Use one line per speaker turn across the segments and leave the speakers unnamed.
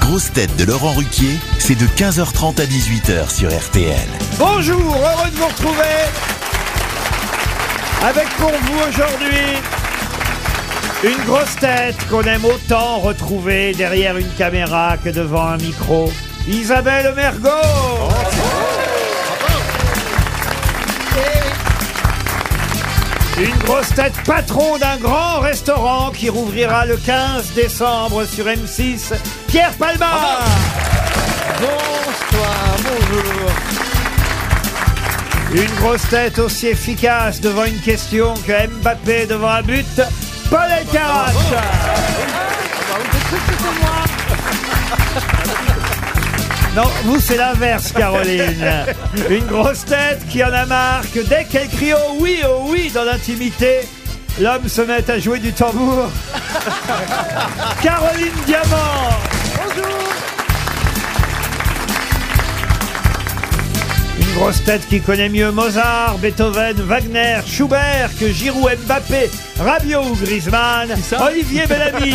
grosses têtes de Laurent Ruquier, c'est de 15h30 à 18h sur RTL.
Bonjour, heureux de vous retrouver avec pour vous aujourd'hui une grosse tête qu'on aime autant retrouver derrière une caméra que devant un micro, Isabelle Mergot. Une grosse tête patron d'un grand restaurant qui rouvrira le 15 décembre sur M6, Pierre Palma.
Bonsoir, bonjour.
Une grosse tête aussi efficace devant une question que Mbappé devant un but, Paul Elkarat. Non, vous c'est l'inverse, Caroline. Une grosse tête qui en a marre que dès qu'elle crie oh oui, oh oui dans l'intimité, l'homme se met à jouer du tambour. Caroline Diamant. Une grosse tête qui connaît mieux Mozart, Beethoven, Wagner, Schubert que Giroud, Mbappé, Rabiot ou Griezmann, Olivier Bellamy.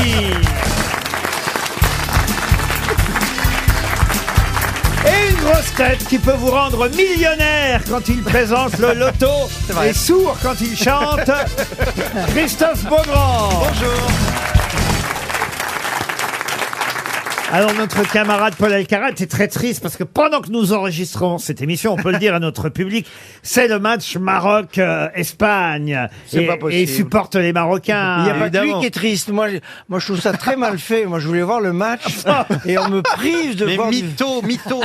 Et une grosse tête qui peut vous rendre millionnaire quand il présente le loto et sourd quand il chante, Christophe Beaugrand.
Bonjour.
Alors notre camarade Paul Alcarat est très triste parce que pendant que nous enregistrons cette émission, on peut le dire à notre public, c'est le match Maroc-Espagne.
C'est
Et-
pas possible.
Et il supporte les Marocains.
Il n'y a pas que lui
Évidemment.
qui est triste. Moi, je- moi, je trouve ça très mal fait. Moi, je voulais voir le match et on me prive de
Mais
voir. du-
mytho, mytho.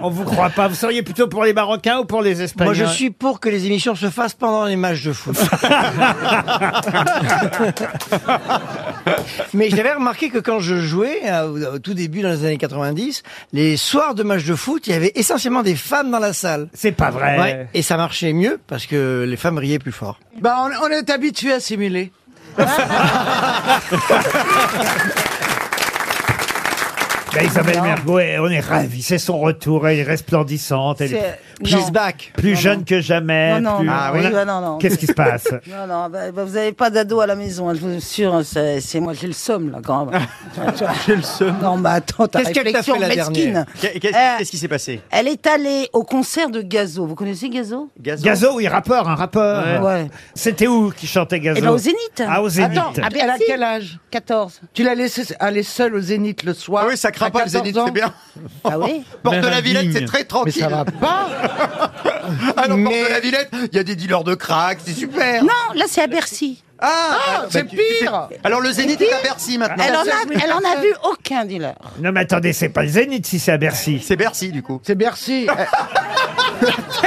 On vous croit pas. Vous seriez plutôt pour les Marocains ou pour les Espagnols
Moi, je suis pour que les émissions se fassent pendant les matchs de foot. Mais j'avais remarqué que quand je jouais, à- au tout début dans les années 90, les soirs de matchs de foot, il y avait essentiellement des femmes dans la salle.
C'est pas vrai.
Ouais. Et ça marchait mieux parce que les femmes riaient plus fort.
Bah, on, on est habitué à simuler.
Bah, Isabelle Mergo, on est ravis. C'est son retour. Elle est resplendissante. Elle est
C'est-
plus,
non.
She's back.
plus
Non,
jeune
non.
que jamais.
Non, non,
plus-
non,
Ah,
oui, bah,
voilà.
non, non.
Qu'est-ce qui se passe
Non, non, bah, bah, vous n'avez pas d'ado à la maison, hein, je vous assure, c'est c'est moi, j'ai le somme, là, quand même. j'ai le somme. Non, mais attends, ta
Qu'est-ce qu'elle t'a
réflexion
fait, la
mesquine.
dernière
Qu'est-
Euh,
Qu'est-ce qu'est-ce qui s'est passé
Elle est allée au concert de Gazo. Vous connaissez Gazo
Gazo
Gazo, oui, rappeur, un rappeur.
Ouais. Ouais.
C'était où qui chantait Gazo
Eh ben, au Zénith.
Ah, au Zénith.
Attends, ah,
Elle a
merci.
quel âge
14.
Tu l'as laissée aller seule au Zénith le soir
Ah oui, ça craint
à
pas le
14
Zénith,
ans
c'est bien.
Ah oui
Porte de la Villette, c'est très
Mais
tranquille.
ça va pas
Oh, Ah non, Porte
Mais-
de la Villette, il y a des dealers de crack, c'est super.
Non, là, c'est à Bercy.
Ah, bah,
c'est
tu- tu fais-
pire.
Alors le Zénith est à Bercy maintenant.
Elle en, a, elle en a vu aucun dealer.
Non, mais attendez, c'est pas le Zénith si c'est à Bercy.
C'est Bercy du coup.
C'est Bercy.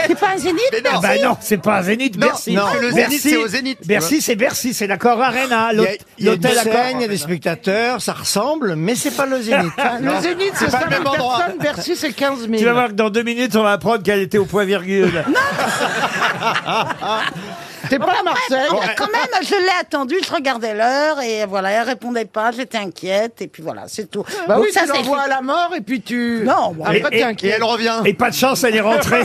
C'est pas un Zénith
Mais
Ah
non,
bah non, c'est pas un Zénith,
Non,
Bercy.
non, parce que le Zénith,
Bercy,
c'est au Zénith.
Bercy, c'est Bercy, c'est l'accord Arena, l'hôte-
Il y a, il y a
l'hôtel
du
Accor.
scène, il y a des spectateurs, ça ressemble, mais c'est pas le Zénith.
le Zénith, c'est
pas le
5
même
personnes,
endroit.
Bercy, c'est 15
Tu vas
000.
voir que dans deux minutes, on va apprendre qu'elle était au point virgule.
Ah.
T'es pas à Marseille
Bon, quand même, je l'ai attendu, je regardais l'heure et voilà, elle répondait pas, j'étais inquiète et puis voilà, c'est tout.
Bah
Donc
oui,
ça,
tu
c'est-
l'envoies à la mort et puis tu... Ah,
Non, bon.
Après,
Et-
t'es
Et
inquiet.
elle revient.
Et pas de chance, elle est rentrée.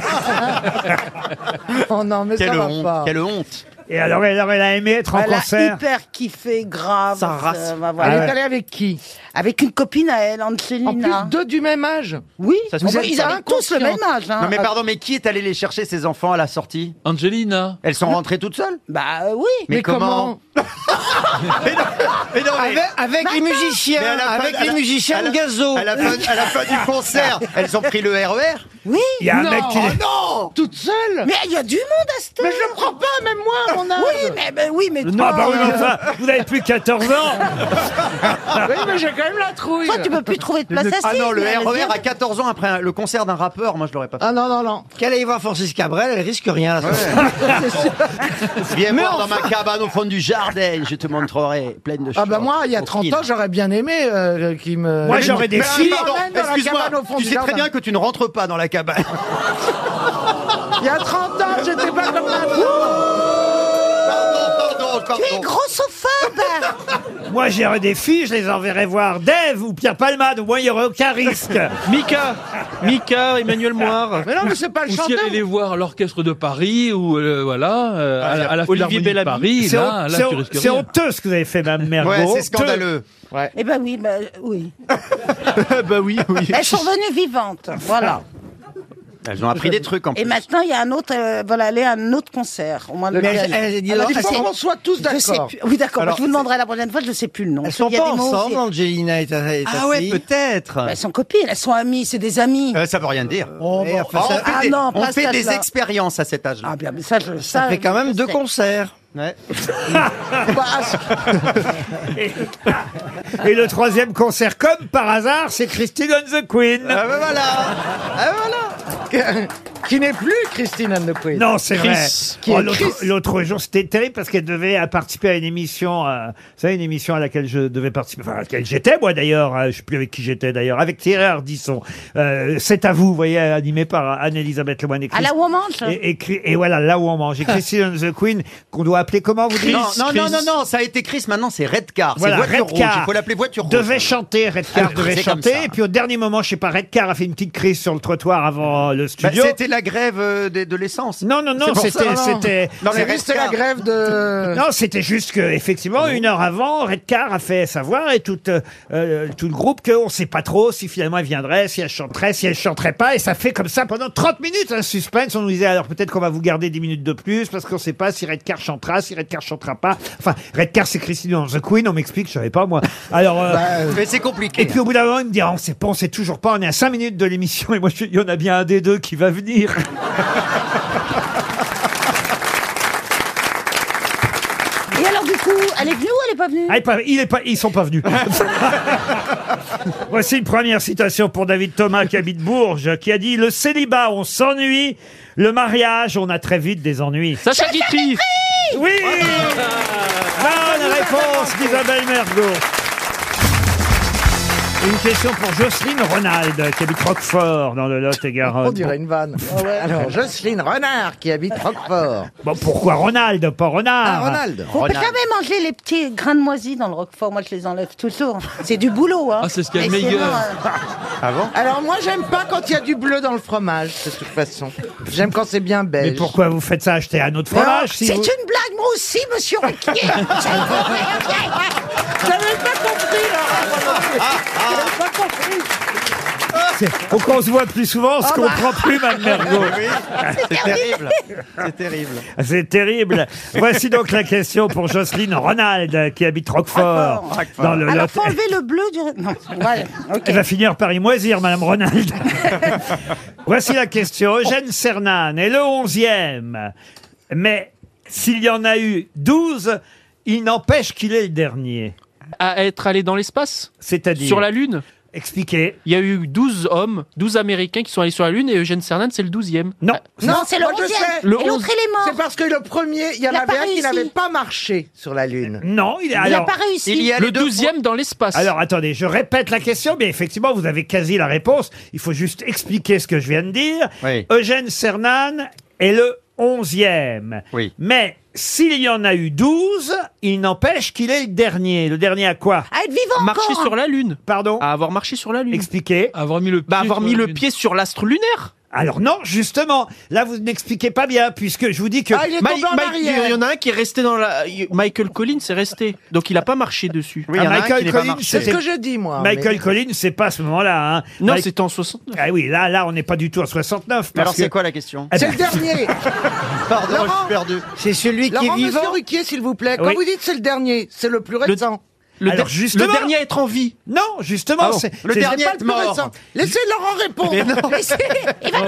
Oh non, mais ça
Quelle
va
honte,
pas.
quelle honte.
Et alors, elle, elle a aimé être en
elle a
concert.
hyper kiffé, grave.
Ça rase.
euh, bah, voilà.
Elle
Ah ouais.
est allée avec qui
Avec une copine à elle,
En
Angelina.
plus, deux du même âge.
Oui,
Ça se
Oh,
trouve,
bah, ils
c'est
avaient tous le
inconscient.
même âge. hein.
Non mais pardon, mais qui est allé les chercher ces enfants à la sortie
Angelina.
Elles sont rentrées toutes seules
Bah euh, oui.
Mais comment Mais non, mais-
Avec, avec les musiciens,
mais à la fin-
avec
à la-
les musiciens
à la-
de Gazo.
à la, fin, à la fin du concert, elles ont pris le E RER.
Il y a un mec qui.
Oh non
Toute seule
Mais il y a du monde à cette
Mais
heure.
je le prends pas, même moi, à mon âge.
Oui, mais, mais oui, mais euh,
Ah bah oui, mais enfin, vous n'avez plus 14 ans.
Oui, mais j'ai quand même la trouille.
toi, tu peux plus trouver de place assise.
Ah non, le
mais elle
RER
vient-
à 14 ans après un- le concert d'un rappeur, moi je l'aurais pas fait.
Ah non, non, non.
Qu'elle aille voir Francis Cabrel, elle risque rien. là, ça.
Viens voir dans ma cabane au fond du jardin, je te montrerai pleine de choses.
Ah bah moi, il y a 30 ans, j'aurais bien aimé euh, qu'il me...
Moi, j'aurais des
Mais
filles.
ah,
pardon,
emmène dans la
excuse-moi,
cabane au fond
tu
du
sais très
jardin.
bien que tu ne rentres pas dans la cabane.
Il y a 30 ans, j'étais pas comme maintenant.
Pardon, pardon,
Tu es
pardon.
grossophobe.
Moi, j'aurais des filles, je les enverrai voir Dave ou Pierre Palmade. Au moins, il n'y aurait aucun risque.
Mika, Mika, Emmanuel Moir.
Mais non, mais c'est pas le
Ou si
chanteur.
allez les voir à l'orchestre de Paris ou euh, voilà euh, à, la- à la
Olivier
Philharmonie de Paris,
C'est
là,
hon-
là
c'est
tu
hon-
risques
c'est
rien.
honteux ce que vous avez fait, Mme Mergo.
Ouais, c'est
Honteux.
scandaleux.
Eh ben oui, ben oui.
Ah
bah oui, oui.
Elles sont venues vivantes, voilà.
Elles ont appris des trucs en
Et
plus.
maintenant, il y a un autre, euh, voilà, aller à un autre concert. Au moins,
Mais elles- elles- elles-
Alors,
Il
je
faut
sais-
qu'on soit tous
je sais
d'accord.
plus- Oui, d'accord.
Alors,
Je vous demanderai la prochaine fois, je ne sais plus le nom.
Elles sont
Il y a
pas
des mots
ensemble,
aussi-
Angelina et ta, et ta
Ah ouais,
fille.
peut-être.
Bah, Elles sont copines, elles sont amies, c'est des amis.
Euh, ça veut rien dire.
Oh, bon,
Ah, on
ça,
fait
ah
des,
non,
on
pas
fait
ça,
des
là.
expériences à cet âge-là.
Ah bien, mais ça, je,
ça fait quand même deux
cons.
concerts.
Ah.
Ouais.
Et le troisième concert, comme par hasard, c'est Christine on the Queen.
Ah ben voilà
Ah,
Qui n'est plus Christine Anne de Pruy.
Non, c'est vrai.
Qui
Oh,
est
l'autre-
Chris.
L'autre jour, c'était terrible parce qu'elle devait euh, participer à une émission, euh, vous savez, une émission à laquelle je devais participer, enfin, à laquelle j'étais, moi d'ailleurs, euh, je sais plus avec qui j'étais d'ailleurs, avec Thierry Ardisson. Euh, c'est à vous, vous voyez, animé par euh, Anne-Elisabeth Lemoine et
À la
Christ-
woman, ça.
et, et Chris- et voilà, là où on mange. Et Christine and the Queen, qu'on doit appeler comment vous dites
non, non, non,
Chris.
non, non, ça a été Chris, maintenant c'est Redcar.
Voilà,
c'est voiture
Redcar.
rouge, il faut l'appeler voiture rouge.
devait chanter, Redcar
Ah,
devait
c'est comme
chanter,
ça.
et puis au dernier moment, je sais pas, Redcar a fait une petite crise sur le trottoir avant le
Bah,
studio.
c'était la grève euh, de, de l'essence.
non, non, non,
C'est pour ça,
c'était,
non, non.
c'était,
Dans les
C'est juste la
Redcar.
grève de.
Non, c'était juste que eh, effectivement une heure avant, Redcar a fait savoir et tout euh, euh, tout le groupe qu'on ne sait pas trop si finalement elle viendrait, si elle chanterait, si elle chanterait pas et ça fait comme ça pendant 30 minutes un suspense. On nous disait alors peut-être qu'on va vous garder 10 minutes de plus parce qu'on ne sait pas si Redcar chantera, si Redcar chantera pas. Enfin, Redcar c'est Christine and the Queen, on m'explique, je savais pas moi. Alors euh,
Bah, Mais c'est
et
compliqué.
puis au bout d'un moment, il me dit, Ah, on sait pas, on sait toujours pas, on est à 5 minutes de l'émission et moi, je- il y en a bien un des deux qui va venir.
Et alors, du coup, elle est venue ou elle n'est pas venue
Ah, il est pas- il est pas, ils sont pas venus. Voici une première citation pour David Thomas qui habite Bourges, qui a dit Le célibat, on s'ennuie. Le mariage, on a très vite des ennuis.
Sacha Guitry.
Oui Bonne réponse d'Isabelle Mergot. Une question pour Jocelyne Ronald, qui habite Roquefort, dans le Lot-et-Garonne.
On dirait une vanne.
Ah
Alors, Jocelyne Renard qui habite Roquefort.
Bon, pourquoi Ronald, pas Renard
Ah, Ronald.
On peut jamais manger les petits grains de moisis dans le roquefort. Moi, je les enlève toujours. C'est du boulot, hein.
Ah, c'est ce qu'il y a de
Mais
meilleur.
bon, euh,
Ah
Alors, moi, j'aime pas quand il y a du bleu dans le fromage, de toute façon. J'aime quand c'est bien belge.
Mais pourquoi vous faites ça Acheter un autre fromage si
C'est
vous-
une blague, moi aussi, monsieur Riquier. J'avais hein. pas compris,
Ah,
Faut qu'on se voit plus souvent, on se comprend plus, Mme Mergot.
C'est terrible. C'est terrible.
C'est terrible. Voici donc la question pour Jocelyne Ronald, qui habite Oh, Roquefort, dans
euh,
le Eh ben,
Alors,
Lot.
faut enlever le bleu du. Non, voilà, ok.
Elle va finir par y moisir, Madame Ronald. Voici la question. Eugène Cernan est le onzième. Mais s'il y en a eu douze, il n'empêche qu'il est le dernier.
À être allé dans l'espace
C'est-à-dire...
Sur la Lune
Expliquez.
Il y a eu 12 hommes, 12 Américains qui sont allés sur la Lune et Eugène Cernan, c'est le 12e.
Non.
Non, c'est le
moi, je
onzième.
sais.
Et
Le
l'autre,
onze.
il est
C'est
mort.
parce que le premier, il y en
Il a
avait
pas
un qui
réussi.
n'avait pas marché sur la Lune.
Non, il est...
Il n'a
Alors,
pas réussi.
Il y a
Le
les deux
12e dans l'espace.
Alors attendez, je répète la question, mais effectivement, vous avez quasi la réponse. Il faut juste expliquer ce que je viens de dire.
Oui.
Eugène Cernan est le 11e.
Oui.
Mais s'il y en a eu 12, il n'empêche qu'il est le dernier. Le dernier à quoi
À être vivant
Marcher
encore.
sur la Lune.
Pardon
À avoir marché sur la Lune.
Expliquez.
Avoir mis le pied,
Bah, avoir
sur
mis
la
le
Lune.
pied sur l'astre lunaire.
Alors non, justement, là vous n'expliquez pas bien, puisque je vous dis que...
Ah, il est tombé
Mike-
en
Mike-
arrière.
il y en a un qui est resté dans la. Michael Collins est resté. Donc il a pas marché dessus.
Oui, il y en a un
Michael
qui n'est pas
Collins,
marché.
C'est ce
c'est-
que je dis, moi.
Michael
mais-
Collins, c'est pas à ce moment-là. hein.
Non,
Mike-
c'était en 60.
Ah oui, là, là, on n'est pas du tout en 69.
Mais alors
Parce
c'est
que...
quoi la question
Eh
C'est
ben,
le dernier.
Pardon,
Laurent.
je suis perdu.
C'est celui qui
Laurent,
est vivant.
monsieur Ruquier, s'il vous plaît. Quand
Oui.
vous dites c'est le dernier, c'est le plus récent.
Le,
Alors,
der-
justement.
le dernier à être en vie.
Non, justement,
Ah bon.
c'est-
Le
c'est-
dernier
Pas
est
le plus
mort.
récent. Laissez Laurent répondre.
Il va nous
Parce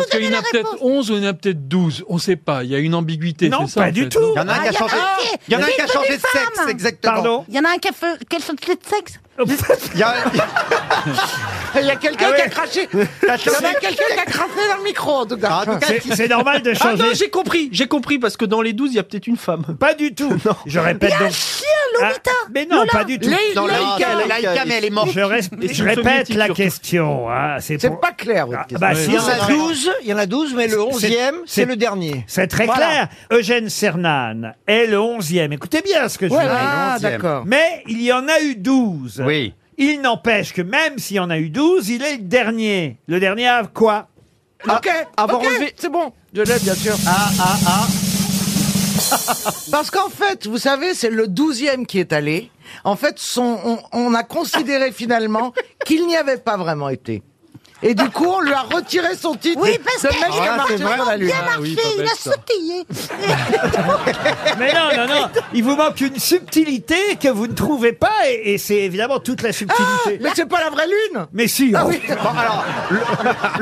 qu'il
donner
y en
la
a peut-être
réponse.
11 ou il y en a peut-être 12. On sait pas. Il y a une ambiguïté.
Non,
c'est ça,
pas
en
du
fait,
tout.
non
Il y en a
Ah,
un qui a
il y en a
changé.
un qui est-
Il y en a un qui a
devenu
changé de
femme.
sexe, exactement.
Pardon
Il y en a un qui a fait quel chantier de sexe
Il y a-
Il y a quelqu'un
Ah ouais.
qui a craché. Il y en a quelqu'un qui a craché dans le micro, en tout
Ah,
cas.
en tout cas,
C'est c'est normal de
Ah
changer.
non, j'ai compris. J'ai compris parce que dans les 12, il y a peut-être une femme.
Pas du tout. Je répète donc.
Chien Lolita
Ah, mais non, pas du tout.
Lé-
Non,
Lé-
Laïka,
hein, Laïka,
Laïka, mais elle est morte.
Je, res- je répète la question. hein, C'est
C'est
pour-
pas clair, votre
Ah,
question.
bah, si,
Il y en
c'est
a
vrai.
12, il y en a 12, mais le 11e, c'est
c'est-
le dernier.
C'est très
Voilà.
clair. Eugène Cernan est le 11e. Écoutez bien ce que je
Ouais,
vous dis.
ah,
onzième.
d'accord.
Mais il y en a eu 12.
Oui.
Il n'empêche que même s'il y en a eu 12, il est le dernier. Le dernier à quoi
Ah,
Ah,
Ok,
Avoir
ok,
enlevé-
c'est bon. Je l'ai, bien sûr. Ah, ah, ah. Parce qu'en fait, vous savez, c'est le douzième qui est allé. En fait, son, on, on a considéré finalement qu'il n'y avait pas vraiment été. Et du coup, on lui a retiré son titre.
Oui, parce
Ce
que-
mec qui a
Ah,
marché
c'est vrai.
sur la lune.
Bien marché, il a sautillé.
Mais non, non, non. Il vous manque une subtilité que vous ne trouvez pas, et, et c'est évidemment toute la subtilité.
Ah, Mais c'est pas la vraie lune
mais si,
Ah
on-
oui
Bon, alors, le-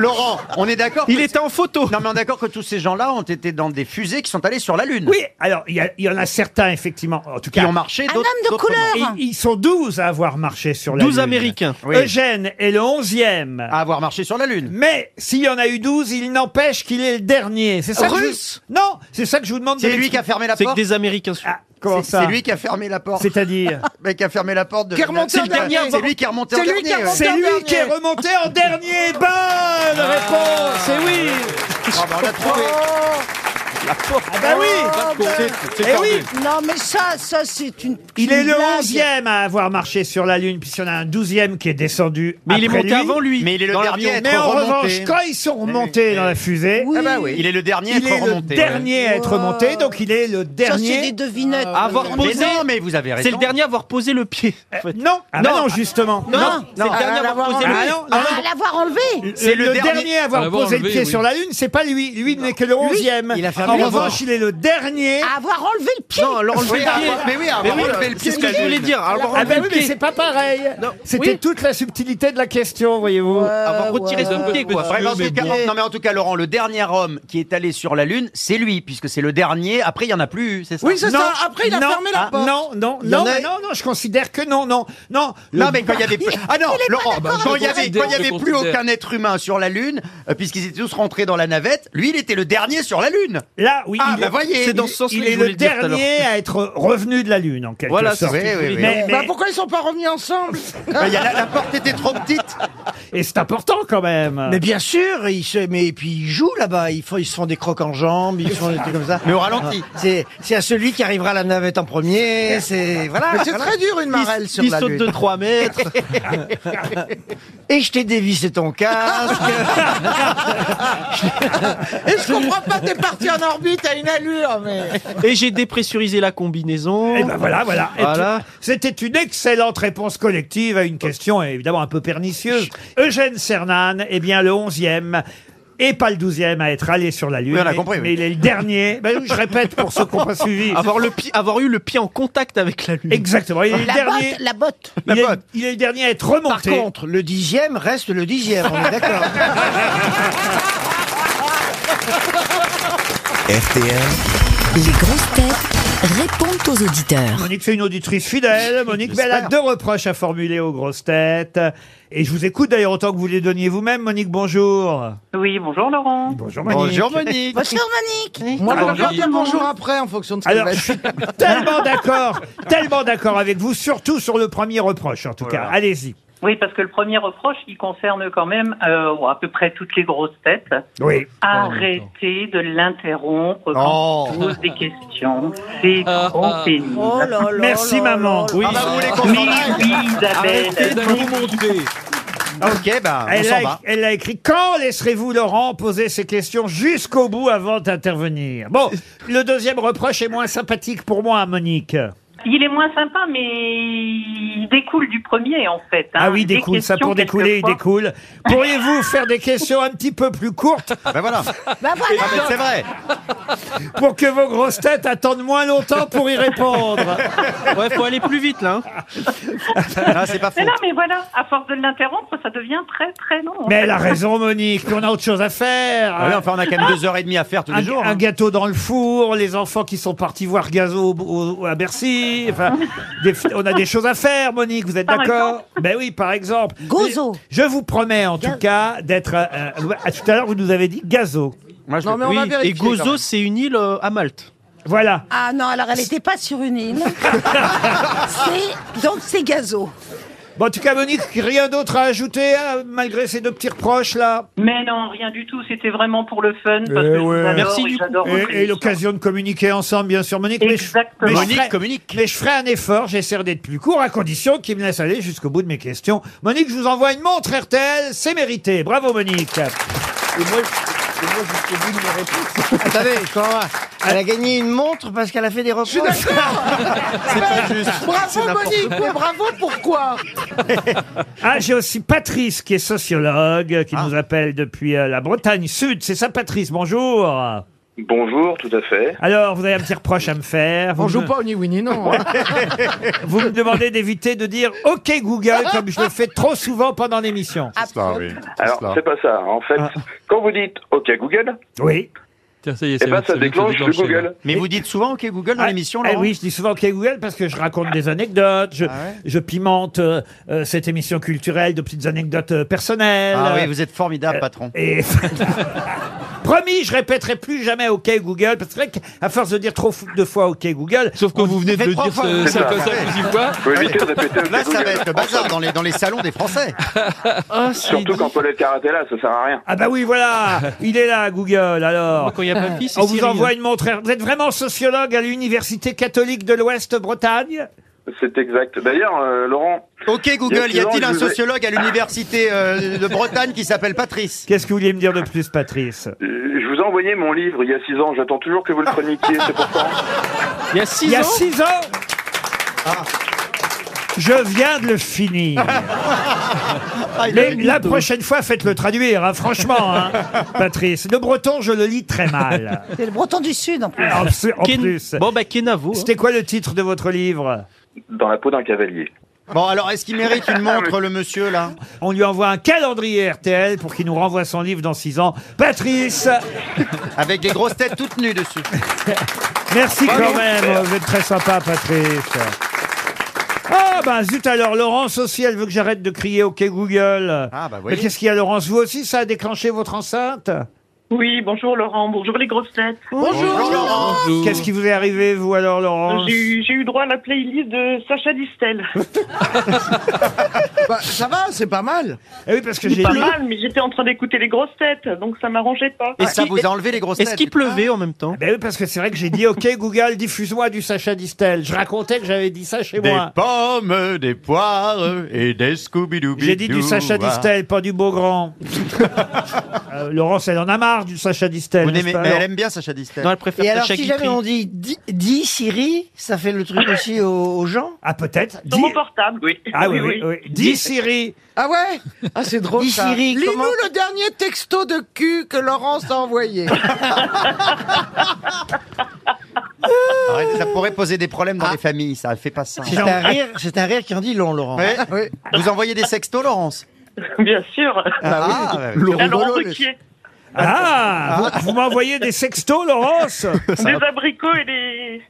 Laurent, on est d'accord que-
Il était en photo.
Non, mais on est d'accord que tous ces gens-là ont été dans des fusées qui sont allés sur la Lune.
oui, alors il y, a- il y en a certains, effectivement. En tout
Qui
cas,
ont marché.
Un
d'autres-
homme de
d'autres
couleur.
non.
ils, ils sont 12 à avoir marché sur la
12
Lune.
Américains. Euh,
Oui.
Eugène est le 11e.
À avoir marché sur la Lune.
Mais s'il y en a eu 12, il n'empêche qu'il est le dernier. C'est ça que je-
Russe
Non, c'est ça que je vous demande. de
C'est lui qui a fermé la
C'est que
porte.
des Américains.
Ah, comment
C'est-
ça
C'est lui qui a fermé la porte.
C'est-à-dire
Mais qui a fermé la porte de.
Qui est remonté
C'est
en
le dernier,
dernier.
C'est lui qui est remonté en
C'est lui qui est
dernier. ouais.
remonté.
C'est lui
dernier.
qui est remonté en dernier. Bonne réponse. C'est oui.
Ah, bah, on l'a trouvé.
Oh.
Ah bah oui. Eh oui.
Non, mais ça, ça, c'est une.
Il
une
est le
blague.
11e à avoir marché sur la Lune, puisqu'il y en a un 12e qui est descendu.
Mais il est
après
monté
lui.
avant lui.
Mais il est le
Dans
dernier à
l'avion.
être
Mais en
remonté.
revanche, quand ils sont remontés
oui,
dans
eh
la fusée,
ben Oui.
Ah bah oui.
Il est le dernier à
il
être
est le
remonté.
dernier à être
Wow.
remonté, donc il est le
Ça, c'est des
dernier.
devinettes.
Euh,
Avoir
Mais
Mais
posé.
non, mais vous avez raison.
C'est le dernier à avoir posé le pied. en fait.
Non, ah bah
Non.
non, justement.
Non, c'est
non.
le dernier
Ah,
à avoir posé le
Ah
pied.
non, non,
Ah, l'avoir enlevé
C'est le, dernier à avoir
À l'avoir
posé le
enlevé,
pied
oui.
sur la Lune, c'est pas lui. Lui, il n'est que le 11e.
Ah il a fait un
en
mur
revanche,
mort.
il est le dernier.
à Avoir enlevé le pied
Non, l'enlever
Oui,
le pied.
avoir- mais oui, avoir enlevé le pied
C'est ce
de
que
la
je voulais
lune.
dire. Avoir
Ah
enlevé
ben
le
oui, mais
pied.
c'est pas pareil.
Non.
C'était
Oui.
toute la subtilité de la question, voyez-vous.
Ah,
Avoir retiré
ouais.
son pied, quoi.
Bref, en
Mais
tout cas-
bon.
non mais en tout cas Laurent, le dernier homme qui est allé sur la Lune, c'est lui, puisque c'est le dernier. Après il y en a plus, eu, c'est ça
Oui, c'est
Non,
ça. Après, il a
non,
fermé la
ah,
porte.
Non, non,
Il y en
non,
a-
non, non, je considère que non, non, non.
Non mais quand il y avait plus... ah non Laurent, quand il y avait
considère,
quand il y avait
je
plus
considère.
aucun être humain sur la Lune, euh, puisqu'ils étaient tous rentrés dans la navette, lui il était le dernier sur la Lune.
Là, oui,
Ah
il,
bah voyez,
c'est dans ce sens-là
il
que
est
je voulais
le
le dire tout à l'heure.
dernier à être revenu de la Lune, en quelque
Voilà, c'est
sorte.
ce
Oui,
que je
oui,
voulais
oui.
dire.
Mais-
Bah
mais-
pourquoi ils sont pas revenus ensemble
Bah, il y a la, la porte était trop petite.
Et c'est important quand même.
Mais bien sûr, ils se, mais et puis ils jouent là-bas. Ils, font- ils se font des crocs en jambes, ils se font des trucs comme ça. Ah.
Mais au ralenti.
C'est, c'est à celui qui arrivera à la navette en premier. C'est voilà.
Mais c'est
voilà.
très dur une marelle
Il-
sur
il
la
saute
lune.
de 3 mètres.
Et je t'ai dévissé ton casque.
Et je comprends pas, t'es parti en orbite à une allure, mais.
Et j'ai dépressurisé la combinaison.
Et ben voilà, voilà. Et
Voilà.
tu- C'était une excellente réponse collective à une question évidemment un peu pernicieuse. Eugène Cernan, eh bien le 11e et pas le 12e à être allé sur la Lune.
Oui, on a
mais-
compris, oui.
Mais il est le dernier. Ben, je répète pour ceux qui n'ont pas suivi.
Avoir, le pied- avoir eu le pied en contact avec la lune.
Exactement, il est le
La
dernier.
botte, la botte
il, est, il est le dernier à être
Par
remonté.
contre, le dixième reste le dixième. On est d'accord.
RTL,
Les grosses têtes répondent aux auditeurs.
Monique, c'est une auditrice fidèle. Monique, mais elle a deux reproches à formuler aux grosses têtes. Et je vous écoute d'ailleurs autant que vous les donniez vous-même. Monique, bonjour.
Oui, bonjour Laurent.
Bonjour,
Bonjour Monique.
Bonjour Monique
Moi, je préfère
bonjour.
dire bonjour après en fonction de ce
Alors,
que
je suis tellement d'accord, tellement d'accord avec vous, surtout sur le premier reproche, en tout cas. Allez-y.
Oui, parce que le premier reproche, il concerne quand même euh, à peu près toutes les grosses têtes.
Oui. Oh.
Arrêtez de l'interrompre quand il pose des questions. C'est trop pénible.
Oh là là
Merci,
là
maman.
là
Oui.
Ah bah vous voulez qu'on
Oui,
s'en aille
oui,
Arrêtez
Isabelle.
d'intermonter.
Ok bah on
Elle
s'en
a,
va.
elle a écrit Quand laisserez-vous Laurent poser ses questions jusqu'au bout avant d'intervenir Bon, le deuxième reproche est moins sympathique pour moi, Monique.
Ah.
Il est moins sympa, mais il découle du premier en fait. hein.
Ah oui,
Des
découle, ça
questions,
pour découler, il
quelquefois.
découle. Pourriez-vous faire des questions un petit peu plus courtes
Ah ben
Bah voilà.
là. Bah voilà
Ah, mais c'est vrai.
pour que vos grosses têtes attendent moins longtemps pour y répondre
Ouais, faut aller plus vite là. hein.
Ah
Ah,
Non, c'est pas faux.
Mais non, mais voilà, à force de l'interrompre, ça devient très très long. en
Mais
fait.
elle a raison, Monique, on a autre chose à faire.
Ah ouais, enfin on a quand même deux heures et demie à faire tous
un,
les jours.
un
hein.
gâteau dans le four, les enfants qui sont partis voir Gazo au- au- à Bercy. Enfin, des- on a des choses à faire, Monique, vous êtes
Par
d'accord Ben oui, par exemple.
Gozo.
Je vous promets, en tout
Gaz-
cas, d'être. euh, euh, tout à l'heure, vous nous avez dit Gazo.
Moi, je
Non,
le-
mais on
Oui,
a vérifié
Et
quand même.
Gozo, c'est une île euh, à Malte.
Voilà.
Ah non, alors elle n'était pas sur une île. C'est- donc c'est gazo.
Bon, en tout cas, Monique, rien d'autre à ajouter, hein, malgré ces deux petits reproches, là
Mais non, rien du tout. C'était vraiment pour le fun. Parce
Eh
que je vous
ouais.
adore et j'adore vos
Et, et l'occasion de communiquer ensemble, bien sûr, Monique. mais je-
Exactement.
Mais je,
Monique
ferai, mais je ferai un effort, j'essaierai d'être plus court, à condition qu'il me laisse aller jusqu'au bout de mes questions. Monique, je vous envoie une montre RTL, c'est mérité. Bravo, Monique.
Et moi, jusqu'au bout de ma réponse. Attendez, je comprends pas. Elle a gagné une montre parce qu'elle a fait des reproches. Je suis
C'est pas juste.
Ah,
Bravo Ah, Monique, mais bravo pourquoi
Ah, j'ai aussi Patrice, qui est sociologue,
Ah.
qui nous appelle depuis euh, la Bretagne Sud. C'est ça, Patrice, bonjour.
Bonjour, tout à fait.
Alors, vous avez un petit reproche à me faire.
On
Vous
joue
me-
pas au ni oui ni non.
Vous me demandez d'éviter de dire OK Google, comme je le fais trop souvent pendant l'émission.
Alors,
cela.
c'est pas ça. En fait, quand vous dites OK Google,
Ah. Oui.
ça y est, Eh c'est ben, le- ça c'est le déclenche qui déclenche, le Google. là.
Mais vous dites souvent OK Google dans
Ah,
l'émission,
eh
Laurent Ah
oui, je dis souvent OK Google parce que je raconte des anecdotes, je, je pimente euh, euh, cette émission culturelle de petites anecdotes euh, personnelles. Euh,
Ah oui, vous êtes formidable, patron.
Et... Promis, je répéterai plus jamais OK Google, parce que c'est vrai qu'à force de dire trop fou- de fois OK Google... Sauf que vous venez
de le dire, euh, cinq fois, cinq ou six fois. Faut éviter de répéter OK Là, ça Google. va être le bazar
dans les, dans les salons des Français. Surtout
Ah,
dit.
quand Paulette Carrette est là, ça sert à rien.
Ah bah oui, voilà, il est là, Google, alors.
Moi, quand il y a pas de fils, c'est
On vous
Cyril.
envoie une montre. Vous êtes vraiment sociologue à l'Université catholique de l'Ouest-Bretagne
C'est exact. D'ailleurs, euh, Laurent.
OK Google, y a-t-il un
sociologue
sociologue à l'université euh, de Bretagne qui s'appelle Patrice
Qu'est-ce que vous vouliez me dire de plus, Patrice
Je vous ai envoyé mon livre il y a 6 ans, j'attends toujours que vous le chroniquiez, c'est pourquoi.
Il y a six ans Il y a six ans Je viens de le finir.
Ah,
Ah,
Mais la prochaine fois, faites-le traduire, hein, franchement, hein, Patrice. Le breton, je le lis très mal.
C'est le breton du Sud en plus.
En, plus- Ah, en plus. Bon, bah, Kenavo. C'était quoi le titre de votre livre
Dans la peau d'un cavalier.
Bon, alors, est-ce qu'il mérite une montre, le monsieur, là On lui envoie un calendrier RTL pour qu'il nous renvoie son livre dans six ans. Patrice
Avec des grosses têtes toutes nues dessus.
Merci
Bravo.
quand même, vous êtes très sympa, Patrice. Ah bah zut alors, Laurence aussi, elle veut que j'arrête de crier OK Google.
Ah, bah,
Mais
voyez.
qu'est-ce qu'il y a, Laurence Vous aussi, ça a déclenché votre enceinte
Oui, bonjour Laurent, bonjour les grosses têtes.
Qu'est-ce qui vous est arrivé, vous alors, Laurence
Euh, J'ai eu, j'ai eu droit à la playlist de Sacha Distel.
Bah, ça va, c'est pas mal.
Eh oui, parce que
Pas mal, mais j'étais en train d'écouter les grosses têtes, donc ça m'arrangeait pas.
Est-ce qu'il pleuvait en même temps
Ben oui, parce que c'est vrai que j'ai dit OK Google, diffuse-moi du Sacha Distel. Je racontais que j'avais dit ça chez
Des
moi.
pommes, des poires et des Ah. scooby doo
J'ai dit du Sacha Distel, pas du Beaugrand. Euh, Laurence, elle en a marre du Sacha Distel. n'est-ce pas, Laurence
elle aime bien Sacha Distel.
Et alors, si jamais on dit di- dis Siri, ça fait le truc aussi aux, aux gens
Ah, peut-être.
Dans mon portable, oui.
Ah oui, oui, oui. Dis Siri.
Ah ouais Ah c'est drôle
Dis
ça.
Siri,
Lis-nous
comment-
le dernier texto de cul que Laurence a envoyé.
Arrête, ça pourrait poser des problèmes
Ah.
dans les familles, ça. Fais pas ça.
C'est un rire, c'est un rire qui en dit long, Laurent. Ah,
Ouais. Vous envoyez des sextos, Laurence
Bien sûr.
Ah, ouais.
À Laurent
Laurent
Ruquier.
Ah, vous- vous, m'envoyez des sextos, Laurence
Des abricots et des...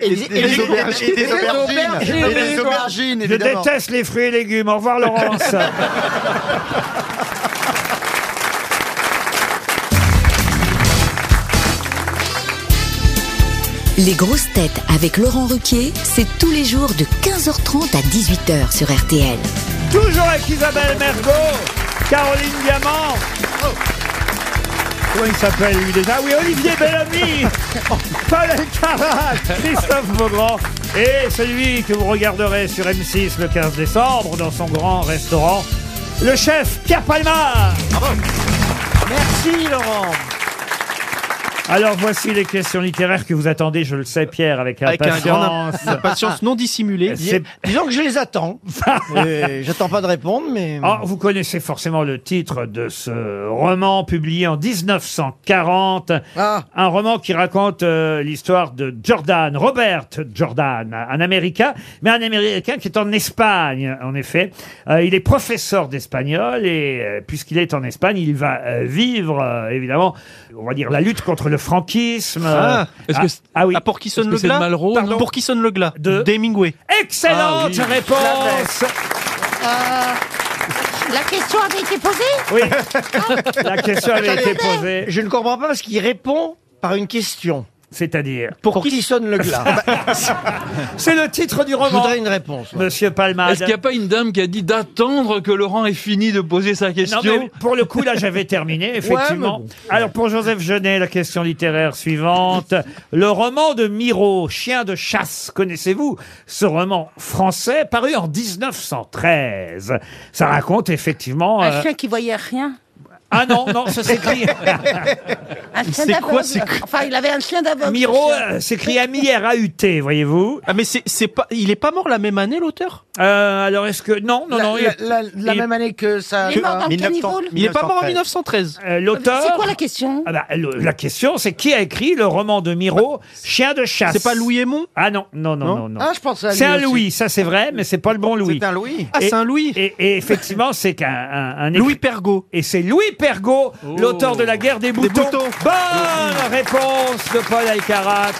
Et des- et des aubergines. Et des aubergines. Et des aubergines,
Je
évidemment.
déteste les fruits et légumes. Au revoir, Laurence.
Les grosses têtes avec Laurent Ruquier, c'est tous les jours de 15h30 à 18h sur RTL.
Toujours avec Isabelle Mergo, Caroline Diamant. Comment il s'appelle lui déjà Oui, Olivier Bellamy, Paul Carat, Christophe Beaugrand et celui que vous regarderez sur M6 le 15 décembre dans son grand restaurant, le chef Pierre Palma.
Oh,
Merci, Laurent.
Alors voici les questions littéraires que vous attendez, je le sais Pierre, avec
Avec un grand
impatience.
imp- impatience non dissimulée.
C'est-
Disons que je les attends. Euh, J'attends pas de répondre, mais.
Ah, vous connaissez forcément le titre de ce roman publié en 1940. Un roman qui raconte euh, l'histoire de Jordan, Robert Jordan, un Américain, mais un Américain qui est en Espagne, en effet. Euh, il est professeur d'espagnol et euh, puisqu'il est en Espagne, il va euh, vivre, euh, évidemment, on va dire la lutte contre le franquisme.
Ah,
euh,
est-ce que c'est-
ah oui.
Ah, pour qui sonne le glas Pardon Pour qui sonne le glas
De-
Hemingway.
Excellente
Ah oui.
réponse
Euh, La question avait été posée
Oui, la question avait été
Attendez,
posée.
Je ne comprends pas parce qu'il répond par une question.
C'est-à-dire
Pour, qui... sonne le glas
C'est le titre du roman. Je voudrais une réponse. Monsieur Palmade.
Est-ce qu'il n'y a pas une dame qui a dit d'attendre que Laurent ait fini de poser sa question
Non, mais pour le coup, là, j'avais terminé, effectivement.
Ouais, mais
Alors, pour Joseph Genet, la question littéraire suivante. Le roman de Miro, Chien de chasse, connaissez-vous Ce roman français, paru en 1913. Ça raconte, effectivement...
Un
euh,
chien qui voyait rien.
Ah non, non, ça s'écrit...
Un chien
C'est quoi,
d'aveugle.
c'est que-
Enfin, il avait un chien d'aveugle.
Miro
ce chien.
euh, s'écrit M-I-R-A-U-T, voyez-vous. Ah, mais c'est, pas, il est pas mort la même année, l'auteur Euh, Alors, est-ce que. Non, non,
La-
non.
la- la- la même année que ça- Il est mort
Euh,
dans le Euh, 1900, caniveau,
Il est pas mort en 1913. l'auteur.
C'est quoi
la question Ah bah, La question, c'est qui a écrit le roman de Miro, Chien de chasse
C'est pas Louis
Aymon Ah non, non, non, non. non,
Bah, Ah, je pensais à lui
C'est un
aussi.
Louis, ça c'est vrai, mais c'est pas le bon Louis.
C'est un Louis.
Et- Et, et effectivement, c'est qu'un un, Louis Pergaud. Et c'est Louis Pergaud, l'auteur de La guerre des boutons. Bonne réponse de Paul Aycarat.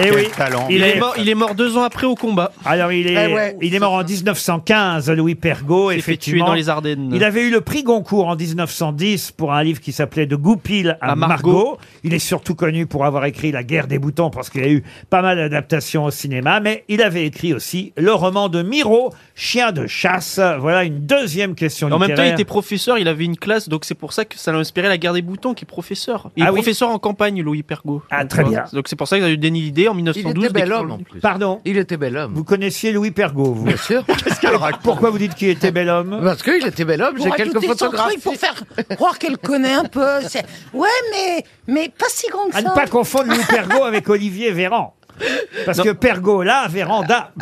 Et
Quel
oui,
talent. Il est mort- il est
deux ans après au combat. Alors il est,
Eh ouais.
il est mort en 1915, Louis Pergaud.
Il s'est fait
effectivement.
tuer dans les Ardennes.
Il avait eu le prix Goncourt en 1910 pour un livre qui s'appelait De Goupil à,
À
Margot.
Margot.
Il est surtout connu pour avoir écrit La guerre des boutons parce qu'il y a eu pas mal d'adaptations au cinéma, mais il avait écrit aussi le roman de Miro, Chien de chasse. Voilà une deuxième question
En même temps, il
littéraire.
était professeur, il avait une classe, donc c'est pour ça que ça l'a inspiré la guerre des boutons, qui est professeur. Il est
Ah oui.
professeur en campagne, Louis Pergaud.
Ah, très bien.
Donc c'est pour ça qu'il a eu déni l'idée en 1912.
était bel
d'écrire
homme,
le
en
livre.
Pardon
Il était bel homme.
Vous connaissiez Louis Pergaud, vous Bien
sûr.
Pourquoi vous dites qu'il était bel homme
Parce qu'il était bel homme,
Pour
j'ai quelques
ajouter son
photographes.
truc, pour faire croire qu'elle connaît un peu. c'est- Ouais, mais, mais pas si grand que ça.
À ne pas confondre Louis Pergaud avec Olivier Véran. Parce que Pergaud là, Véran là.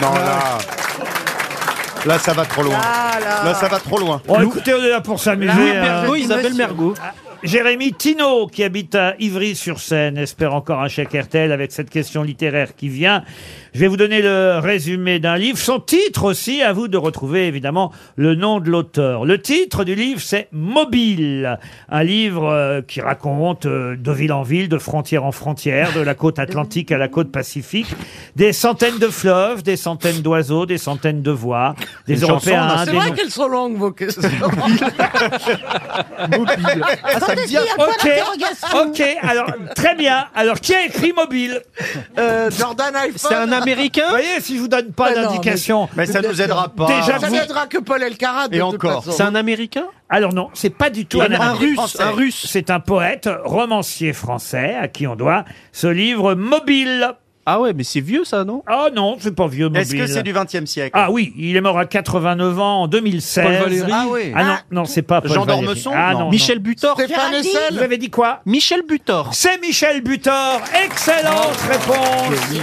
Non, là. Là, ça va trop loin.
Ah, là.
ça va trop loin.
Bon, écoutez, on est là Oh, pour s'amuser.
Louis
hein.
Pergaud, Isabelle
Mergo.
Jérémy Tino, qui habite à Ivry-sur-Seine, espère encore un chèque RTL avec cette question littéraire qui vient. Je vais vous donner le résumé d'un livre, son titre aussi, à vous de retrouver évidemment le nom de l'auteur. Le titre du livre, c'est Mobile, un livre euh, qui raconte euh, de ville en ville, de frontière en frontière, de la côte atlantique à la côte pacifique, des centaines de fleuves, des centaines d'oiseaux, des centaines de voies, des
Une chanson,
Européens,
là,
hein, des
C'est vrai
non-
qu'elles sont longues, vos questions.
Attendez, il y a quoi
Ok, ok, alors très bien. Alors qui a écrit mobile
Euh, Jordan
C'est un Américain Vous voyez, si je vous donne pas
Mais non,
d'indication.
mais- Mais ça nous aidera pas.
Déjà,
Ça
vous-
n'aidera que Paul Elkarat. de toute façon.
Américain Alors non, c'est pas du tout
Il est un Russe,
Français.
un
C'est un poète, romancier français, à qui on doit ce livre mobile. Ah ouais, mais c'est vieux ça, non Ah non, c'est pas vieux mobile.
Est-ce que c'est du 20e siècle
Ah oui, il est mort à 89 ans en 2016.
Paul Valéry
Ah, oui. ah non, non, c'est pas Paul
Jean
Valéry.
d'Ormesson
Ah,
Non.
non, non.
Michel
Butor.
Stéphane Gérardine. Hessel.
Vous avez dit quoi
Michel Butor.
C'est Michel Butor. Excellente
Oh,
réponse.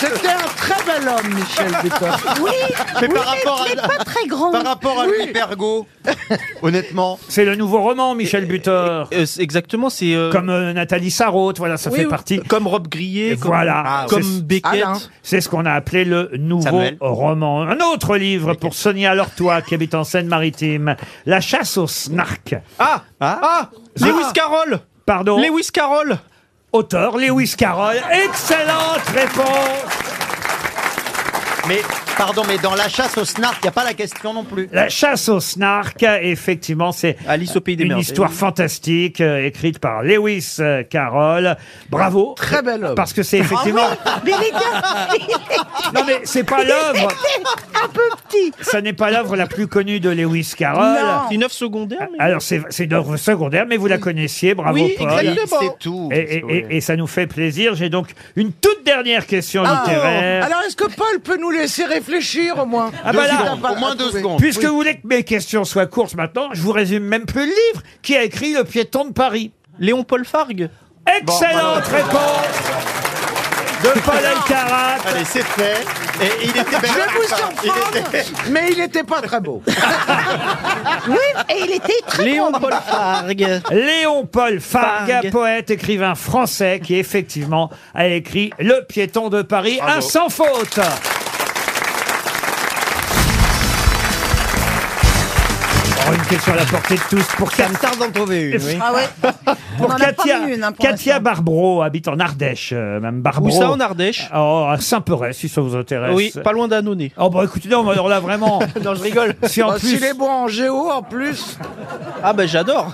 C'était un très bel homme, Michel Butor.
Oui,
Mais par rapport à-
pas très grand.
Par rapport à
Oui.
Louis Pergaud, honnêtement.
C'est le nouveau roman, Michel Butor.
Euh, exactement, c'est. euh,
Comme euh, Nathalie Sarraute, voilà, ça
Oui,
fait
oui.
partie.
Comme Rob Grillet, comme-
voilà,
Ah, comme
C'est-
Beckett. Alain.
C'est ce qu'on a appelé le nouveau
Samuel.
roman. Un autre livre pour Sonia Lortois, qui habite en Seine-Maritime. La chasse au snark.
Ah Ah, Lewis Carroll
Pardon
Lewis Carroll
Auteur, Lewis Carroll. Excellente réponse
Mais, pardon, mais dans la chasse au snark, il n'y a pas la question non plus.
La chasse au snark, effectivement, c'est
des
une
merveilles.
histoire fantastique euh, écrite par Lewis euh, Carroll. Bravo. Très
bel homme.
Parce que c'est effectivement. Non mais c'est pas l'œuvre.
Un peu petit.
Ça n'est pas l'œuvre la plus connue de Lewis Carroll.
Non. C'est une œuvre secondaire. mais-
Alors c'est c'est une œuvre secondaire, mais vous la connaissiez, bravo
Oui,
Paul.
exactement. C'est
tout. Et, et- et- et ça nous fait plaisir. J'ai donc une toute dernière question
Ah,
littéraire.
alors, est-ce que Paul peut nous laisser réfléchir au moins
Ah bah là, Puisque
Oui.
vous voulez que mes questions soient courtes maintenant, je vous résume même plus le livre qui a écrit Le piéton de Paris.
Léon Paul Fargue.
Excellente
Bon, voilà.
réponse de Paul Alcarat.
Allez, c'est fait. Et il était bel
Je vais
homme,
vous
ça.
surprendre,
Il était-
mais il n'était pas très beau.
Oui, et il était très
Léon
grand.
Paul Fargue.
Léon Paul Fargue,
Fargue.
poète, écrivain français qui effectivement a écrit Le piéton de Paris, un sans faute. encore Oh, une question à la portée de tous. Pour
Ça me tarde d'en trouver une, oui.
Ah ouais
Pour
On en a pas
Katia,
mis une, hein, pour
Katia Barbro habite en Ardèche, euh, même Barbro.
Où ça, en
Ardèche Oh, à Saint-Perret, si ça vous intéresse.
Oui, pas loin d'Annonay.
Oh bah écoutez, non, mais alors là vraiment.
Non, je rigole.
Si en
Oh,
plus.
s'il est
bon en géo, en plus.
Ah ben j'adore.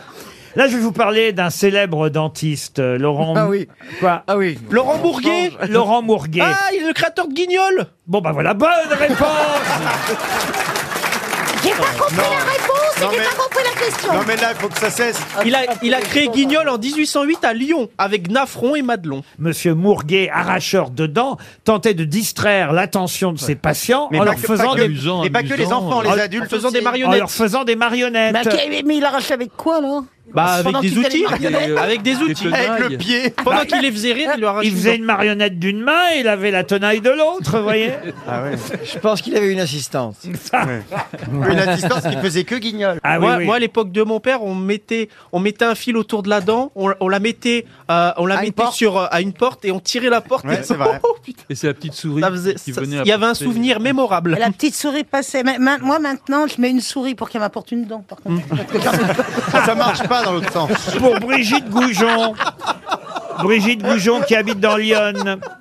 Là, je vais vous parler d'un célèbre dentiste, euh, Laurent.
Ah oui.
Quoi Ah oui. Laurent Bourguet. Laurent Bourguet.
Ah, il est le créateur de Guignol
Bon bah voilà, bonne réponse.
J'ai pas compris
Non.
la réponse
Non,
et j'ai
mais-
pas compris la question.
là, il faut que ça cesse. Il a, il a créé Guignol en 1808 à Lyon avec Nafron et Madelon.
Monsieur Mourguet, arracheur de dents, tentait de distraire l'attention de ses patients
Mais
en
pas
leur
que-
faisant
pas que-
des
Amusant, mais pas que les amusant, enfants, les
en-
adultes en faisant des aussi. marionnettes.
En leur faisant des marionnettes.
Mais, ok, mais il arrache avec quoi alors
Ah,
Bah, avec
Pendant
des
qu'il fait les
outils,
marionnettes
des-
Avec des outils. Pendant qu'il les faisait rire, il lui arrachait
Il faisait une marionnette d'une main et il avait la tenaille de l'autre, vous voyez
Ah,
Je pense qu'il avait une assistante.
Une assistance qui faisait
que guignol.
Ah oui,
moi,
oui.
moi, à l'époque de mon père, on mettait, on mettait un fil autour de la dent, on, on la mettait, euh, on la
À une
mettait
porte.
sur euh, à une porte et on tirait la porte.
Ouais,
et...
c'est vrai.
Oh, putain,
Et c'est la petite souris
ça faisait-
qui
ça-
venait
il y avait un
apporter-
souvenir mémorable.
Et La petite souris passait. Ma- ma- moi maintenant, je mets une souris pour qu'elle m'apporte une dent. Par
Mm.
contre,
Ça marche pas dans l'autre sens.
Pour Brigitte Goujon. Brigitte Goujon qui habite dans Lyon,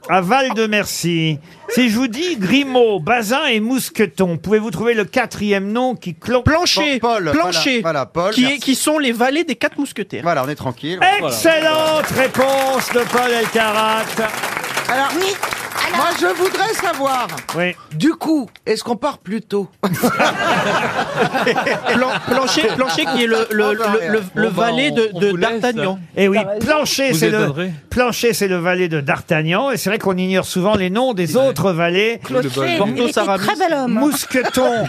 à Val-de-Mercy. Si je vous dis Grimaud, Bazin et Mousqueton, pouvez-vous trouver le quatrième nom qui clôt
Plancher, plancher,
voilà, Paul,
qui, est-
merci.
qui sont les valets des quatre mousquetaires.
Voilà, on est tranquille.
Excellente réponse de Paul Elkarat.
Alors, moi, je voudrais savoir.
Oui.
Du coup, est-ce qu'on part plus tôt
Plan- plancher, plancher qui est le, le, le, le- le
bah,
valet de, de D'Artagnan.
Et Eh oui, Plancher,
Vous
c'est
êtes
le
adoré.
Plancher, c'est le valet de D'Artagnan, et c'est vrai qu'on ignore souvent les noms des autres valets.
Clocher, il Porthos, était Aramis. très bel homme. hein.
Mousqueton,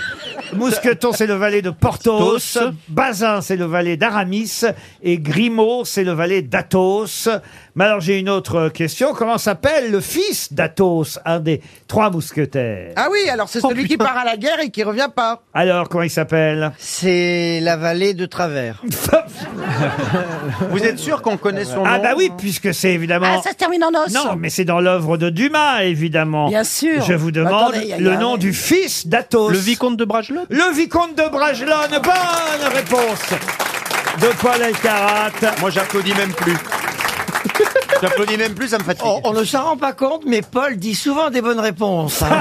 Mousqueton, c'est le valet de Porthos.
Porthos.
Bazin, c'est le valet d'Aramis, et Grimaud, c'est le valet d'Athos. Mais alors j'ai une autre question. Comment s'appelle le fils d'Athos, un des trois mousquetaires
Ah oui, alors
Oh,
c'est celui qui part à la guerre et qui revient pas.
Alors comment il s'appelle
C'est la vallée de travers.
Vous êtes sûr qu'on connaît son nom
Ah bah oui, puisque c'est évidemment.
Ah, ça se termine en os.
Non, mais c'est dans l'œuvre de Dumas, évidemment.
Bien sûr.
Je vous
Bah,
demande
attendez, y a- y a
le
un-
nom du fils d'Athos.
Le vicomte de Bragelonne.
Le vicomte de Bragelonne. Bonne réponse de Paul Elkarat.
Moi, j'applaudis même plus. j'applaudis même plus, ça me fatigue.
On, on ne s'en rend pas compte, mais Paul dit souvent des bonnes réponses. hein.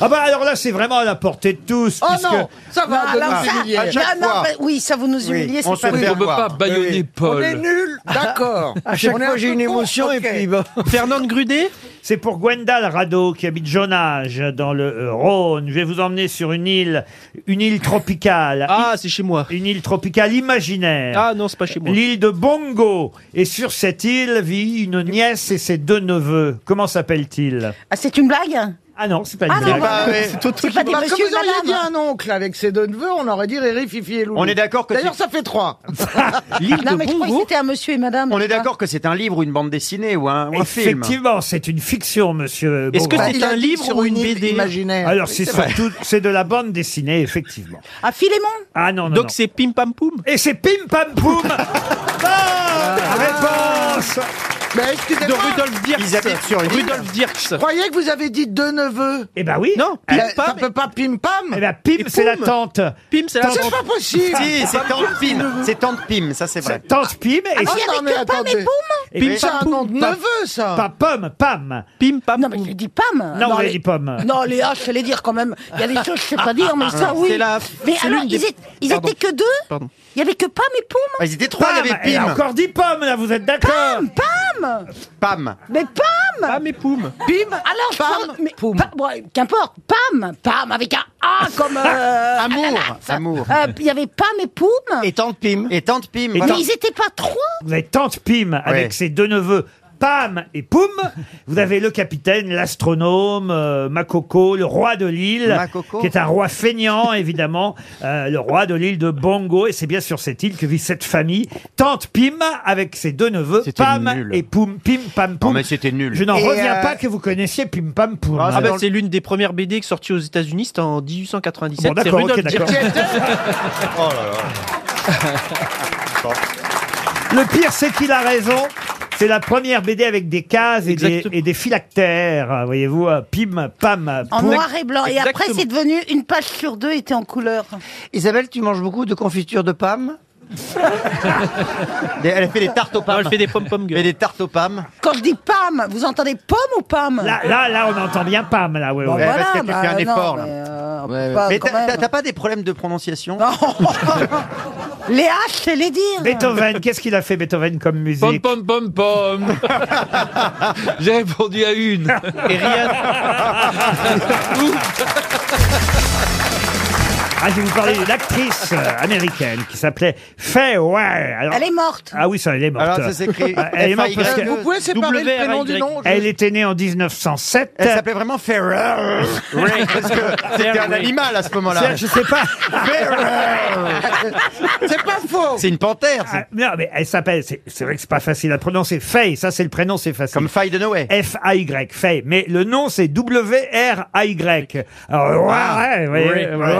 Ah bah alors là, c'est vraiment à la portée de tous.
Oh
puisque-
non, ça va,
Ah,
là,
alors ça-
humilier.
Ah, non, bah, oui, ça vous nous humiliez,
on
c'est pas
se
vrai.
fait
On peut pas baïonner
On
Paul.
est nuls, d'accord.
À chaque
On est un
fois, j'ai
peu
une
cons,
émotion
ok.
et puis bon.
Fernande Grudet
C'est pour Gwendal Rado qui habite Jonage dans le euh, Rhône. Je vais vous emmener sur une île, une île tropicale.
Ah, c'est chez moi.
Une île tropicale imaginaire.
Ah non, c'est pas chez moi.
L'île de Bongo. Et sur cette île vit une nièce et ses deux neveux. Comment s'appellent-ils
Ah, c'est une blague
Ah non, c'est pas une
Ah non,
blague.
bah,
C'est autre
C'est pas des
Parce que
monsieur
vous auriez dit
madame.
un oncle avec ses deux neveux, on aurait dit Riri, Fifi et Loulou.
On est d'accord que
D'ailleurs, ça fait trois.
L'île
Non,
de
mais je croyais que
Bongo.
c'était un monsieur et madame.
On est d'accord que c'est un livre ou une bande dessinée ou un, ou un film.
Effectivement, c'est une fiction, monsieur.
Est-ce que
Bongo.
c'est
Il a
un
dit
livre
sur
ou une
île
BD
imaginaire.
Alors, Eh, c'est
Oui, vrai.
surtout, c'est de la bande dessinée, effectivement.
Ah, Philémon
Ah non, non,
Donc
non.
c'est Pim Pam Poum Ah.
Et c'est Pim Pam Poum Bonne réponse
Mais
de
excusez-moi,
Rudolf Dirks.
Ils habitent sur une île.
Rudolf Dirks.
je croyais que vous avez dit deux neveux.
Eh ben oui
Non,
Eh,
Pim
ça
Pam.
peut pas pim pam.
Eh ben, Pim,
Et
c'est la
Poum.
tante.
Pim, c'est la
C'est pas possible.
Si, c'est Tante Pim. C'est Tante Pim, ça c'est vrai.
C'est Tante Pim et
Ah,
c'est
non, mais attendez.
Eh
Eh ben,
et
ben,
Pim
c'est-
C'est un
Pam,
nom de
poum, pam.
neveu, ça.
pas Pomme, Pam.
Pim Pam
Non, mais
Poum.
j'ai dit Pam.
Non, vous avez
les-
dit Pomme.
Non, les H, je les dire quand même. Il y a des choses que je sais pas dire, mais ça, oui.
Ah, C'est la-
Mais
c'est
alors,
l'une
ils,
des-
étaient- ils
Pardon.
étaient que deux
Pardon.
Il y avait que Pam et Poum
Ah, Ils étaient trois, il y
Pam,
avait
elle a
Pim.
encore dit Pomme, là, vous êtes d'accord
Pam Pam
Pam.
Mais Pam
Pam et Poum.
Pim,
Alors, je
Pam,
pense- mais Pa- bon, Qu'importe, Pam Pam, avec un A comme... euh,
Amour,
ananas.
amour.
Euh, Il y avait Pam et Poum,
Et tante Pim.
Et Tante Pim.
Et
voilà.
mais ils étaient pas trois
Vous avez Tante Pim avec ses deux neveux. Pam et Poum, vous avez le capitaine, l'astronome, euh, Makoko, le roi de l'île,
Makoko.
qui est un roi feignant évidemment, euh, le roi de l'île de Bongo, et c'est bien sur cette île que vit cette famille. Tante Pim avec ses deux neveux,
C'était
Pam
nul.
et Poum, Pim Pam
Non
Poum.
mais c'était nul.
Je n'en
Et,
reviens
euh,
pas que vous connaissiez Pim Pam Poum.
Ah, bah,
Bon,
c'est l'une des premières BD sorties aux États-Unis, c'était en 1897. c'est
d'accord, ok,
Rudolf
d'accord.
Dirks.
Le pire, c'est qu'il a raison. C'est la première BD avec des cases et des, et des phylactères, voyez-vous, euh, pim, pam.
En
poum.
noir et blanc. Et après, c'est devenu une page sur deux était en couleur.
Isabelle, tu manges beaucoup de confiture de pommes
Elle fait des tartes aux pommes. Elle fait
des pommes
Elle fait des tartes aux pommes.
Quand je dis pam, vous entendez pomme ou pam
Là, là, là, on entend bien pam, là, ouais,
Bon,
ouais.
voilà, bah, non,
là.
mais, euh,
Ouais, ouais.
pas
Mais
quand
t'as-
même.
t'as t'as pas des problèmes de prononciation
Les H, c'est les dire.
Beethoven, qu'est-ce qu'il a fait Beethoven comme musique
Pom pom pom pom. J'ai répondu à une. Et
Ah, je vais vous parler d'une actrice euh, américaine qui s'appelait Faye Ware. Alors-
Elle est morte.
Ah oui, ça, elle est morte.
Alors, ça s'écrit
Ah, Elle est morte parce
F.A.Y..
que...
Vous pouvez séparer le prénom du nom, je-
Elle était née en 1907.
Elle s'appelait vraiment Ferrer.
Oui.
parce que c'était un animal à ce moment-là.
Je sais pas.
C'est pas faux. C'est une panthère.
Ah, non, mais elle s'appelle, c'est c'est vrai que c'est pas facile à prononcer. Faye, ça c'est le prénom, c'est facile. Comme
Faye de Noé.
F-A-Y, Faye. Mais le nom c'est W-R-A-Y. Alors,
Ah,
ouais, ouais, ouais, ouais, ouais.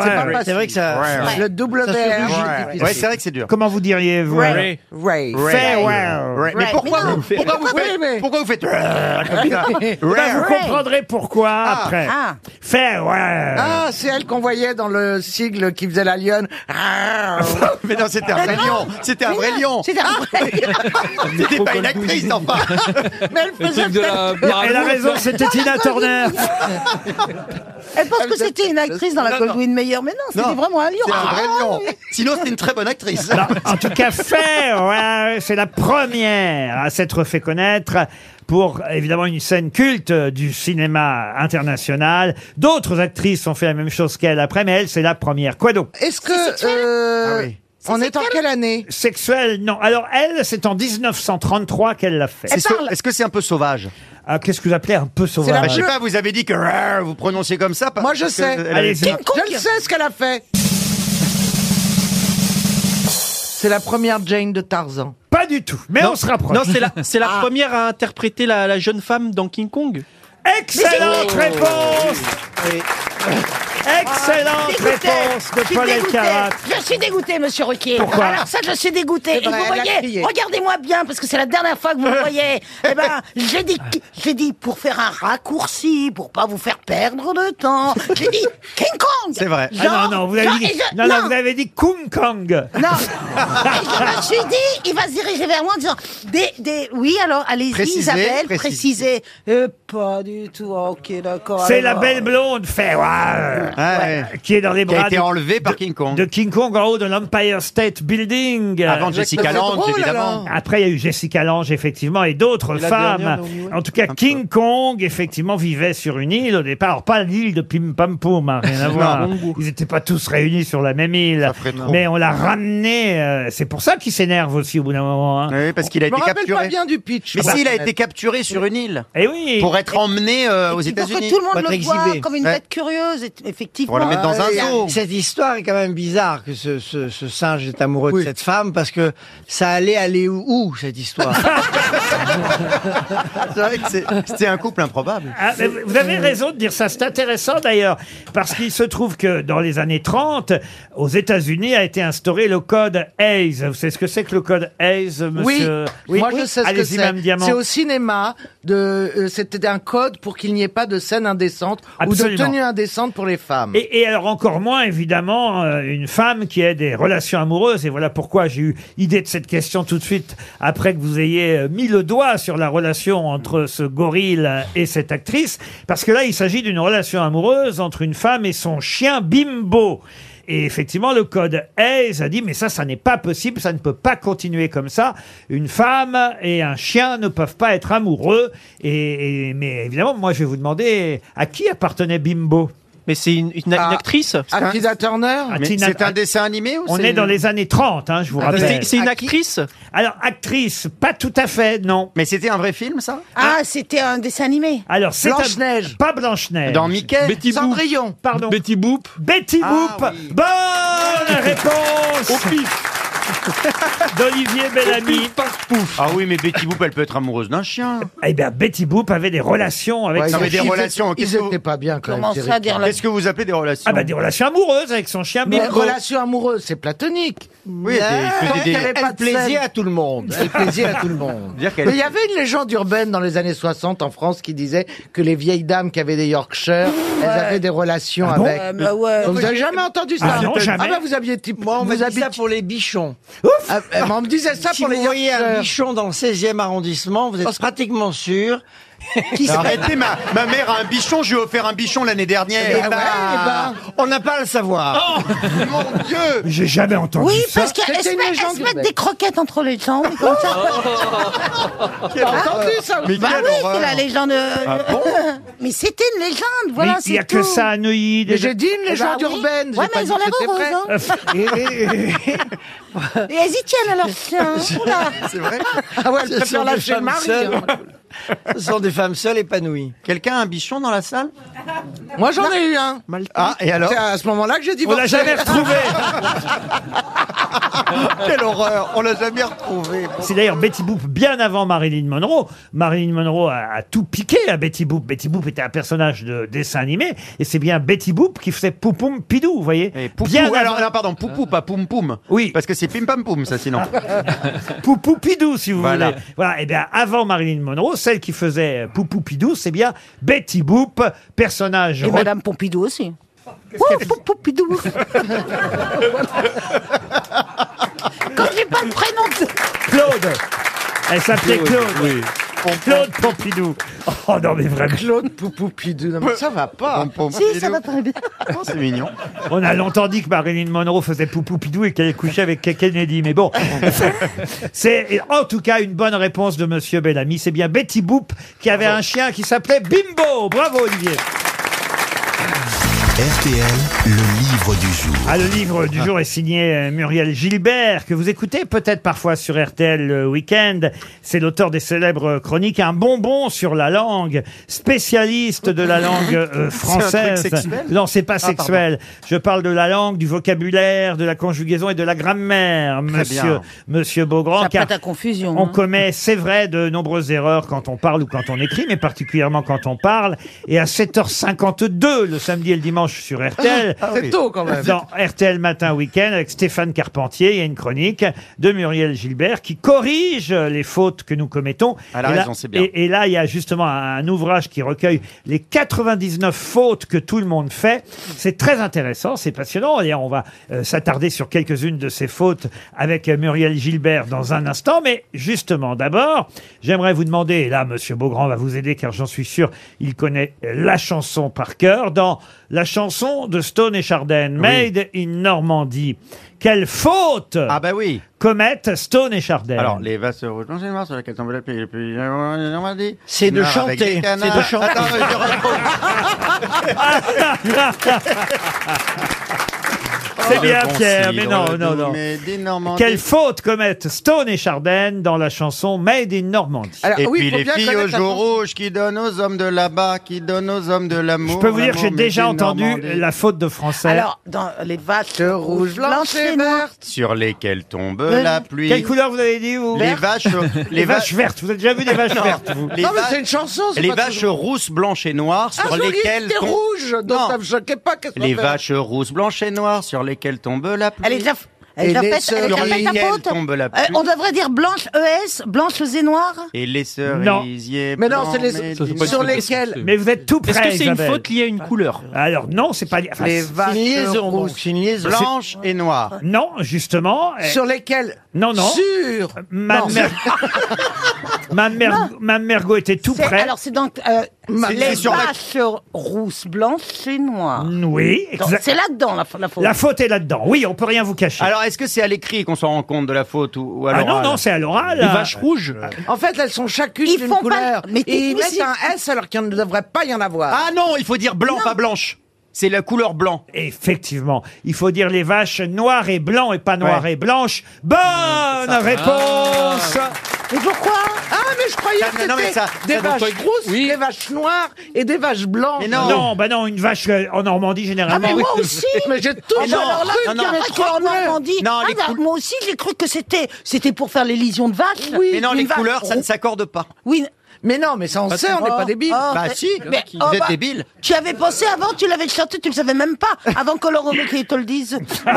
c'est vrai que ça.
Le double
Ça
verre.
surgit.
Ouais, c'est vrai que c'est dur.
Comment vous diriez, vous alors
Ray.
Ray.
Farewell.
Ray. Mais pourquoi,
Mais non,
vous, pourquoi,
pourquoi
vous faites, pourquoi vous faites comme ça
Eh
Bah,
ben, vous comprendrez pourquoi après.
ah.
Farewell.
Ah, c'est elle qu'on voyait dans le sigle qui faisait la lionne.
Mais non, c'était un vrai lion. C'était un vrai lion.
C'était un vrai
C'était pas une actrice, enfin.
Mais elle
Le
faisait
truc de la
peut-être-
Elle a raison, c'était
Tina Turner.
Elle pense que c'était une actrice dans la
Non, non.
Goldwyn Mayer, mais non, c'était vraiment un lion.
C'est un vrai
Ah,
lion.
oui.
Sinon, c'était une très bonne actrice. Bah,
En tout cas, Farewell, c'est la première à s'être fait connaître pour évidemment une scène culte du cinéma international. D'autres actrices ont fait la même chose qu'elle après, mais elle, c'est la première. Quoi donc
Est-ce que
Ah
euh, on est en quelle année
Sexuelle, non. Alors elle, c'est en 1933 qu'elle l'a fait.
C'est sau- Est-ce que c'est un peu sauvage
Ah, Qu'est-ce que vous appelez un peu sauvage
Bah, Je sais pas, vous avez dit que rrr, vous prononciez comme ça. par-
Moi, je
parce que-
sais.
elle-
Allez,
c'est-
King
Je le sais ce qu'elle a fait. C'est la première Jane de Tarzan.
Pas du tout, mais on se rapproche.
Non, c'est la, c'est la
Ah.
première à interpréter la, la jeune femme dans King Kong.
Excellente
Oh.
réponse
Je
Excellente
suis dégoûtée.
réponse
Je
de
suis
Paul
dégoûtée.
Elkarat.
Je suis dégoûtée, monsieur Ruquier.
Pourquoi
Alors ça, je suis dégoûtée.
C'est
Et vous
vrai, elle a
voyez,
crié.
regardez-moi bien, parce que c'est la dernière fois que vous me voyez. Eh ben, j'ai dit, j'ai dit pour faire un raccourci, pour pas vous faire perdre de temps. J'ai dit King Kong.
C'est vrai.
Genre,
ah non, non, vous avez
genre,
dit,
et je-
non, non, vous avez dit Kung Kang.
Non. Et je me suis dit, il va se diriger vers moi en disant, des, des, oui, alors, allez-y,
Précisez,
Isabelle,
précisez.
précisez. Euh, pas du tout. Ah, ok, d'accord.
C'est la
alors.
belle blonde Farewell qui est dans les
Ah, Qui a
bras
été
de-
enlevée par
de-
King Kong.
de King Kong en haut de l'Empire State Building.
Avant Jessica Lange,
Oh
C'est drôle, évidemment.
Après, il y a eu Jessica Lange, effectivement, et d'autres
Et la
femmes.
dernière, non, oui.
En tout cas, King Kong, effectivement, vivait sur une île au départ. Alors, pas l'île de Pim Pam Poum, hein, rien à
Non.
voir. Ils n'étaient pas tous réunis sur la même île. Mais on l'a ramené. euh, c'est pour ça qu'il s'énerve aussi au bout d'un moment. hein.
Oui, parce qu'il a
Je me
été
rappelle
capturé.
pas bien du pitch.
Mais
moi.
si, il a été capturé sur une île.
Ah bah. Eh oui.
Pour être emmené euh, aux
Et puis
États-Unis.
Pour que tout le
Pour
monde
être
le voit
exhibé.
comme une
Ouais.
bête curieuse, et- effectivement. euh,
Pour la mettre dans un
Ouais,
zoo.
Cette histoire est quand même bizarre que ce, ce- ce singe est amoureux de cette femme parce que ça allait aller où, où, cette histoire
C'est vrai que c'est- C'était un couple improbable.
Ah, mais vous avez raison de dire ça, c'est intéressant d'ailleurs, parce qu'il se trouve que dans les années 30, aux États-Unis a été instauré le code Hayes. Vous savez ce que c'est que le code Hayes,
Oui,
monsieur
moi je sais ce que
Allez-y,
c'est.
Mme Diamant.
C'est au cinéma, de, euh, c'était un code pour qu'il n'y ait pas de scène indécente ou de
Absolument.
tenue indécente pour les femmes.
Et, et alors encore moins, évidemment, euh, une femme qui a des relations amoureuses. Et voilà pourquoi j'ai eu idée de cette question tout de suite après que vous ayez euh, mis le doigt sur la relation entre ce gorille euh, et cette actrice. Parce que là, il s'agit d'une relation amoureuse entre une femme et son chien Bimbo. Et effectivement, le code Hayes a dit, mais ça, ça n'est pas possible, ça ne peut pas continuer comme ça. Une femme et un chien ne peuvent pas être amoureux. Et, et- mais évidemment, moi, je vais vous demander à qui appartenait Bimbo.
Mais c'est une, une- une
Ah.
actrice.
À Tina Turner
Ah, Tina-
C'est un dessin animé ou
On
c'est-
est dans les années 30, hein, je vous
Ah, mais
rappelle.
c'est- c'est une
actrice Alors, actrice, pas tout à fait, non.
Mais c'était un vrai film, ça
Ah, c'était un dessin animé.
Alors, c'est un-
Blanche-Neige.
Pas Blanche-Neige.
Dans Mickey
Betty Boop.
Cendrillon.
Pardon.
Betty Boop.
Betty
Ah,
Boop. Bonne réponse. Au pif. D'Olivier Bellamy.
Ah oui, mais Betty Boop, elle peut être amoureuse d'un chien.
Eh bien, Betty Boop avait des relations avec
Ouais,
son
non, mais des
chien.
relations. Qu'est-ce que vous- Qu'est-ce que vous appelez des relations
Ah bah des relations amoureuses avec son chien.
Mais
Bingo.
relation amoureuse, c'est platonique.
Oui, elle
Ah,
faisait des-
pas
elle plaisait à
tout le monde. Elle plaisait à tout le monde.
Dire qu'elle-
Mais il y avait une légende urbaine dans les années 60 en France qui disait que les vieilles dames qui avaient des Yorkshire, elles avaient des relations
Ah bon
avec.
Euh, bah ouais.
Vous avez jamais entendu ça
Ah non, jamais.
bah vous aviez type. Moi,
on m'a dit ça
pour les bichons.
Ouf
on me disait ça
Ah, bah, si
pour
vous
les
voyez un
Yorkshire.
bichon dans le 16e arrondissement, vous êtes pratiquement sûr
Mais Arrêtez, ma, ma mère a un bichon, je lui ai offert un bichon l'année dernière.
Eh ben, eh ben,
on n'a pas à le savoir. mon Dieu
J'ai jamais entendu
Oui,
ça.
parce qu'elles se, met- elles se mettent des croquettes entre les jambes, comme ça.
Oh. T'as entendu ça Mais
Bah
quelle
oui,
horreur.
c'est la légende. euh,
Ah bon
mais c'était une légende, voilà,
Mais il n'y a
c'est
que
tout.
ça à Neuilly. bah
Mais j'ai dit une
Eh ben
légende
oui.
urbaine, j'ai
Ouais,
pas
mais ils
dit
ont
que c'était vrai.
l'air heureux, hein.
Et elles y tiennent à leur chien. Oula.
C'est vrai
Ah ouais, elle
Ce
préfère
sont des
lâcher
femmes
Marie.
seules.
hein. Ce sont des femmes seules épanouies.
Quelqu'un a un bichon dans la salle
Moi, j'en ai eu un.
Ah, et alors
C'est à ce moment-là que j'ai
On
divorcé.
l'a jamais retrouvé. Quelle horreur On l'a jamais retrouvé.
C'est d'ailleurs Betty Boop bien avant Marilyn Monroe. Marilyn Monroe a, a tout piqué à Betty Boop. Betty Boop était un personnage de dessin animé et c'est bien Betty Boop qui faisait Poupoum Pidou, vous voyez
Poupou,
Bien
alors,
avant-
non, pardon, poupou, pas poum poum.
Oui.
Parce que c'est pim pam poum, ça sinon.
Poupou Pidou, si vous
Voilà.
voulez. Voilà, et bien avant Marilyn Monroe, celle qui faisait Poupou Pidou, c'est bien Betty Boop, personnage.
Et
re-
Madame Pompidou aussi. Ouh, Pompidou. Quand j'ai pas le prénom de...
Claude Elle s'appelait
Claude,
Claude. Claude Pompidou. Oh non, mais vraiment.
Claude Poupoupidou. Non, mais ça va pas.
Si, ça va très bien.
C'est mignon.
On a longtemps dit que Marilyn Monroe faisait poupou pidou et qu'elle couchait avec Kennedy, mais bon. C'est en tout cas une bonne réponse de Monsieur Bellamy. C'est bien Betty Boop qui avait un chien qui s'appelait Bimbo. Bravo Olivier.
RTL, le livre du jour.
Ah, le livre du jour est signé euh, Muriel Gilbert, que vous écoutez peut-être parfois sur RTL le euh, week-end. C'est l'auteur des célèbres chroniques Un bonbon sur la langue, spécialiste de la langue euh,
C'est un truc
française.
sexuel
non, c'est pas
Ah,
sexuel. Je parle de la langue, du vocabulaire, de la conjugaison et de la grammaire, monsieur,
bien.
monsieur Beaugrand.
Ça
car
prête à confusion.
on
hein.
commet, c'est vrai, de nombreuses erreurs quand on parle ou quand on écrit, mais particulièrement quand on parle. Et à 7h52, le samedi et le dimanche sur RTL.
Ah oui. C'est tôt, quand même.
Dans RTL Matin Week-end, avec Stéphane Carpentier, il y a une chronique de Muriel Gilbert qui corrige les fautes que nous commettons.
Elle a
Et là-
raison, c'est bien.
Et, et là, il y a justement un, un ouvrage qui recueille les 99 fautes que tout le monde fait. C'est très intéressant, c'est passionnant. D'ailleurs, on va euh, s'attarder sur quelques-unes de ces fautes avec euh, Muriel Gilbert dans un instant. Mais justement, d'abord, j'aimerais vous demander, et là, Monsieur Beaugrand va vous aider car j'en suis sûr, il connaît euh, la chanson par cœur, dans la chanson de Stone et Chardin, Made in Normandie. Quelle faute Ah
bah oui
commettent Stone et Chardin
Alors, les vastes rouges blanches et noires sur lesquelles tombe la pluie, les pluies, euh, Normandie.
C'est de
Noir avec
chanter,
des canards.
c'est de chanter.
Attends, je
C'est
Oh,
bien
le bon
Pierre, mais
cidre,
non,
le
non,
doux,
non.
mais des Normandies.
Quelle faute commettent Stone et Chardin dans la chanson Made in Normandie
et puis les filles aux joues rouges qui donnent aux hommes de là-bas, qui donnent aux hommes de l'amour.
Je peux vous dire que j'ai
l'amour, mais
déjà
des
entendu
Normandies.
la faute de français.
Alors, dans les vaches rouges, blanches et noires.
Sur lesquelles tombe
Euh,
la pluie.
Quelle couleur vous avez dit vous
Les vaches,
Les vaches vertes. Vous avez déjà vu des vaches
Non.
vertes vous
Les vaches- Les vaches rousses, blanches et noires
Ah,
sur lesquelles
Ah, C'était
tombe-
rouge, donc ça me choquait pas. qu'elle soit
Les
verte.
vaches rousses, blanches et noires sur lesquelles tombe la pluie.
Elle est déjà... Elle
Et
est déjà
les
faite, elle est déjà
cerises
faite la faute.
tombent la
Euh, on devrait dire blanche ES, blanche et noire.
Et les
Non.
cerisiers
Mais non,
blancs,
c'est les-
mais
sur
dis-moi-
lesquelles- lesquelles-
Mais vous êtes tout près.
Est-ce que c'est une
Isabelle.
faute liée à une couleur
Alors non, c'est pas lié. Enfin,
Les
c'est-
vaches rouges.
Blanches et noires.
Non, justement. eh,
Sur lesquelles
Non, non.
Sur
Ma
Non.
mère. ma mère. Ma mergo était tout
C'est-
près.
Alors c'est donc euh,
Ma- c'est
les
sur la-
vaches rousses, blanches et noires.
Oui,
Donc,
exact-
C'est là-dedans la, la faute.
La faute est là-dedans. Oui, on peut rien vous cacher.
Alors, est-ce que c'est à l'écrit qu'on s'en rend compte de la faute ou, ou à
Ah
l'oral
non, non, c'est à l'oral.
rouges
En fait, elles sont chacune
Ils
d'une
font pas-
couleur.
mais
et ils
technici-
mettent un S alors qu'il ne devrait pas y en avoir.
Ah non, il faut dire blanc, pas blanche. C'est la couleur blanc.
Effectivement, il faut dire les vaches noires et blancs et pas noires et blanches. Bonne réponse
Mais pourquoi
Ah, mais je croyais
Ça,
que
non, mais
c'était
ça-
des
ça, dans
vaches
ton-
grosses, des vaches noires et des vaches blanches.
non. bah non, une vache euh, en Normandie généralement.
Ah, mais moi aussi
Mais j'ai
Ah, bah,
toujours
alors là,
cru
tu
qu'il y avait
as
trois
raconté en
couleurs.
Normandie.
Non,
Ah,
les
bah,
coul-
moi aussi, j'ai cru que c'était c'était pour faire l'élision de vache.
mais non, les couleurs, ça ne s'accorde pas.
Oui. Oh,
Mais non, mais ça on sait, on n'est pas débiles.
Bah si, vous êtes débiles.
Tu y avais pensé avant, tu l'avais chanté, tu le savais même pas, avant que Laurent Wauquiez te le dise. Bon.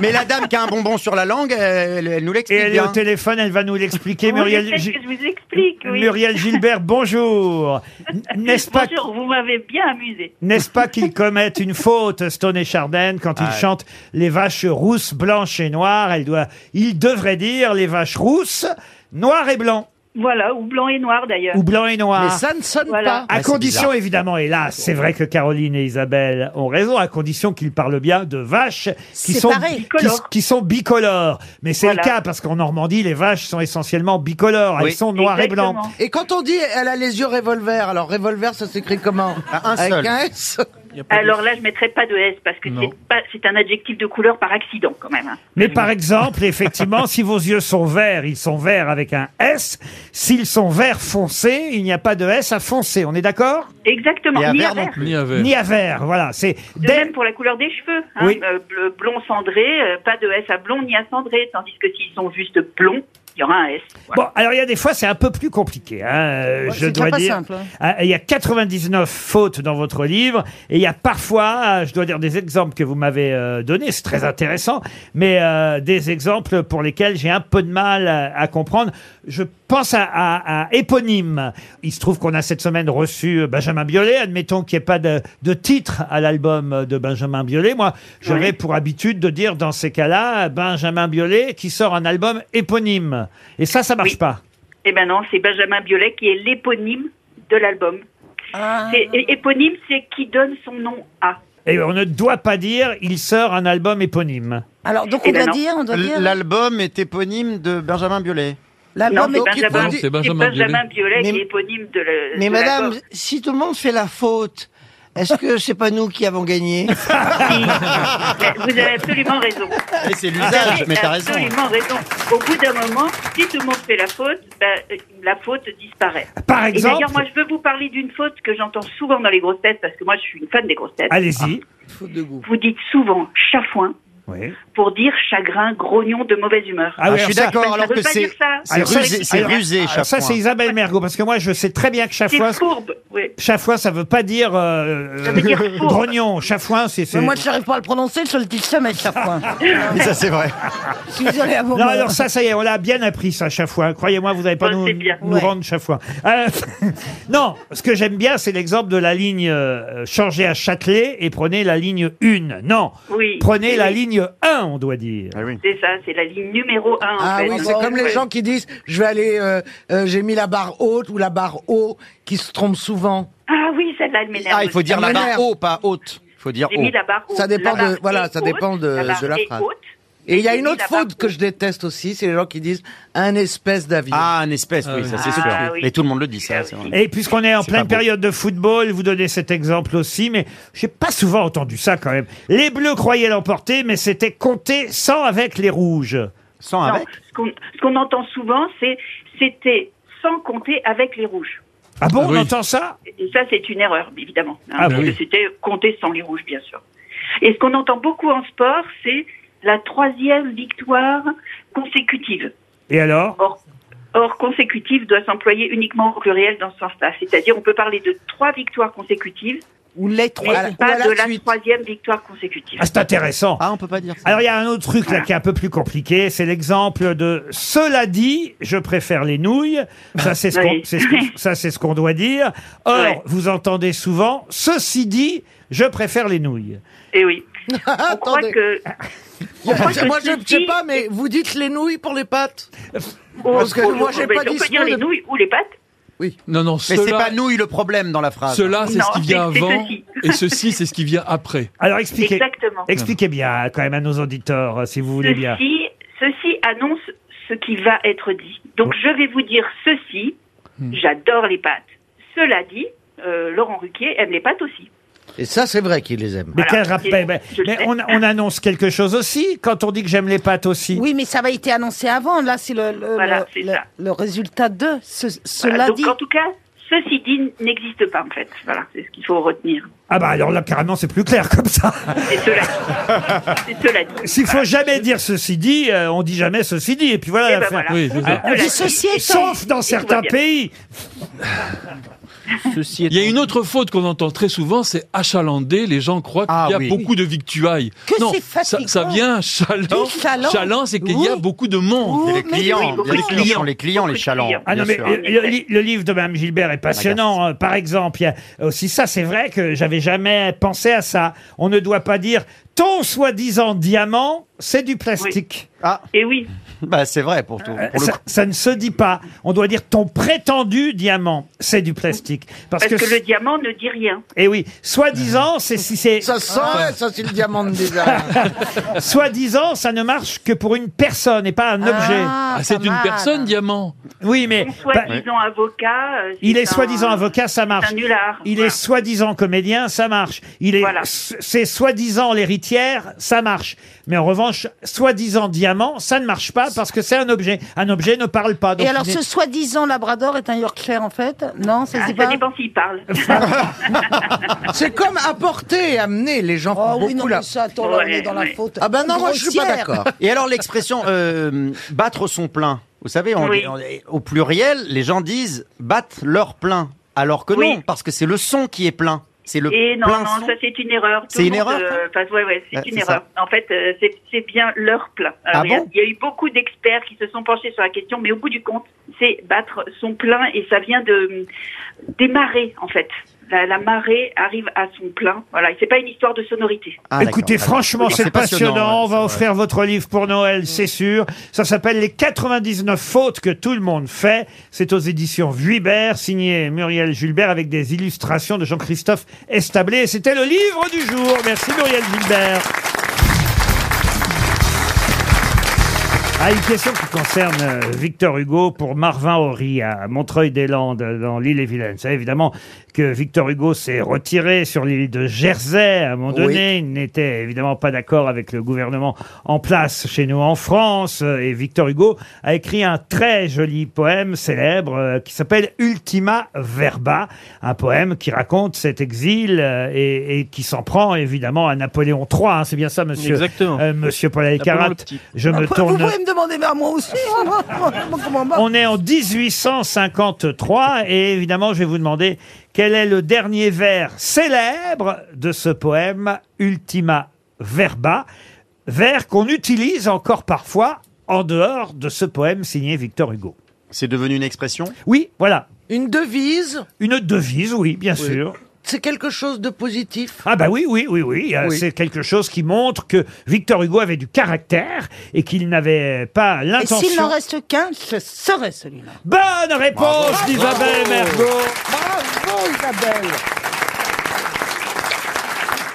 Mais la dame qui a un bonbon sur la langue, euh, elle, elle nous
Et
l'explique
elle est
bien.
au téléphone, elle va nous l'expliquer.
Oui,
Muriel,
c'est ce
Gi-
que je vous explique, oui.
Muriel Gilbert, bonjour. N- N'est-ce pas
Bonjour, vous m'avez bien amusé.
N'est-ce pas qu'ils commettent une faute, Stone et Chardin, quand ils
Ouais.
chantent les vaches rousses, blanches et noires Elle doit, il devrait dire les vaches rousses, noires et blancs.
Voilà, ou blanc et noir d'ailleurs.
Ou blanc et noir. Ah,
Mais ça ne sonne
Voilà.
pas.
À condition, évidemment, et là, c'est vrai que Caroline et Isabelle ont raison, à condition qu'ils parlent bien de vaches qui
C'est
sont,
pareil.
qui, qui sont bicolores. Mais c'est
Voilà.
le cas, parce qu'en Normandie, les vaches sont essentiellement
Ah,
bicolores. Elles sont noires et blanches.
Et quand on dit elle a les yeux revolver, alors revolver ça s'écrit comment
un
Avec
seul.
un S
Alors là, je mettrai pas de S parce que c'est pas- c'est un adjectif de couleur par accident quand même. hein.
Mais par exemple, effectivement, si vos yeux sont verts, ils sont verts avec un S. S'ils sont verts foncés, il n'y a pas de S à foncer. On est d'accord
Exactement. Ni à vert.
Ni à vert.
Ni à vert, voilà. C'est
De
dès-
même pour la couleur des cheveux. hein,
Ben- Oui.
euh, bleu- blond cendré, euh, pas de S à blond ni à cendré, tandis que s'ils sont juste blonds, il y aura un S.
Bon, alors il y a des fois, c'est un peu plus compliqué, hein, euh,
Ouais,
je
c'est déjà
dois
pas
dire.
simple, hein.
Ah, Il y a 99 fautes dans votre livre, et il y a parfois, ah, je dois dire des exemples que vous m'avez euh, donnés, c'est très intéressant, mais euh, des exemples pour lesquels j'ai un peu de mal à, à comprendre. Je pense à, à- à éponyme. Il se trouve qu'on a cette semaine reçu euh, Benjamin Biolay, admettons qu'il n'y ait pas de, de titre à l'album de Benjamin Biolay. Moi, j'avais pour habitude de dire dans ces cas-là, Benjamin Biolay qui sort un album éponyme. Et ça, ça marche pas.
Eh ben non, c'est Benjamin Biolay qui est l'éponyme de l'album.
Ah.
C'est- é- Éponyme, c'est qui donne son nom à.
Et on ne doit pas dire il sort un album éponyme.
Alors, donc,
Eh ben non.
L- L'album est éponyme de Benjamin Biolay.
Non, mais
Donc, il
Benjamin,
faut-
c'est Benjamin, Biolay qui est éponyme de le-
Mais
de
madame,
l'album.
si tout le monde fait la faute, est-ce que c'est pas nous qui avons gagné
Mais vous avez absolument raison.
Et c'est
Vous
l'usage,
avez
mais t'as raison.
absolument raison. Au bout d'un moment, si tout le monde fait la faute, ben, euh, la faute disparaît.
Ah, Par
Et
exemple-
D'ailleurs, moi, je veux vous parler d'une faute que j'entends souvent dans les grosses têtes, parce que moi, je suis une fan des grosses têtes.
Allez-y.
Ah,
Vous dites souvent chafouin
Oui.
pour dire chagrin, grognon de mauvaise humeur.
Ah oui, alors ça-
Ça veut pas dire ça.
Alors ça, alors- alors Ça,
Chafouin.
c'est Isabelle Mergot, parce que moi, je sais très bien que Chafouin.
C'est fourbe, oui.
Chafouin, ça veut pas dire. euh,
Ça veut dire fourbe.
grognon. Chafouin, c'est. c'est-
Mais moi, je n'arrive pas à le prononcer, je le dis jamais chaque fois.
ça, c'est vrai.
Je suis désolée à vous.
Non, alors ça, ça y est, on l'a bien appris, ça, Chafouin. Croyez-moi, vous n'allez pas nous, nous
Ouais.
rendre Chafouin. Euh, non, ce que j'aime bien, c'est l'exemple de la ligne euh, changez à Châtelet et prenez la ligne 1. Non.
Oui.
Prenez
Oui.
la ligne 1, on doit dire.
Ah
C'est ça, c'est la ligne numéro 1.
Ah oui, c'est comme les gens qui disent je vais aller, euh, euh, j'ai mis la barre haute ou la barre haut, qui se trompent souvent.
Ah oui, celle-là, elle m'énerve.
Ah, il faut dire la
Elle
barre
m'énerve.
haut,
Pas haute. Faut dire
J'ai
haut.
mis la barre haute.
Ça dépend
La barre
de- voilà,
est
ça dépend de-
haute,
de la
barre est
phrase.
haute.
Et il y a
j'ai
une
mis
autre
la
faute que je déteste aussi, c'est les gens qui disent un espèce d'avion.
Ah, un espèce, oui,
Ah
ça
oui.
c'est sûr.
Ah oui.
Mais tout le monde le dit, ça. c'est vrai.
Et puisqu'on est en
C'est pas
pleine
beau.
période de football, vous donnez cet exemple aussi, mais j'ai pas souvent entendu ça quand même. Les Bleus croyaient l'emporter, mais c'était compté sans avec les Rouges. Sans
Non, ce qu'on- ce qu'on entend souvent, c'est c'était sans compter avec les rouges.
Ah bon, on entend ça
Et ça, c'est une erreur, évidemment. hein,
Ah
parce
oui.
que c'était compter sans les rouges, bien sûr. Et ce qu'on entend beaucoup en sport, c'est la troisième victoire consécutive.
Et alors
Or, or, consécutive doit s'employer uniquement au pluriel dans ce sens-là. C'est-à-dire, on peut parler de trois victoires consécutives.
Ou les
trois. Mais pas de la troisième victoire consécutive.
Ah, c'est intéressant. Ah, on peut pas dire ça. Alors, il y a un autre truc là qui est un peu plus compliqué. C'est l'exemple de cela dit, je préfère les nouilles. Ça, c'est ce qu'on
Oui.
c'est ce qu'on- ça, c'est ce qu'on doit dire. Or, vous entendez souvent ceci dit, je préfère les nouilles.
Eh oui. On croit que. on croit que
moi, je ne
ceci-
sais pas, mais vous dites les nouilles pour les pâtes
Oh,
Parce que
oh,
moi,
oh,
j'ai
mais
pas
on
dit
peut
ce
dire
mot
les
de-
nouilles ou les pâtes.
Oui.
Eh, Non, non,
Mais c'est
cela-
pas nouille le problème dans la phrase.
Cela, c'est
Non,
ce qui vient
c'est- c'est
avant.
ceci.
Et ceci, c'est ce qui vient après.
Alors, expliquez.
Exactement.
Expliquez bien quand même à nos auditeurs, euh, si vous voulez bien.
Ceci, ceci annonce ce qui va être dit. Donc je vais vous dire
Hmm.
ceci, j'adore les pâtes. Cela dit, euh, Laurent Ruquier aime les pâtes aussi.
Et ça, c'est vrai qu'il les aime.
Mais quel rappel Mais, mais on, on annonce quelque chose aussi quand on dit que j'aime les pâtes aussi.
Oui, mais ça avait été annoncé avant. Là, c'est le, le-
Voilà,
le-
c'est
le-
ça.
le résultat de ce,
Voilà,
cela
donc
dit.
en tout cas, ceci dit n'existe pas en fait. Voilà, c'est ce qu'il faut retenir.
Ah bah alors là carrément c'est plus clair comme ça.
C'est cela. C'est cela dit.
S'il faut jamais dire ceci dit, euh, on dit jamais ceci dit et puis voilà.
Eh ben
l'affaire.
voilà. Oui, c'est ça.
Ah,
On dit
ah,
ceci étant. Et
Sauf dans
tout va
certains
bien.
pays.
Il y a une autre faute qu'on entend très souvent, c'est achalander. Les gens croient qu'il y a
oui.
beaucoup de victuailles.
Que
non,
c'est
ça,
fatigant.
ça vient chaland.
Du chaland.
Chaland, c'est qu'il y a
Oui.
beaucoup de monde.
Oui, Et les mais clients, oui, beaucoup
les
de clients.
clients,
les clients, les chalands.
Ah non, mais
bien sûr.
euh, le, li- le livre de Mme Gilbert est passionnant. hein. Par exemple, il y a aussi ça, c'est vrai que j'avais jamais pensé à ça. On ne doit pas dire ton soi-disant diamant, c'est du plastique. Euh,
Ah.
Et oui.
Bah, c'est vrai pour tout. pour le
ça,
coup.
ça ne se dit pas. On doit dire ton prétendu diamant, c'est du plastique.
Parce, que,
c-
le diamant ne dit rien.
Eh oui, soi-disant, c'est si c'est.
Ça sent, ouais, ça c'est le diamant de déjà.
Soi-disant, ça ne marche que pour une personne et pas un objet.
Ah, c'est pas une mal. personne,
diamant. Oui, mais. bah,
Soi-disant avocat. euh,
Il
c'est
est soi-disant
un-
avocat, ça marche.
C'est un nulard.
Il est soi-disant comédien, ça marche. Il est, c'est soi-disant l'héritière, ça marche. Mais en revanche, soi-disant diamant, ça ne marche pas parce que c'est un objet. Un objet ne parle pas.
Ah,
Donc
Et alors,
il est-
ce soi-disant Labrador est un Yorkshire en fait Non, ça
Ah,
se dit
ça
pas.
dépend s'il parle.
Ah, C'est comme apporter et amener. Les gens font beaucoup
Ah oui, non,
là.
mais ça, attends, là, on est dans la faute
Ah ben non, moi je suis pas
grossière.
d'accord.
Et alors l'expression euh, battre son plein. Vous savez, on-
Oui.
on- au pluriel, les gens disent battre leur plein, alors que
Oui.
non, parce que c'est le son qui est plein. C'est le
Et non,
plein
non,
son.
ça c'est une erreur. Tout
C'est
le
une
monde,
erreur,
euh,
ça
enfin, ouais, ouais, c'est
Ouais,
une
c'est
erreur. En fait, euh, c'est c'est bien leur plein. Alors,
Ah
il y a-
bon
il y, a eu beaucoup d'experts qui se sont penchés sur la question, mais au bout du compte, c'est battre son plein et ça vient de des marées en fait. La, la marée arrive à son plein. Voilà, et c'est pas une histoire de sonorité.
Ah,
Écoutez, franchement, Ah, c'est Mm. passionnant. On va offrir votre livre pour Noël, c'est sûr. Ça s'appelle Les 99 fautes que tout le monde fait. C'est aux éditions Vuibert, signé Muriel Gilbert, avec des illustrations de Jean-Christophe Establé. Et C'était le livre du jour. Merci Muriel Gilbert. Ah, une question qui concerne euh, Victor Hugo pour Marvin Horry à Montreuil-des-Landes dans l'île et Vilaine. C'est évidemment que Victor Hugo s'est retiré sur l'île de Jersey à un moment
Oui.
donné. Il n'était évidemment pas d'accord avec le gouvernement en place chez nous en France. Euh, Et Victor Hugo a écrit un très joli poème célèbre euh, qui s'appelle Ultima Verba, un poème qui raconte cet exil euh, et, et qui s'en prend évidemment à Napoléon III. hein. C'est bien ça, monsieur
Exactement.
euh, monsieur Paul
Napoléon
Alcarat.
le Petit.
Je
Ah,
me
vous-
tourne...
Vous pouvez me demander vers moi aussi hein, comment on va
On est en 1853 et évidemment, je vais vous demander quel est le dernier vers célèbre de ce poème Ultima Verba, vers qu'on utilise encore parfois en dehors de ce poème signé Victor Hugo.
C'est devenu une expression
Oui, voilà.
Une devise.
Une devise, oui, bien
Oui.
sûr.
C'est quelque chose de positif.
Ah bah oui, oui, oui, oui. Euh,
Oui.
C'est quelque chose qui montre que Victor Hugo avait du caractère et qu'il n'avait pas
Et
l'intention...
s'il n'en reste qu'un, ce serait celui-là.
Bonne réponse
Bravo.
d'Isabelle
Bravo.
Mergo.
Bravo Isabelle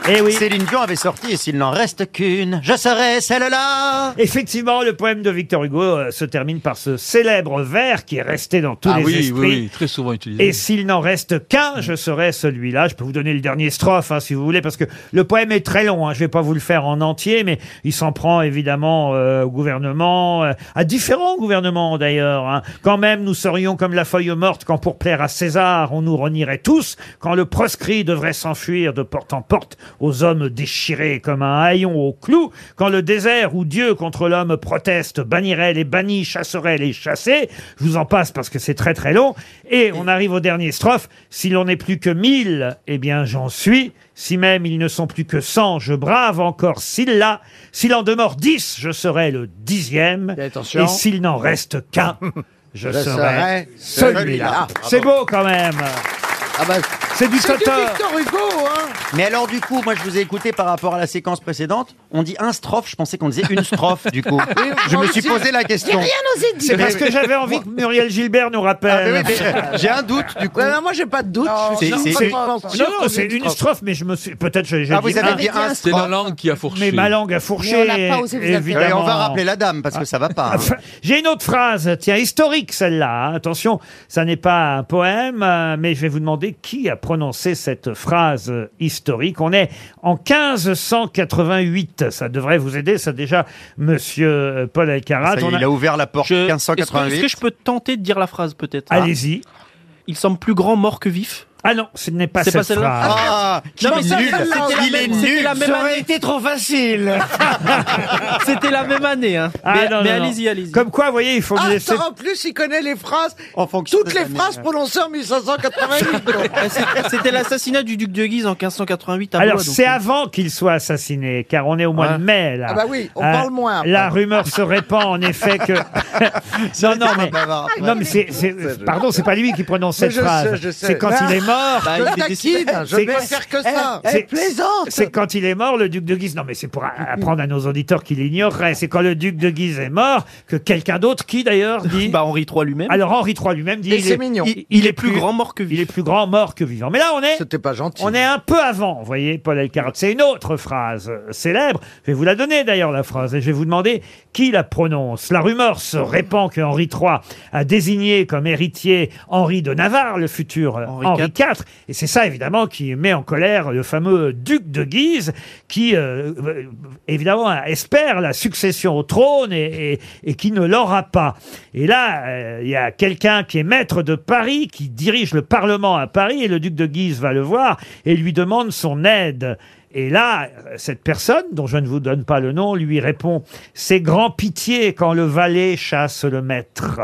Eh
Et oui.
Céline Dion avait sorti et s'il n'en reste qu'une, je serai celle-là.
Effectivement, le poème de Victor Hugo euh, se termine par ce célèbre vers qui est resté dans tous
Ah
les
oui,
esprits.
oui, oui, très souvent utilisé.
Ah,
Et s'il n'en reste qu'un, je serai celui-là. Je peux vous donner le dernier strophe, hein, si vous voulez, parce que le poème est très long. Hein. Je vais pas vous le faire en entier, mais il s'en prend évidemment euh, au gouvernement, euh, à différents gouvernements d'ailleurs. hein. Quand même, nous serions comme la feuille morte quand pour plaire à César, on nous renierait tous. Quand le proscrit devrait s'enfuir de porte en porte aux hommes déchirés comme un haillon au clou. Quand le désert où Dieu contre l'homme proteste bannirait les bannis, chasserait les chassés. Je vous en passe parce que c'est très très long. Et on arrive aux dernières strophes. Si l'on n'est plus que mille, eh bien j'en suis. Si même ils ne sont plus que cent, je brave encore s'il l'a. S'il en demeure dix, je serai le dixième. Et,
attention.
s'il n'en reste qu'un, je,
Je
serai
serai
celui-là.
celui-là.
c'est beau quand même. c'est du
C'est du
Totor.
Victor Hugo, hein.
Ah bah, Mais alors du coup, moi je vous ai écouté par rapport à la séquence précédente, on dit un strophe, je pensais qu'on disait une strophe du coup. Je me suis posé la question.
osé
C'est parce que j'avais envie que Muriel Gilbert nous rappelle.
Ah, mais oui, mais j'ai un doute, du coup.
Ouais, Ben non, moi, j'ai pas de doute.
Non,
Je suis
Non,
sûr
c'est-
que je pense-
non, non, c'est une strophe, mais je me suis peut-être j'ai j'ai
Ah, vous
dit
avez
un.
dit un
C'est la langue qui a fourché.
Mais ma langue a fourché.
Mais on n'a pas osé vous appeler.
évidemment.
Et on va rappeler
la dame parce que ça va pas.
Enfin, J'ai une autre phrase, tiens, historique celle-là. hein. Attention, ça n'est pas un poème, euh, mais je vais vous demander qui a prononcer cette phrase euh, historique. On est en 1588. Ça devrait vous aider, ça déjà, monsieur euh, Paul Alcarat. On
Ah, Je- est-ce que- Est-ce que je peux tenter de dire la phrase peut-être
Allez-y.
Il semble plus grand mort que vif.
Ah non, ce n'est pas
C'est
cette
pas celle-là
phrase.
Ah,
Non, mais ça,
C'était
celle-là,
la
il est
même- c'était
nul.
la même
Ça
année.
aurait
été trop facile. c'était la même année. Hein.
Ah,
mais
non,
mais
non, non.
allez-y, allez-y.
Comme quoi, vous voyez, il faut
Ah,
me laisser...
attends, en plus, il connaît les phrases,
des
toutes les
années,
phrases
ouais.
prononcées en 1588.
Euh, c'est- C'était l'assassinat du duc de Guise en 1588 à
Alors,
Blois, donc,
c'est
euh,
avant qu'il soit assassiné, car on est au mois
Ouais.
de mai, là. Euh,
Ah bah oui, on parle moins, après.
La rumeur se répand, en effet, que... non, non, mais... Non, mais c'est... c'est- Pardon, c'est pas lui qui prononce
Mais
cette
je sais,
phrase.
je sais.
C'est quand il est mort...
Bah, il est Je décédé. taquine, je
C'est-
vais faire que ça. Elle- elle plaisante.
C'est quand il est mort, le duc de Guise... Non, mais c'est pour a- apprendre à nos auditeurs qu'il ignorerait. C'est quand le duc de Guise est mort que quelqu'un d'autre, qui d'ailleurs, dit...
Bah, Henri III lui-même.
Alors, Henri III lui-même dit...
Et
il
c'est
est-
mignon.
Il, il est plus grand
mort que
vivant. Il est plus grand mort que vivant. Mais là, on est...
C'était pas gentil.
On est un peu avant, vous voyez, Paul Elkarat. C'est une autre phrase euh, célèbre. Je vais vous la donner d'ailleurs, la phrase, et je vais vous demander qui la prononce. La rumeur se répand que Henri III a désigné comme héritier Henri de Navarre, le futur euh, Henri, IV. Et c'est ça, évidemment, qui met en colère le fameux duc de Guise, qui, euh, euh, évidemment, espère la succession au trône et, et- et qui ne l'aura pas. Et là, euh, il y a quelqu'un qui est maître de Paris, qui dirige le Parlement à Paris, et le duc de Guise va le voir et lui demande son aide. Et là, euh, cette personne, dont je ne vous donne pas le nom, lui répond « C'est grand pitié quand le valet chasse le maître ».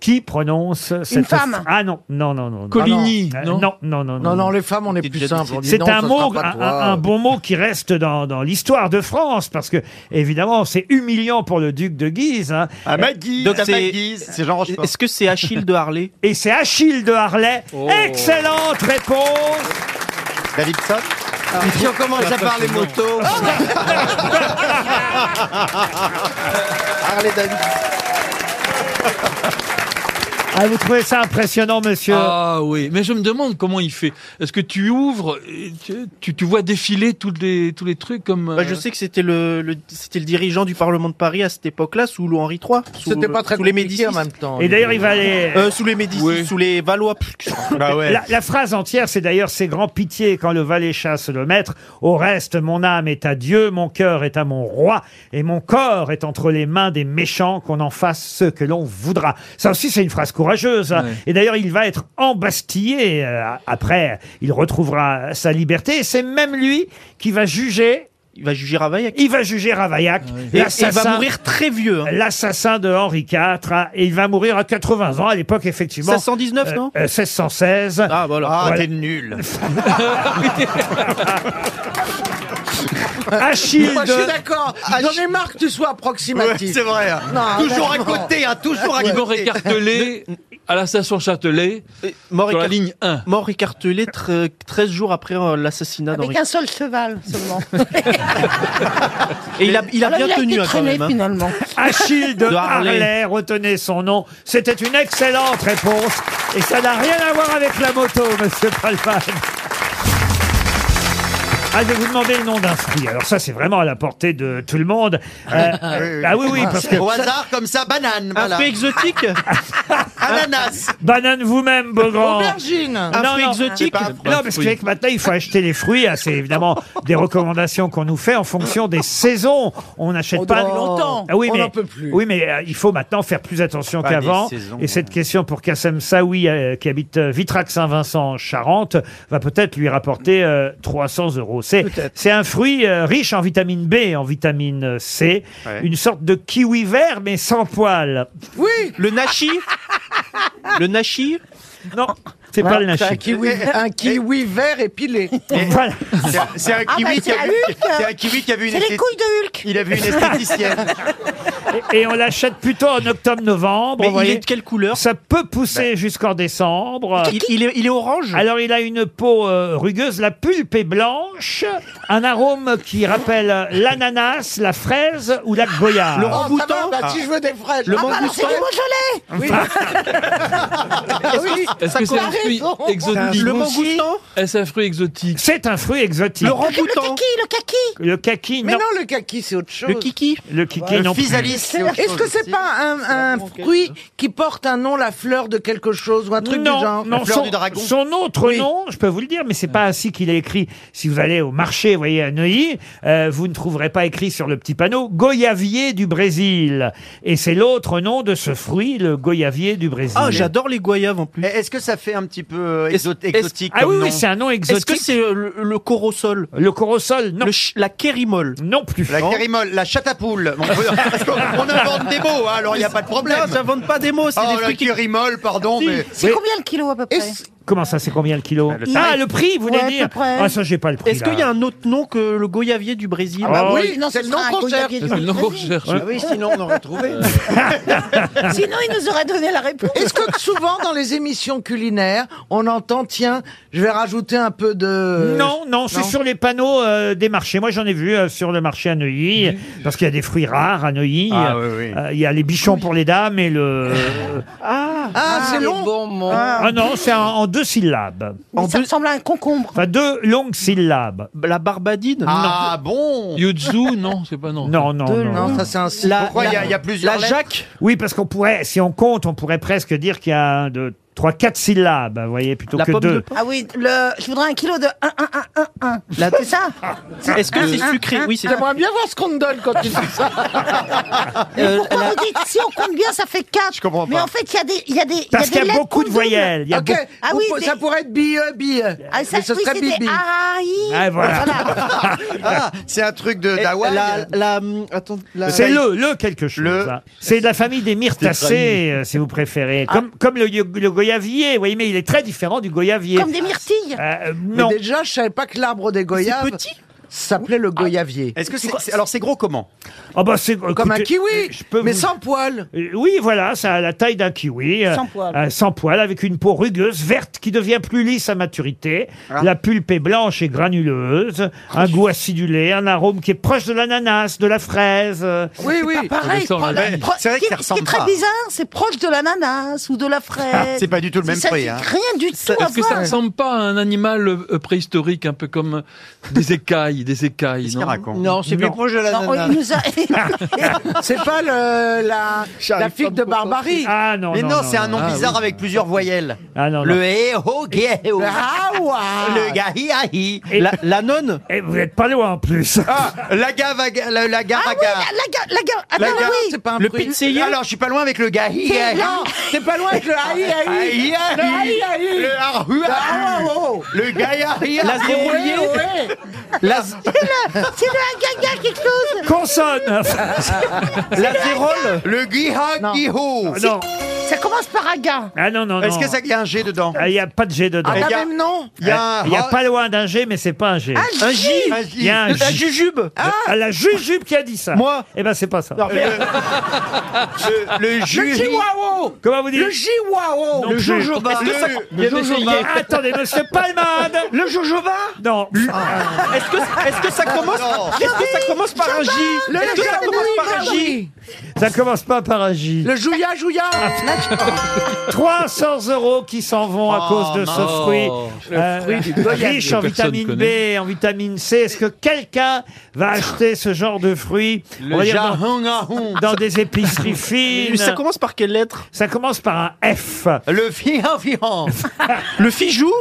Qui prononce cette
femme.
Ah non, non, non, non. non.
Coligny,
Euh,
non
non, non, non,
Non, non, les femmes, on est plus simple. on dit
c'est
non,
un
ça
mot,
sera pas
un,
toi.
un- un bon mot qui reste dans, dans l'histoire de France, parce que évidemment, c'est humiliant pour le duc de Guise. hein.
À ma guise,
Donc,
à ma
c'est-
guise, c'est Jean Rochefort.
Est-ce que c'est Achille de Harlay
Et c'est Achille de Harlay.
Oh.
Excellente réponse.
Davidson Ah, Bah,
Et si on commence à parler moto.
Harley Davidson.
Ah, vous trouvez ça impressionnant, monsieur
Ah oui, mais je me demande comment il fait. Est-ce que tu ouvres, et tu, tu- tu vois défiler tous les, tous les trucs comme... euh,
Bah, je sais que c'était le, le- c'était le dirigeant du Parlement de Paris à cette époque-là, sous Louis Henri III. sous-
C'était pas très
sous les
compliqué
Médicis
en même temps.
Et d'ailleurs, il va aller-
Euh, sous les Médicis, sous les Valois. Bah
Bah
La, la phrase entière, c'est d'ailleurs c'est grand pitié quand le valet chasse le maître. Au reste, mon âme est à Dieu, mon cœur est à mon roi, et mon corps est entre les mains des méchants, qu'on en fasse ce que l'on voudra. Ça aussi, c'est une phrase courageuse. hein. Et d'ailleurs, il va être embastillé. euh, après, il retrouvera sa liberté. Et c'est même lui qui va juger.
Il va juger Ravaillac. Ah
Il va juger Ravaillac.
Et- et il
l'assassin-
va mourir très vieux. hein.
L'assassin de Henri IV, hein, et il va mourir à 80 ans à l'époque, effectivement.
1619, non
Euh, euh, 1616.
Ah, voilà.
Ah,
Voilà.
t'es nul.
Achille
Moi, je suis
de...
d'accord. J'en ai marre que tu sois approximatif.
Ouais, c'est vrai, hein. Toujours à côté, hein, toujours à
Igor
côté.
Écartelé, à la station Châtelet,
Mort,
sur la
écar-
ligne 1.
mort écartelé tre- 13 jours après euh, l'assassinat d'Henri
Avec un seul cheval seulement.
IV. Et il a, il a
Alors,
bien
il a
tenu
été
hein, quand
traîné,
même. hein.
finalement.
Achille de
De Harlay.
Harlay, retenez son nom. C'était une excellente réponse. Et ça n'a rien à voir avec la moto, monsieur Palman. Ah, je vais vous demander le nom d'un fruit. Alors ça, c'est vraiment à la portée de tout le monde. Euh, euh, ah oui, oui, parce que...
Au hasard, comme ça, banane.
Un
voilà. Ah,
fruit exotique
Ananas.
Euh, Banane vous-même, Beaugrand.
Aubergine.
Un fruit exotique
Non, parce que c'est que maintenant, il faut acheter les fruits. Ah, C'est évidemment des recommandations qu'on nous fait en fonction des saisons. On n'achète
On
pas.
doit- longtemps.
Ah oui,
On
mais,
n'en peut plus.
Oui, mais euh, il faut maintenant faire plus attention
Pas
qu'avant.
des saisons,
Et cette question pour Kassem Saoui, euh, qui habite euh, Vitrac-Saint-Vincent, en Charente, va peut-être lui rapporter euh, 300 euros. C'est c'est un fruit euh, riche en vitamine B et en vitamine euh, C.
Ouais.
Une sorte de kiwi vert, mais sans poils.
Oui.
Le nashi Le nashi
Non, c'est pas le
C'est un
nachi.
kiwi, un kiwi vert épilé.
Voilà.
C'est un- C'est un,
Ah,
kiwi
bah,
qui a
c'est
vu,
la Hulk.
c'est un kiwi qui a vu une
C'est les
esthé-
couilles de Hulk.
Il a vu une esthéticienne.
Et, et on l'achète plutôt en octobre-novembre.
Mais
vous
il
voyez.
est de quelle couleur Ben.
Ça peut pousser jusqu'en décembre.
il, il est, il est orange
Alors il a une peau euh, rugueuse, la pulpe est blanche, un arôme qui rappelle euh, l'ananas, la fraise ou la goya.
Le
Oh, ça va,
ramboutan
bah, si je veux des fraises.
Le
Ah,
Ah, alors, c'est
mangoustan
du Beaujolais
oui. Ah oui.
Est-ce
Ça
que c'est un
compte.
fruit exotique
Le mangoustan
Est-ce un fruit exotique
C'est un fruit exotique.
Le
Le
ramboutan
kaki, le kaki
Le kaki,
Mais
non.
non, le kaki, c'est autre chose.
Le kiki
Le kiki, non. plus.
Physalis. c'est autre
Est-ce que
chose
c'est
aussi.
pas un, un fruit qui porte un nom, la fleur de quelque chose ou un truc
non,
du genre
non, son, son autre nom, je peux vous le dire, mais c'est
Ah.
pas ainsi qu'il est écrit. Si vous allez au marché, vous voyez, à Neuilly, euh, vous ne trouverez pas écrit sur le petit panneau Goyavier du Brésil. Et c'est l'autre nom de ce fruit, le Goyavier du Brésil.
Ah, j'adore les goyaves en plus.
Eh, Est-ce que ça fait un petit peu
Est-ce-
exo-
est-ce-
exotique
Ah
comme
oui,
nom
oui, c'est un nom exotique. euh, le, le corosol
Le corosol, non.
la kérimole
Non plus.
La kérimole, la chatte à poule. Bon, parce qu'on- on invente des mots, hein, alors il n'y a pas de problème.
Non, j'invente pas des mots, c'est
oh,
des
la
fruits qui-
kérimole, pardon, mais...
C'est combien le kilo à peu près
Comment ça, c'est combien le kilo
le
Ah,
tarif.
le prix, vous
Ouais,
voulez
à
dire
peu près.
Ah, ça, j'ai pas le prix.
Est-ce qu'il y a un autre nom que le goyavier du Brésil
Ah bah Oh, oui,
oui, non,
ce
c'est le nom
sera un
qu'on cherche.
goyavier du
C'est le nom qu'on
Brésil.
cherche.
Ah oui, sinon on aurait trouvé.
Euh.
Sinon, il nous aurait donné la réponse.
Est-ce que souvent dans les émissions culinaires, on entend tiens, je vais rajouter un peu
euh,
de
Non, non, c'est sur les panneaux euh, des marchés. Moi, j'en ai vu euh, sur le marché à Neuilly, parce qu'il y a des fruits rares à Neuilly.
Ah,
Euh,
oui, oui.
euh, Il y a les bichons pour les dames et le.
Ah, c'est long.
ah non, c'est en, en deux syllabes.
Mais ça ressemble à un concombre.
Enfin, deux longues syllabes.
La barbadine
Ah bon
Yuzu, non, c'est pas non.
Non, non, non.
Non, ça c'est un
La-
Pourquoi il y a- il y a plusieurs
La
lettres
Jacques
Oui, parce qu'on pourrait, si on compte, on pourrait presque dire qu'il y a un, deux, trois, quatre syllabes, vous voyez, plutôt
La
que
pomme de
deux.
pain.
Ah oui, le... je voudrais un kilo de 1, 1, 1, 1, 1.
La-
C'est ça
Est-ce que c'est sucré Oui, c'est
J'aimerais bien voir ce qu'on te donne quand tu fais ça.
euh,
Pourquoi
la-
vous dites si on compte bien, ça fait 4 Je
comprends
Mais
pas.
en fait, il y a des. Il y a des il y a
Parce
des
qu'il y a
lettres
beaucoup de
qu'on double.
voyelles. Il y a
Ok,
beaucoup-
Ah
vous
oui,
pou-
des-
ça pourrait être bille, bille.
Ah, ça,
euh, Mais ce
oui,
serait
c'est des
bibi.
arahi.
Ah, voilà.
Ah, c'est un truc de
Et
d'Hawaï.
la- la- hum, attends, la-
C'est le, le quelque chose.
Le-
hein. C'est de la famille des myrtacées, euh, si vous préférez.
Ah.
Comme, comme le, yo- le goyavier, vous voyez, mais il est très différent du goyavier.
Comme des myrtilles.
Euh,
Mais
non.
déjà, je savais pas que l'arbre des goyaves
petit
s'appelait
Ah.
le goyavier.
Est-ce que c'est c'est- alors c'est gros comment
Ah bah, c'est-
Comme un
écoutez,
kiwi,
je peux
mais
vous-
sans poils.
Euh, Oui, voilà, ça a la taille d'un kiwi. euh,
Sans poils.
euh, sans poils, avec une peau rugueuse, verte, qui devient plus lisse à maturité. La pulpe est blanche et granuleuse. Un goût acidulé, un arôme qui est proche de l'ananas, de la fraise. euh.
Oui, oui.
Pareil,
sens,
pro-
ouais.
la- pro-
C'est vrai que
ce qui- Ce qui
ça ressemble
est très
pas.
bizarre, c'est proche de l'ananas ou de la fraise.
C'est pas du tout le même
Ça
prix,
n'a
hein.
Rien du tout à
Est-ce que ça
voir.
ressemble pas à un animal euh, préhistorique, un peu comme des écailles, des écailles,
Qu'est-ce
non
qu'il raconte
Non, c'est plus
Non.
proche de la
Non,
nana.
il nous a-
C'est pas le, la, la figue de barbarie.
Ah non,
Mais
non,
non, c'est un nom bizarre avec plusieurs voyelles.
Ah non, non.
Le E, hého guého.
Ah, ouah.
Le gahiahi.
Et-
La, la nonne
Et vous n'êtes pas loin en plus.
Ah, la gavaga, la, la
Ah oui,
garaga.
la, la, ga- la, ga-
La
attends,
gare,
oui.
C'est pas un
Le
fruit.
pizzeyer
Alors, je suis pas loin avec le gahiahi.
Non, c'est pas loin avec le haï, haï.
Aïe, aïe.
Le haï, haï.
Le harhua.
Ah, ouais, ouais, ouais.
Le gahiahi.
La zérouillée La,
C'est le gaga quelque chose.
Consonne
la zérole
Le
Non.
guiha-guiho.
Non.
Ça commence par aga.
Ah non, non, non.
Est-ce que ça y a un G dedans
Ah, Il n'y a pas de G dedans. Eh,
Ah,
y
t'as
a-
même nom
Il y a un
Il n'y a
ra-
pas loin d'un G, mais c'est pas un G.
Un J
un
Il y a un
La
J.
jujube
Ah, la jujube qui a dit ça.
Moi
Eh ben, c'est pas ça.
Non, merde.
Euh, Le, le
Le
jury.
chihuahua
Comment vous dites
Le chihuahua
Le jojoba.
Est-ce que ça-
Le jojoba. Attendez, monsieur Palmade
Le jojoba
Non. Ah.
Ah. Est-ce que, est-ce que ça commence
Non.
Est-ce que ça commence par un J
Le
Est-ce que ça commence par un J
jaboui
Ça commence pas par un J.
Le jouya jouya
300 euros qui s'en vont à cause de ce
non.
fruit. Euh, riche en
Que personne
vitamine B, en vitamine C. Est-ce que quelqu'un va acheter ce genre de fruit On
Le
va dire dans-
jahangahon.
dans des épiceries fines.
Ça commence par quelle lettre
Ça commence par un F.
Le fihan-fihan.
Le fijou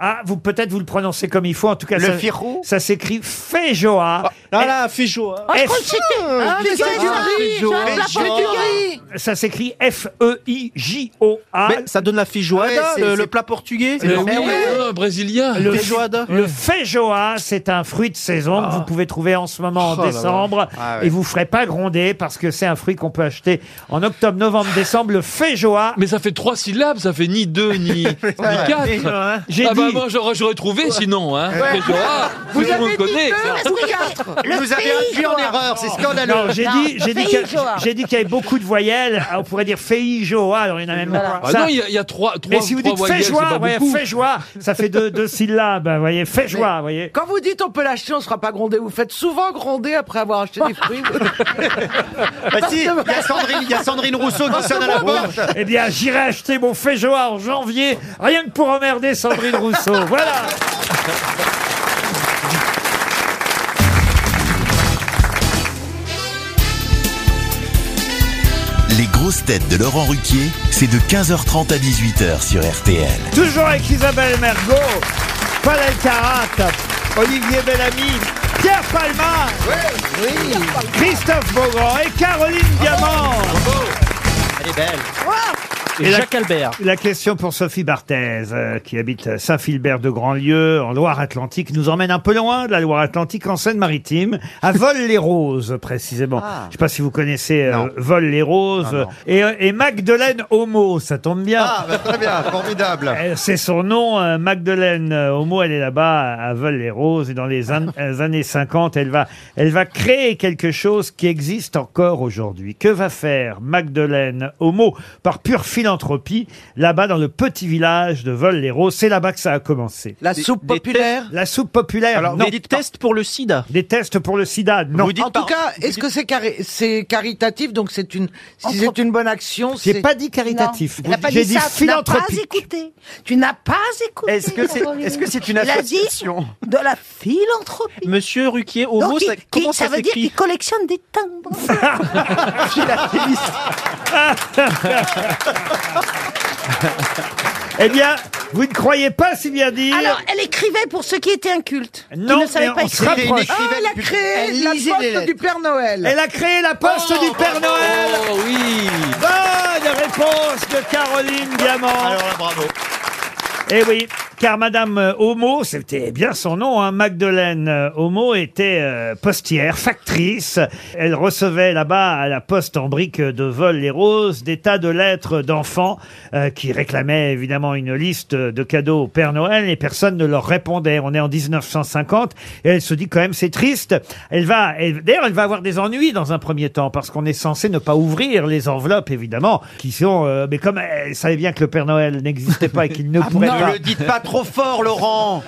Ah, vous peut-être vous le prononcez comme il faut. En tout cas,
Le
ça,
firou.
ça s'écrit Feijoa.
Ah là, fijou hein.
Ah, je
F-
crois que c'était.
Ah, mais c'est du riz
Jean
Mais
Lapin.
Jean-
ça s'écrit E F-E-I-J-O-A.
Mais ça donne la feijoada,
Ouais, c'est-
le,
c'est-
le E plat portugais.
Euh, oui, euh, brésilien.
Le,
feijoada. Ah.
le feijoa, c'est un fruit de saison que vous pouvez trouver en ce moment en
Oh là là.
décembre.
Ah ouais.
Et vous ferez pas gronder parce que c'est un fruit qu'on peut acheter en octobre, novembre, décembre. Le feijoa.
Mais ça fait trois syllabes, ça fait ni deux ni, ni quatre.
J'ai
ah bah
dit.
moi j'aurais, j'aurais trouvé sinon. Hein. Parce que, ah,
Vous
tout le monde
avez dit
connaît.
deux,
ça.
parce qu'il y a-
Le
Vous avez induit en
feijoa.
erreur, c'est scandaleux.
Non, j'ai
Non,
dit, j'ai dit qu'il y, a-
feijoa.
j'ai dit qu'il y avait beaucoup de voyelles. Ah, On pourrait dire feijoa. Alors il y en a même
Voilà.
Ah
ça.
non, il y, a- il y a trois, trois,
mais si vous
trois
dites
voyelles, c'est
feijoa,
pas
ouais,
beaucoup.
feijoa, ça fait deux, deux syllabes, vous voyez, feijoa, vous voyez.
Quand vous dites on peut l'acheter, on sera pas grondé. Vous faites souvent gronder après avoir acheté des fruits.
Bah si, il y, a Sandrine- il y a Sandrine Rousseau qui sonne à la porte.
Eh bien, j'irai acheter mon feijoa en janvier, rien que pour emmerder Sandrine Rousseau. Voilà.
Les grosses têtes de Laurent Ruquier, c'est de 15h30 à 18h sur RTL.
Toujours avec Isabelle Mergot, Paul Elkarat, Olivier Bellamy, Pierre Palma, Christophe
Oh,
Beaugrand et Caroline Diamant.
Elle est belle.
Et Jacques Albert. La question pour Sophie Barthez, euh, qui habite Saint-Philbert de Grandlieu, en Loire-Atlantique, nous emmène un peu loin de la Loire-Atlantique, en Seine-Maritime, à Vol-les-Roses, précisément.
Ah.
Je sais pas si vous connaissez euh, Vol-les-Roses. Et, euh, et Magdeleine Homo, ça tombe bien.
Ah, bah, très bien, formidable.
Euh, C'est son nom, euh, Magdeleine euh, Homo, elle est là-bas à Veul-les-Roses et dans les an- euh, années 50, elle va, elle va créer quelque chose qui existe encore aujourd'hui. Que va faire Magdeleine Homo par pure philanthropie là-bas dans le petit village de Veul-les-Roses C'est là-bas que ça a commencé.
La soupe populaire
La soupe populaire,
Alors,
non.
vous dites
tests pour le sida. Des tests pour le sida, non.
en tout cas, est-ce que c'est carré- c'est caritatif Donc c'est une, si c'est une bonne action.
J'ai
c'est-
pas dit caritatif.
Il n'a pas
J'ai
dit
dit
ça, tu n'as pas
philanthropique.
écouté. Tu n'as pas écouté.
Est-ce que c'est-
Caroline.
est-ce que c'est une
Il a dit
association
De la philanthropie.
Monsieur Ruquier, homo,
Donc, il-
ça,
qui-
comment
ça,
ça,
veut dire
s'écrit
qu'il collectionne des timbres.
Eh bien, vous ne croyez pas si bien dire
Alors, elle écrivait pour ceux qui étaient incultes. qui
Non,
ne savaient
mais
pas
on se
écrire.
rapproche.
Ah, elle a créé la poste du Père Noël. Oh.
Elle a créé la poste du Père Noël. Oh oui. Bonne réponse de Caroline Diamant. Alors bravo. Eh oui, car Madame euh, Homo, c'était bien son nom, hein, Magdeleine euh, Homo était euh, postière, factrice. Elle recevait là-bas à la poste en briques de Vol-les-Roses des tas de lettres d'enfants euh, qui réclamaient évidemment une liste de cadeaux au Père Noël et personne ne leur répondait. On est en 1950 et elle se dit quand même c'est triste. Elle va, elle- d'ailleurs, elle va avoir des ennuis dans un premier temps parce qu'on est censé ne pas ouvrir les enveloppes évidemment qui sont, euh, mais comme elle savait bien que le Père Noël n'existait pas et qu'il ne pourrait
ne
pas.
le dites pas trop fort, Laurent.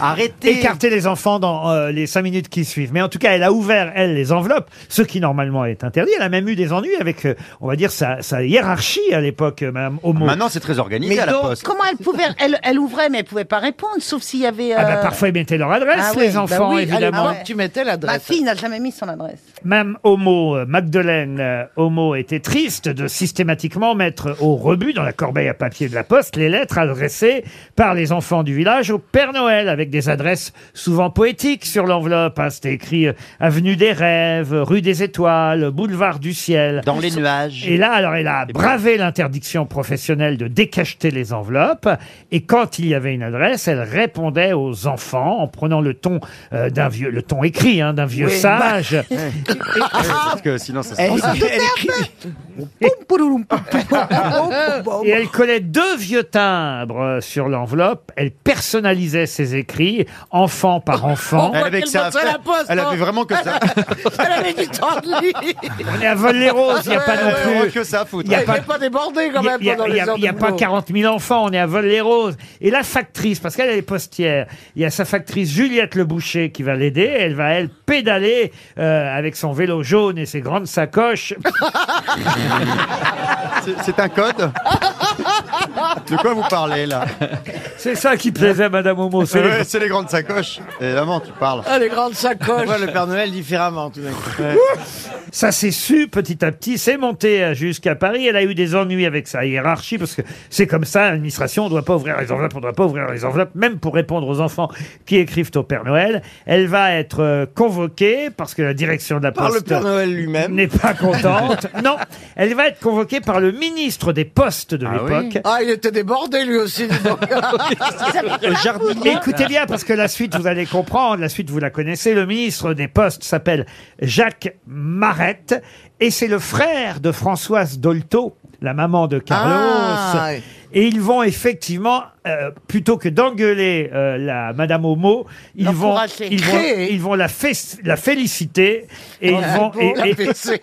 Arrêtez.
Écarter les enfants dans euh, les cinq minutes qui suivent. Mais en tout cas, elle a ouvert, elle, les enveloppes, ce qui normalement est interdit. Elle a même eu des ennuis avec, euh, on va dire, sa, sa hiérarchie à l'époque, euh, Madame Homo.
Maintenant, c'est très organisé à la poste.
Comment elle pouvait elle, elle ouvrait, mais elle pouvait pas répondre, sauf s'il y avait.
Ah bah,
euh,
parfois, ils mettaient leur adresse,
Ah
les
oui, bah
enfants,
oui, à
évidemment. Ah
l'époque, Ma fille n'a jamais mis son adresse.
Même Homo, euh, Magdeleine euh, Homo était triste de systématiquement mettre au rebut dans la corbeille à papier de la poste les lettres adressées par les enfants du village au Père Noël avec des adresses souvent poétiques sur l'enveloppe. hein. C'était écrit euh, Avenue des Rêves, Rue des Étoiles, Boulevard du Ciel.
Dans les nuages.
Et là, alors, elle a bravé l'interdiction professionnelle de décacheter les enveloppes. Et quand il y avait une adresse, elle répondait aux enfants en prenant le ton euh, d'un vieux, le ton écrit, hein, d'un vieux
Oui, bah-
sage.
Ah
Parce que sinon, ça se
Et elle collait deux vieux timbres euh, sur l'enveloppe. Elle personnalisait ses écrits, enfant par
Oh,
enfant.
Elle avait que ça à faire. Elle
hein.
avait vraiment que ça.
Elle avait du temps de libre.
On est à Vol-les-Roses, il n'y a pas non plus.
que ça à foutre.
Il y a
Elle
pas-
n'est pas débordée quand même
Il y a-
pendant
il y
les
a-
heures
Il n'y a,
de
pas
boulot.
40 000 enfants, on est à Vol-les-Roses. Et la factrice, parce qu'elle elle est postière, il y a sa factrice Juliette Le Boucher qui va l'aider. Elle va, elle, pédaler euh, avec son vélo jaune et ses grandes sacoches. C'est un code
De quoi vous parlez là
C'est ça qui plaisait Madame Homo.
C'est
c'est les-
les... grandes sacoches. Évidemment, tu parles.
Ah, les grandes sacoches.
On voit le Père Noël différemment tout d'un coup.
Ça s'est su petit à petit, c'est monté euh, jusqu'à Paris. Elle a eu des ennuis avec sa hiérarchie parce que c'est comme ça, l'administration, on ne doit pas ouvrir les enveloppes, on ne doit pas ouvrir les enveloppes, même pour répondre aux enfants qui écrivent au Père Noël. Elle va être euh, convoquée parce que la direction de la
Par le
Poste
Père Noël lui-même.
n'est pas contente. non, elle va être convoquée par le ministre des Postes de l'époque.
Ah, il était débordé lui aussi. Ah, dis donc.
Mais
hein.
Écoutez bien, parce que la suite, vous allez comprendre, la suite, vous la connaissez. Le ministre des Postes s'appelle Jacques Marette, et c'est le frère de Françoise Dolto, la maman de Carlos.
Ah, oui.
Et ils vont effectivement, euh, plutôt que d'engueuler euh, la Madame Homo, ils vont,
L'encourager.
ils vont,
Créer.
ils vont la, fé- la féliciter et ils vont et-
La
et-
fessée.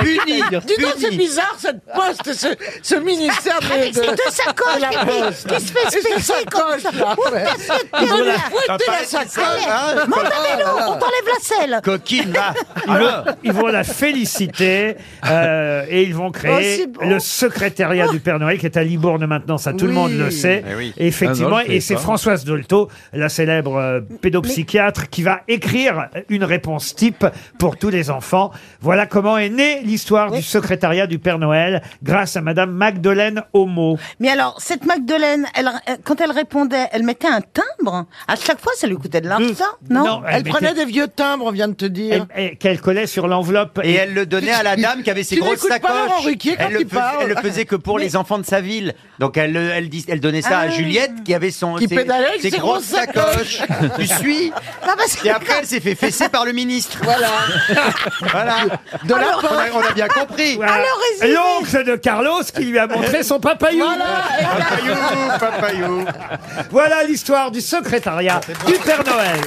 Puni. Dis donc, c'est bizarre cette poste, ce, ce ministère de.
Avec ces
de-
deux sacoches
de la
qui-
poste.
qui se fait
Et ces
spécer comme
sacoches,
ça.
là.
Où t'as ce
Ils ont
père-là
la fouetter, la sacoche.
Allez, monte à vélo, on t'enlève la selle.
Coquine, va.
Ils vont, ils vont la féliciter euh, et ils vont
Oh,
créer
c'est beau. Oh.
le secrétariat du Père Noël qui est à Libourne maintenant, ça tout le monde le sait.
Eh oui.
Effectivement,
Ah non, je savais
et c'est
pas.
Françoise Dolto, la célèbre euh, pédopsychiatre, qui va écrire une réponse type pour tous les enfants. Voilà comment est née l'histoire du secrétariat du Père Noël grâce à Madame Magdeleine Homo.
Mais alors, cette Magdeleine, elle, euh, quand elle répondait, elle mettait un timbre. À chaque fois, ça lui coûtait de l'argent, non,
Elle, prenait des vieux timbres, on vient de te dire.
qu'elle collait sur l'enveloppe.
Et elle le donnait à la dame qui avait ses
Tu
grosses
n'écoutes pas
sacoches.
Laurent Ruquier quand
elle, le
il
faisait,
parle.
elle le faisait que pour les enfants de sa ville. Donc elle, le- elle, dis- elle donnait ça à
Ah.
Juliette qui avait son,
Qui pédalait avec ses grosses
sacoches.
sacoches.
tu suis Et après elle s'est fait fesser par le ministre.
Voilà.
voilà.
De la
on, a,
part.
on a bien compris.
Voilà. L'oncle de Carlos qui lui a montré son papayou.
Papayou, papayou.
Voilà l'histoire du secrétariat du Père Noël.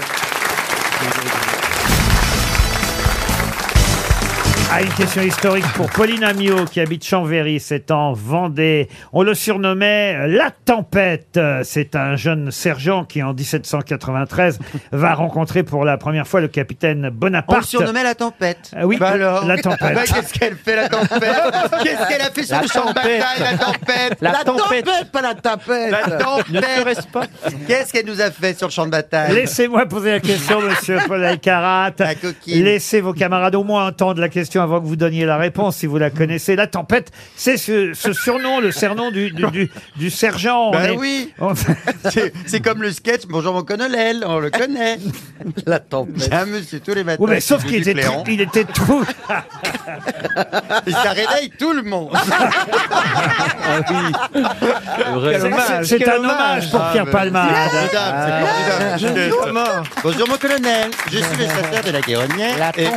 Ah, une question historique pour Pauline Amiot qui habite Chambéry, c'est en Vendée. On le surnommait euh, la tempête. Euh, C'est un jeune sergent qui en 1793 va rencontrer pour la première fois le capitaine
On le
Bonaparte.
surnommait la tempête.
Ah oui,
Bah alors.
la tempête.
Bah, Qu'est-ce qu'elle fait la tempête Qu'est-ce qu'elle a fait sur
La
le champ de
tempête.
bataille la tempête
La La tempête.
pas la tempête. La tempête.
Ne serait-ce
pas Qu'est-ce qu'elle nous a fait sur le champ de bataille
Laissez-moi poser la question, monsieur Paul Alcarat. Laissez vos camarades au moins entendre la question avant que vous donniez la réponse, si vous la connaissez. La tempête, c'est ce, ce surnom, le surnom du, du, du- du sergent. On
Ben
est-
oui.
on-
C'est- C'est comme le sketch Bonjour mon colonel, on le connaît. La tempête. Ah monsieur, tous les matins.
Oui, mais sauf qu'il était,
Cléon.
il était tout.
Et ça réveille tout le monde.
C'est- C'est c'est un hommage pour
Ah,
Pierre Palmade. Ah,
Bonjour mon colonel, je suis le chasseur de la Guéronnière. et-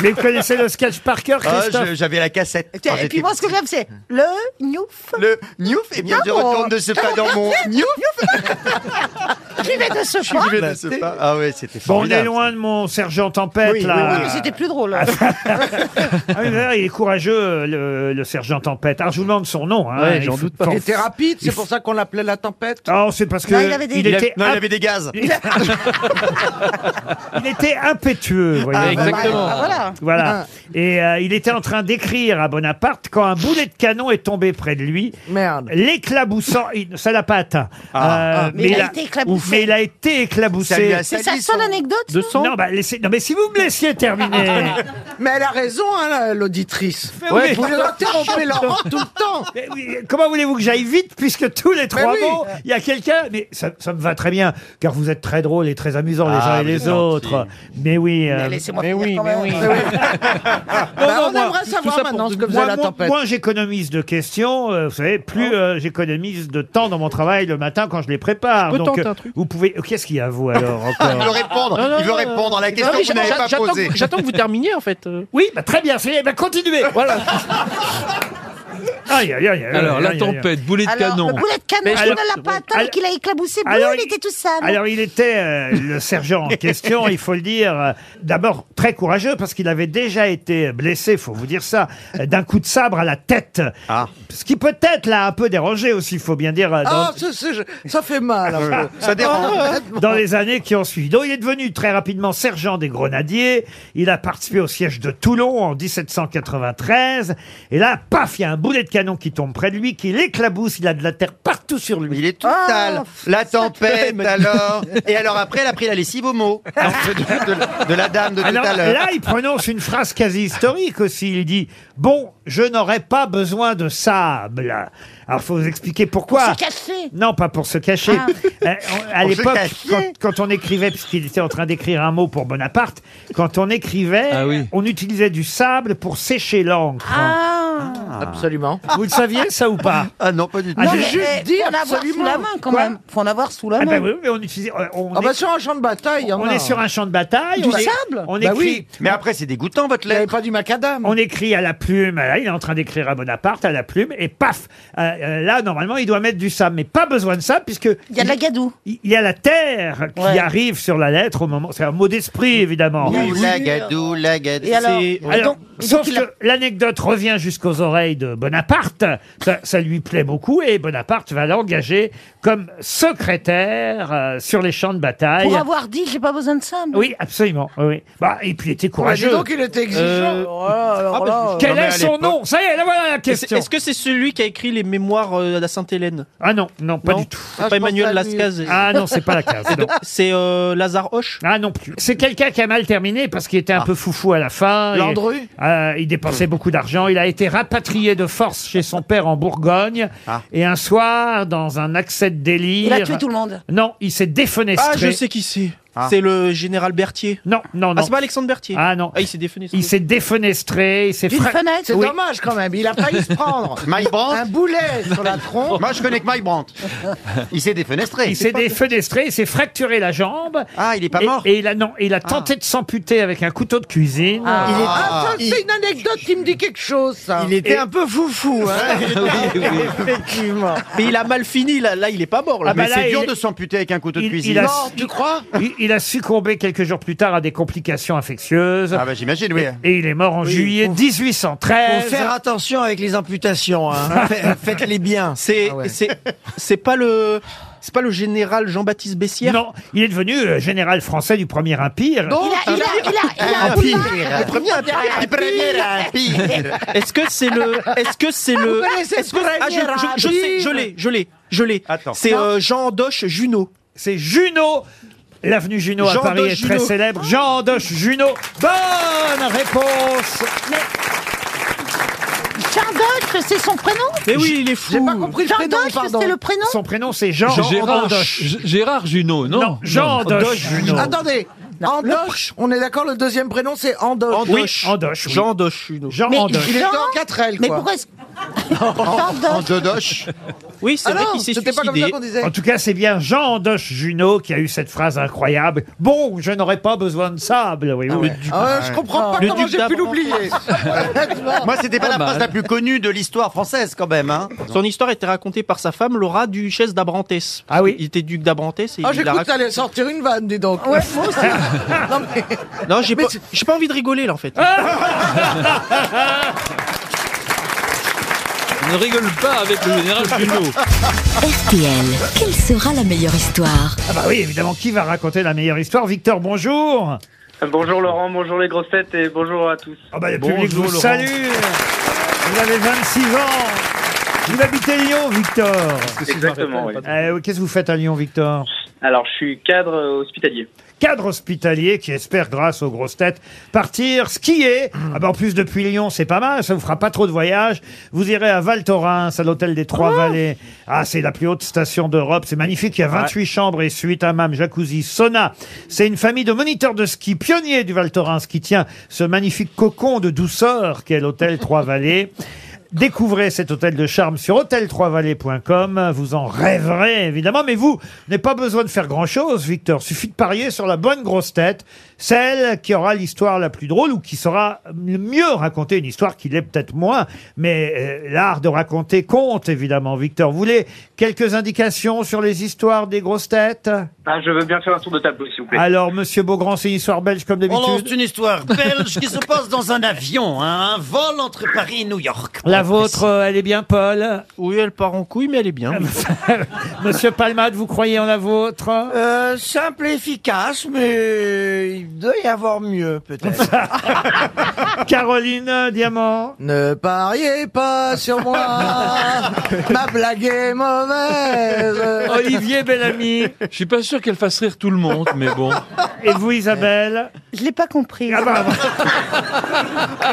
Mais vous connaissez le sketch par cœur,
Ah,
Christophe
je- J'avais la cassette.
Et puis, moi, ce que j'aime, c'est le gnouf. Ah
Le gnouf, et bien je retourne de ce pas dans mon gnouf.
J'y vais de ce pas.
Je vais de ce pas. Ah ouais, c'était
Bon, on est
formidable.
loin de mon sergent tempête,
Oui,
là.
oui, oui.
Mais c'était plus drôle.
Ah oui, d'ailleurs, il est courageux, euh, le, le sergent Tempête. Alors, je vous demande son nom. Hein.
Ouais,
Il
j'en
faut-
doute pas.
faut-
Il était rapide,
il
c'est pour ça qu'on l'appelait la tempête.
Oh, c'est parce que
Non, il avait des-
il
Il a-
était
non, il
imp-
avait des gaz.
Il, Il était impétueux, vous voyez.
Ah, exactement. Ah, voilà. Ah.
Voilà. Et euh, il était en train d'écrire à Bonaparte quand un boulet de canon est tombé près de lui.
Merde.
L'éclaboussant, il- ça l'a pas atteint.
Ah.
Euh,
Mais il a
il
été
éclaboussé.
mais il a été éclaboussé.
Ça lui a
C'est sa seule anecdote. ça
Non, bah, laissez- non, mais si vous me laissiez terminer.
Mais elle a raison, hein, la- l'auditrice.
Mais oui.
Vous l'interrompez Laurent tout le temps.
Mais oui, comment voulez-vous que j'aille vite puisque tous les trois
Bah oui.
mots, il y a quelqu'un Mais ça, ça me va très bien, car vous êtes très drôles et très amusants les
Ah,
uns et
vous
les
êtes
autres. Mais oui. euh,
Mais oui, mais oui.
Ah
non, non,
Bah, on
moi,
aimerait savoir
tout ça
maintenant
pour-
ce que faisait
moi,
la
moi-
tempête.
Moins j'économise de questions, euh, vous savez,
Oh.
plus euh, j'économise de temps dans mon travail le matin quand je les prépare.
Je peux
Donc,
tenter
euh,
un truc
vous pouvez. euh, Qu'est-ce qu'il y a vous alors
Ah, Il veut
encore
répondre,
Non, non,
il veut
non,
répondre à la
Ah
non,
question
mais
que vous n'avez
j'a-
pas
j'attends que-
posée.
J'attends que vous terminiez en fait. euh.
Oui, bah, très bien, c'est. Bah, continuez.
Voilà.
Aïe, aïe, aïe, aïe,
Alors,
aïe,
la
Euh, aïe, aïe.
tempête, boulet de
Alors,
canon.
le boulet de canon,
Mais
on
alors-
ne l'a pas atteint et qu'il a éclaboussé. Bleu,
alors,
il était tout sale.
Alors il était euh, le sergent en question, il faut le dire, euh, d'abord très courageux parce qu'il avait déjà été blessé, faut vous dire ça, euh, d'un coup de sabre à la tête.
Ah.
Ce qui peut-être l'a un peu dérangé aussi, il faut bien dire, euh, dans,
Oh,
Ah, ce- ce- ça fait mal. un peu. Ah, ouais.
dans les années qui ont suivi. Donc il est devenu très rapidement sergent des grenadiers, il a participé au siège de Toulon en 1793, et là, paf, il y a un boulet de canon qui tombe près de lui, qui l'éclabousse, il a de la terre partout sur lui.
Il est
Ah,
tout sale. La tempête, alors. Et alors après, elle a pris la lessive au mot. De, de- de la dame de tout
Ah. Alors,
à l'heure.
Ah là, il prononce une phrase quasi historique aussi. Il dit Bon, je n'aurais pas besoin de sable. Alors, faut vous expliquer pourquoi.
Pour se cacher.
Non, pas pour se cacher.
Ah.
Euh, on- à
Pour se
l'époque,
cacher.
quand, quand on écrivait, puisqu'il était en train d'écrire un mot pour Bonaparte, quand on écrivait, on utilisait du sable pour sécher l'encre.
Ah,
Ah.
Absolument.
Vous le saviez, ça ou pas
Ah non, pas du
tout.
Non,
j'ai
mais,
juste
eh,
dit
faut en avoir sous la
absolument.
main quand
Quoi
même. Faut en avoir sous la
Ah
main.
bah
ben oui, mais on utilisait. On,
Ah, bah,
est-
sur un champ de bataille, il y en
on
a.
est sur un champ de bataille.
Du
on est-
sable
On écrit.
Bah oui.
Mais après, c'est dégoûtant, votre
Il n'y
lettre.
avait pas du macadam.
On écrit à la plume, là, il est en train d'écrire à Bonaparte, à la plume, et paf Euh, euh, Là, normalement, il doit mettre du sable, mais pas besoin de sable, puisque...
Il y a de la gadoue.
Il il y a la terre qui arrive sur la lettre au moment... C'est un mot d'esprit, évidemment.
Ouh, la gadou, la gadou.
Et alors
C'est-
Alors, sauf que l'anecdote revient jusqu'au jusqu'aux oreilles de Bonaparte. Ça, ça lui plaît beaucoup et Bonaparte va l'engager comme secrétaire euh, sur les champs de bataille.
Pour avoir dit, j'ai pas besoin de ça. moi.
Oui, absolument. oui, Oui. Bah, et puis il était courageux. Euh,
dis donc, il était exigeant.
Oh
Ah, parce que-
Quel est son nom Ça y est, là voilà la
Est-ce
question.
est-ce que c'est celui qui a écrit les mémoires euh, de la Sainte-Hélène
Ah non, non, pas
du tout. pas Emmanuel Lascazes.
Ah non, c'est pas la case.
C'est euh, Lazare Hoche Ah.
Ah non plus. C'est quelqu'un qui a mal terminé parce qu'il était un peu foufou à la fin. Et,
Landru
euh, Il dépensait
Hmm.
beaucoup d'argent. Il a été rapatrié de force chez son père en Bourgogne.
Ah.
Et un soir, dans un accès de délire.
Il a tué tout le monde.
Non, il s'est défenestré.
Ah, je sais qui c'est.
Ah.
C'est le général Berthier.
Non, non, non.
Ah, c'est pas Alexandre Berthier.
Ah non.
Ah, il s'est défenestré.
Il s'est défenestré. Il s'est fra-
C'est
Oui.
dommage quand même. Il a failli se prendre
Mike Brandt
un boulet sur la tronche.
Moi, je connais que Mike Brandt. Il s'est défenestré.
Il s'est défenestré, il s'est fracturé la jambe. Ah, il est pas mort. Et, il a non, il a
Ah.
tenté de s'amputer avec un couteau de cuisine.
Il est- Ah, ça, c'est une anecdote qui me dit quelque chose, ça.
Il était un
peu foufou, hein.
Effectivement. Mais il a mal fini, là, là il est pas mort. Là.
Ah bah
Mais
là,
c'est
il
dur
est-
de
s'amputer avec un couteau
de
il-
cuisine.
il a-
Mort,
il- il, il a succombé quelques jours plus tard à des complications infectieuses. Ah
bah j'imagine, oui.
Et, et il est mort en juillet 1813.
Faut faire attention avec les amputations. hein. Fais- Faites-les bien. Ah
C'est c'est- c'est pas le c'est pas le général Jean-Baptiste Bessières
Non, il est devenu euh, général français du premier empire.
Non,
Il a- il a- il a- il a-
Le premier empire.
Le premier empire.
Est-ce que c'est le Est-ce que c'est
Vous
le
connaissez
est-ce que-
le
ah, je, je- je
premier
sais, je l'ai, je l'ai, je l'ai. C'est
Non.
euh, Jean Doche Junot.
C'est Junot. L'avenue Junot à
Jean
Paris
Doche
est très
Junot.
célèbre. Jean Doche Junot. Bonne réponse.
Jean Doche, c'est son prénom
Mais oui, il est fou.
J'ai pas compris
le prénom, pardon.
c'est le prénom
Son prénom c'est Jean
Gérard,
Andoche.
G- Gérard Junot, non
Non, Jean
Non.
Andoche Junot.
Attendez, Andoche, on est d'accord, le deuxième prénom c'est Andoche.
Andoche. Oui, Andoche, oui.
Jean Doche Junot.
Jean
Mais
Andoche.
Il était en 4L, quoi.
Mais pourquoi est-ce
En dodoche.
Oui, c'est
Ah
vrai
non,
qu'il s'est
c'était
suicidé.
pas comme ça qu'on disait.
En tout cas, c'est bien Jean Andoche Junot qui a eu cette phrase incroyable. Bon, je n'aurais pas besoin de sable. Oui, oui.
Ah, je comprends pas
Le
comment
duc Ah,
j'ai pu
d'Avranches.
l'oublier.
Moi, c'était pas
Pas
la phrase
mal.
la plus connue de l'histoire française, quand même. Hein.
Ah, bah, euh, Son histoire était racontée par sa femme Laura Duchesse d'Abrantès.
Ah oui.
Il était duc d'Abrantès et
Ah,
il la
j'écoute,
raconte-
t'allais sortir une vanne, dis donc.
Ouais, moi aussi.
non, mais...
Non, j'ai pas, j'ai pas envie de rigoler là en fait.
Ah,
Ne rigole pas avec le général Junot.
RTL, quelle sera la meilleure histoire
Ah bah oui, évidemment, qui va raconter la meilleure histoire Victor, bonjour.
Bonjour Laurent, bonjour les grosses têtes et bonjour à tous.
Ah bah, le public vous salue. Vous avez 26 ans. Vous habitez Lyon, Victor.
Exactement, oui.
Euh, oui, Qu'est-ce que vous faites à Lyon, Victor
Alors, je suis cadre euh, hospitalier.
Cadre hospitalier qui espère, grâce aux grosses têtes, partir skier. Ah bah, en plus, depuis Lyon, c'est pas mal, ça vous fera pas trop de voyages. Vous irez à Val Thorens, à l'hôtel des Trois-Vallées. Ah, c'est la plus haute station d'Europe, c'est magnifique. Il y a 28 chambres et suite, hammam, jacuzzi, sauna. C'est une famille de moniteurs de ski pionniers du Val Thorens qui tient ce magnifique cocon de douceur qu'est l'hôtel Trois-Vallées. Découvrez cet hôtel de charme sur hôtel3vallées.com. Vous en rêverez, évidemment. Mais vous, n'avez pas besoin de faire grand chose, Victor. Suffit de parier sur la bonne grosse tête. Celle qui aura l'histoire la plus drôle ou qui saura le mieux raconter une histoire qui l'est peut-être moins. Mais euh, l'art de raconter compte, évidemment, Victor. Vous voulez quelques indications sur les histoires des grosses têtes?
Ah, je veux bien faire un tour de tableau, s'il vous plaît.
Alors, monsieur Beaugrand, c'est une histoire belge
Oh
comme
On lance
d'habitude.
une histoire belge qui se passe dans un avion, hein, un vol entre Paris et New York.
La vôtre, euh, elle est bien, Paul
Oui, elle part en couille, mais elle est bien.
Monsieur Palmade, vous croyez en la vôtre
Euh, simple et efficace, mais il doit y avoir mieux, peut-être.
Caroline euh, Diamant.
Ne pariez pas sur moi, ma blague est mauvaise.
Olivier Bellamy.
Je suis pas sûr qu'elle fasse rire tout le monde, mais bon.
Et vous, Isabelle bah,
Je l'ai pas compris.
Ah,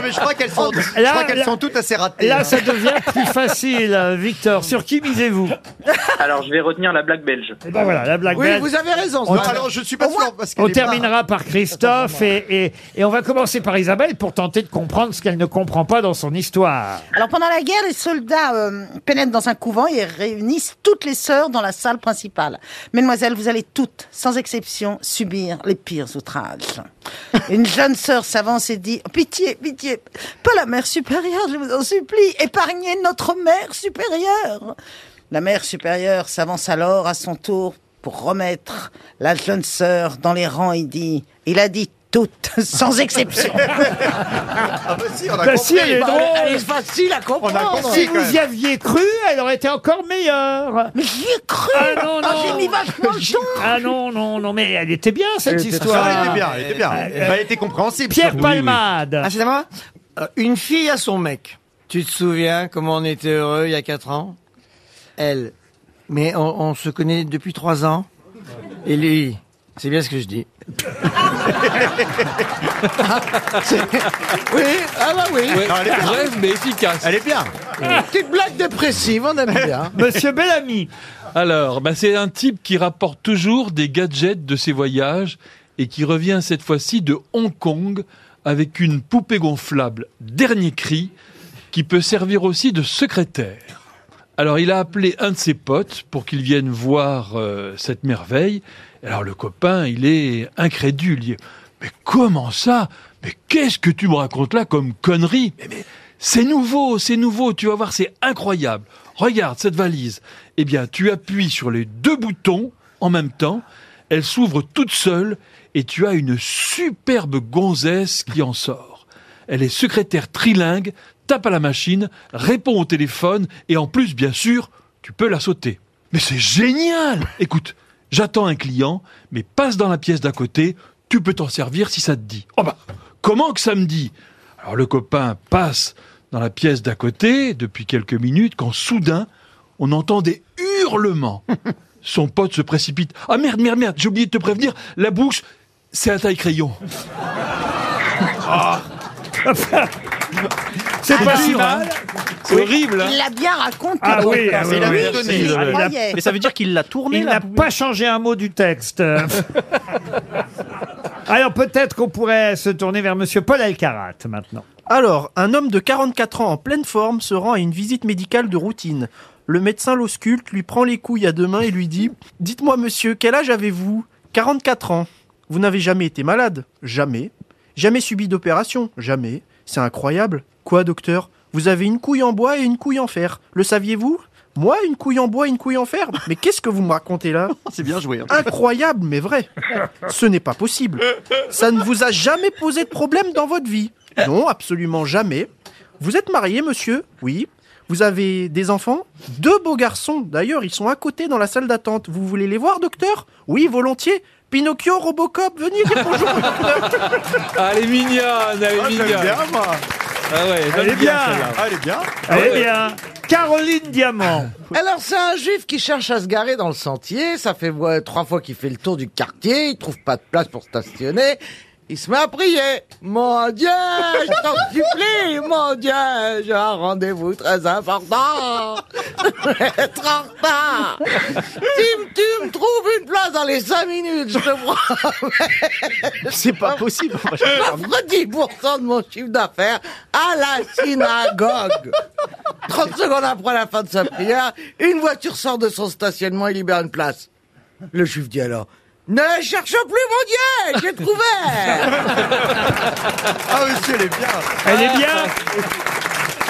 mais je crois qu'elles sont, je
Là,
crois qu'elles
là-
sont toutes assez ratées.
Là,
hein.
ça devient plus facile, euh, Victor. Sur qui misez-vous
Alors, je vais retenir la blague belge.
Eh ben voilà, la blague
Oui,
belge.
vous avez raison,
On,
ça. Alors,
Oh, je ne suis pas sûr parce qu'elle
on
est
terminera par Christophe et, et- et on va commencer par Isabelle pour tenter de comprendre ce qu'elle ne comprend pas dans son histoire.
Alors pendant la guerre, les soldats euh, pénètrent dans un couvent et réunissent toutes les sœurs dans la salle principale. Mesdemoiselles, vous allez toutes, sans exception, subir les pires outrages. Une jeune sœur s'avance et dit Pitié, pitié, pas la mère supérieure, je vous en supplie, épargnez notre mère supérieure. La mère supérieure s'avance alors à son tour pour remettre la jeune sœur dans les rangs et dit Il a dit toutes, sans exception.
Ah bah si, on a Bah si, compris. elle est drôle.
Elle est facile à
Bah,
comprendre.
Si vous y aviez cru, elle aurait été encore meilleure.
Mais j'y ai cru.
Ah non, non.
Ah, j'ai mis vachement
de Ah non, non, non, mais elle était bien cette
Elle était-
histoire.
Ah, elle était bien, elle était bien. Elle était compréhensible,
Pierre
surtout.
Palmade.
Ah, c'est à moi Euh, Une fille à son mec. Tu te souviens comment on était heureux il y a 4 ans Elle. Mais on, on se connaît depuis 3 ans. Et lui, c'est bien ce que je dis.
C'est- oui, ah bah oui.
Ouais, brève, mais efficace. Euh, Elle est bien.
Petite blague dépressive, on aime bien.
Monsieur Bellamy.
Alors, bah, c'est un type qui rapporte toujours des gadgets de ses voyages et qui revient cette fois-ci de Hong Kong avec une poupée gonflable, dernier cri, qui peut servir aussi de secrétaire. Alors, il a appelé un de ses potes pour qu'il vienne voir euh, cette merveille. Alors, le copain, il est incrédule. Il dit, mais comment ça Mais qu'est-ce que tu me racontes là comme connerie Mais- mais c'est nouveau, c'est nouveau, tu vas voir, c'est incroyable. Regarde cette valise. Eh bien, tu appuies sur les deux boutons en même temps, elle s'ouvre toute seule et tu as une superbe gonzesse qui en sort. Elle est secrétaire trilingue, tape à la machine, répond au téléphone et en plus, bien sûr, tu peux la sauter. Mais c'est génial Écoute, j'attends un client, mais passe dans la pièce d'à côté, tu peux t'en servir si ça te dit. Oh bah, comment que ça me dit Alors le copain passe dans la pièce d'à côté depuis quelques minutes quand soudain, on entend des hurlements. Son pote se précipite. Ah merde, merde, merde, j'ai oublié de te prévenir, la bouche, c'est à taille crayon. Ah.
C'est pas si
dur, hein.
mal.
C'est horrible. hein.
Il l'a bien raconté.
Ah
donc,
oui,
hein.
ah oui,
Il a
oui,
bien
oui,
donné.
oui,
Il
oui.
croyait.
Mais ça veut dire
qu'il l'a tourné.
Il n'a pas changé un mot du texte. Alors peut-être qu'on pourrait se tourner vers Monsieur Paul Alcarat maintenant.
Alors, un homme de 44 ans en pleine forme se rend à une visite médicale de routine. Le médecin l'ausculte, lui prend les couilles à deux mains et lui dit Dites-moi, monsieur, quel âge avez-vous 44 ans. Vous n'avez jamais été malade Jamais. Jamais subi d'opération Jamais. C'est incroyable. Quoi, docteur Vous avez une couille en bois et une couille en fer. Le saviez-vous Moi, une couille en bois et une couille en fer Mais qu'est-ce que vous me racontez là
C'est bien joué. hein.
Incroyable, mais vrai. Ce n'est pas possible. Ça ne vous a jamais posé de problème dans votre vie Non, absolument jamais. Vous êtes marié, monsieur Oui. Vous avez des enfants Deux beaux garçons. D'ailleurs, ils sont à côté dans la salle d'attente. Vous voulez les voir, docteur Oui, volontiers. Pinocchio, Robocop, venez dire bonjour au docteur.
Ah, elle est mignonne, elle est
Ah, je l'aime
mignonne.
bien, moi.
Ah ouais,
Elle
j'aime
est bien. Ah,
celle-là. Ah
Elle est bien. Elle est Eh bien. Caroline Diamant.
Alors, c'est un juif qui cherche à se garer dans le sentier. Ça fait ouais, trois fois qu'il fait le tour du quartier. Il trouve pas de place pour stationner. Il se met à prier. Mon Dieu, Ah, je t'en supplie, mon Dieu, j'ai un rendez-vous très important. Je vais être en retard. Si tu me trouves une place dans les cinq minutes, je te promets.
C'est pas possible.
J'offre 10% de mon chiffre d'affaires à la synagogue. 30 secondes après la fin de sa prière, une voiture sort de son stationnement et libère une place. Le juif dit alors Ne cherche plus mon Dieu, j'ai trouvé
Ah, monsieur, elle est bien.
Elle est bien.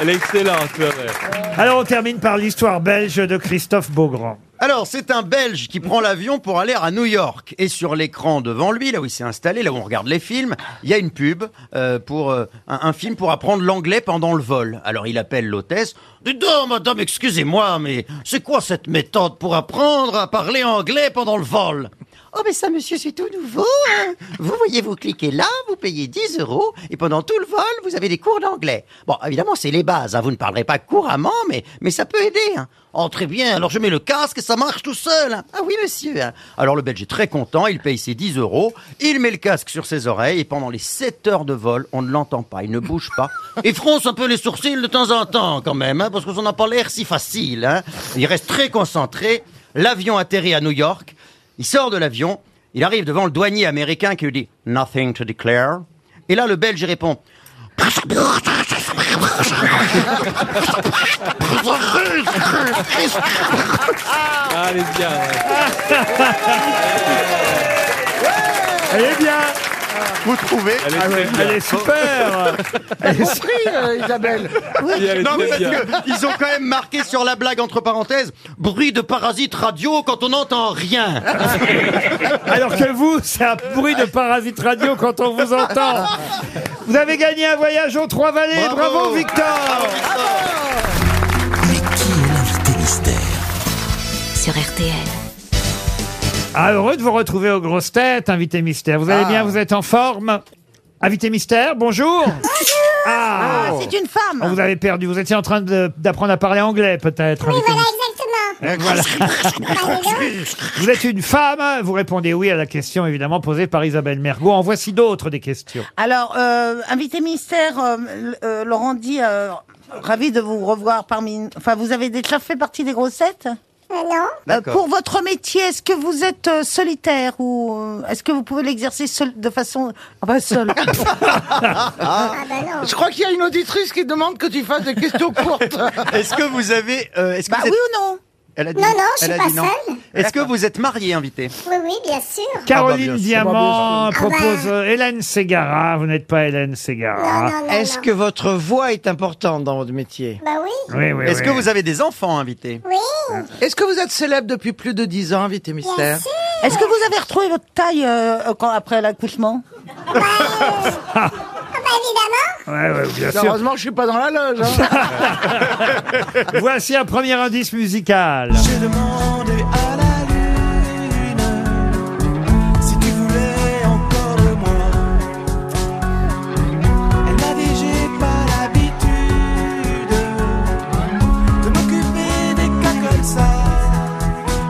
Elle est excellente. ouais, ouais.
Alors on termine par l'histoire belge de Christophe Beaugrand.
Alors, c'est un Belge qui prend l'avion pour aller à New York. Et sur l'écran devant lui, là où il s'est installé, là où on regarde les films, il y a une pub euh, pour euh, un, un film pour apprendre l'anglais pendant le vol. Alors, il appelle l'hôtesse. Dis donc, madame, excusez-moi, mais c'est quoi cette méthode pour apprendre à parler anglais pendant le vol Oh, mais ça, monsieur, c'est tout nouveau. hein. Vous voyez, vous cliquez là, vous payez 10 euros, et pendant tout le vol, vous avez des cours d'anglais. Bon, évidemment, c'est les bases. hein. Vous ne parlerez pas couramment, mais, mais ça peut aider. hein. Oh, très bien. Alors, je mets le casque et ça marche tout seul. hein. Ah oui, monsieur. hein. Alors, le Belge est très content. Il paye ses 10 euros. Il met le casque sur ses oreilles, et pendant les 7 heures de vol, on ne l'entend pas. Il ne bouge pas. Il fronce un peu les sourcils de temps en temps, quand même, hein, parce que ça n'a pas l'air si facile. hein. Il reste très concentré. L'avion atterrit à New York. Il sort de l'avion, il arrive devant le douanier américain qui lui dit Nothing to declare. Et là, le Belge il répond
Ah, elle est bien. ouais.
Elle est bien.
Vous trouvez
Elle est Ah très ouais, bien. elle est super.
T'as compris, euh, Isabelle
Non, mais parce que ils ont quand même marqué sur la blague entre parenthèses bruit de parasite radio quand on n'entend rien.
Alors que vous, c'est un bruit de parasite radio quand on vous entend. Vous avez gagné un voyage aux Trois-Vallées. Bravo, Victor
sur RTL.
Ah, heureux de vous retrouver aux grosses têtes, invité mystère. Vous allez bien, vous êtes en forme Invité mystère, bonjour
Ah, c'est une femme
Oh, Vous avez perdu, vous étiez en train de- d'apprendre à parler anglais peut-être. invité mystère. Voilà. vous êtes une femme, vous répondez oui à la question évidemment posée par Isabelle Mergot. En voici d'autres des questions.
Alors, euh, invité mystère, euh, l- euh, Laurent dit, euh, ravi de vous revoir parmi... Enfin, vous avez déjà fait partie des grossettes non.
D'accord.
pour votre métier, est-ce que vous êtes euh, solitaire ou euh, est-ce que vous pouvez l'exercer seul, de façon... Ah bah seul. Ah, bah
Je crois qu'il y a une auditrice qui demande que tu fasses des questions courtes.
Est-ce que vous avez. euh, est-ce que
Bah
vous êtes-
oui ou non
Elle a
Non, non, je
elle
suis
a
pas
dit non.
seule.
Est-ce que vous êtes marié, invité
Oui, oui, bien sûr.
Ah
Caroline Diamant
Ah bah.
propose euh, Hélène Ségara. Vous n'êtes pas Hélène Ségara.
Est-ce que votre voix est importante dans votre métier
Bah oui.
Oui, oui,
Est-ce
oui.
que vous avez des enfants invités
Oui.
Est-ce que vous êtes célèbre depuis plus de 10 ans, invité mystère
Est-ce que vous avez retrouvé votre taille euh, quand, après l'accouchement
Ouais, ouais, bien sûr.
Heureusement que je suis pas dans la loge. hein.
Voici un premier indice musical.
demandé à la lune si tu voulais encore de moi. Elle m'a dit j'ai pas l'habitude de m'occuper des cas comme ça.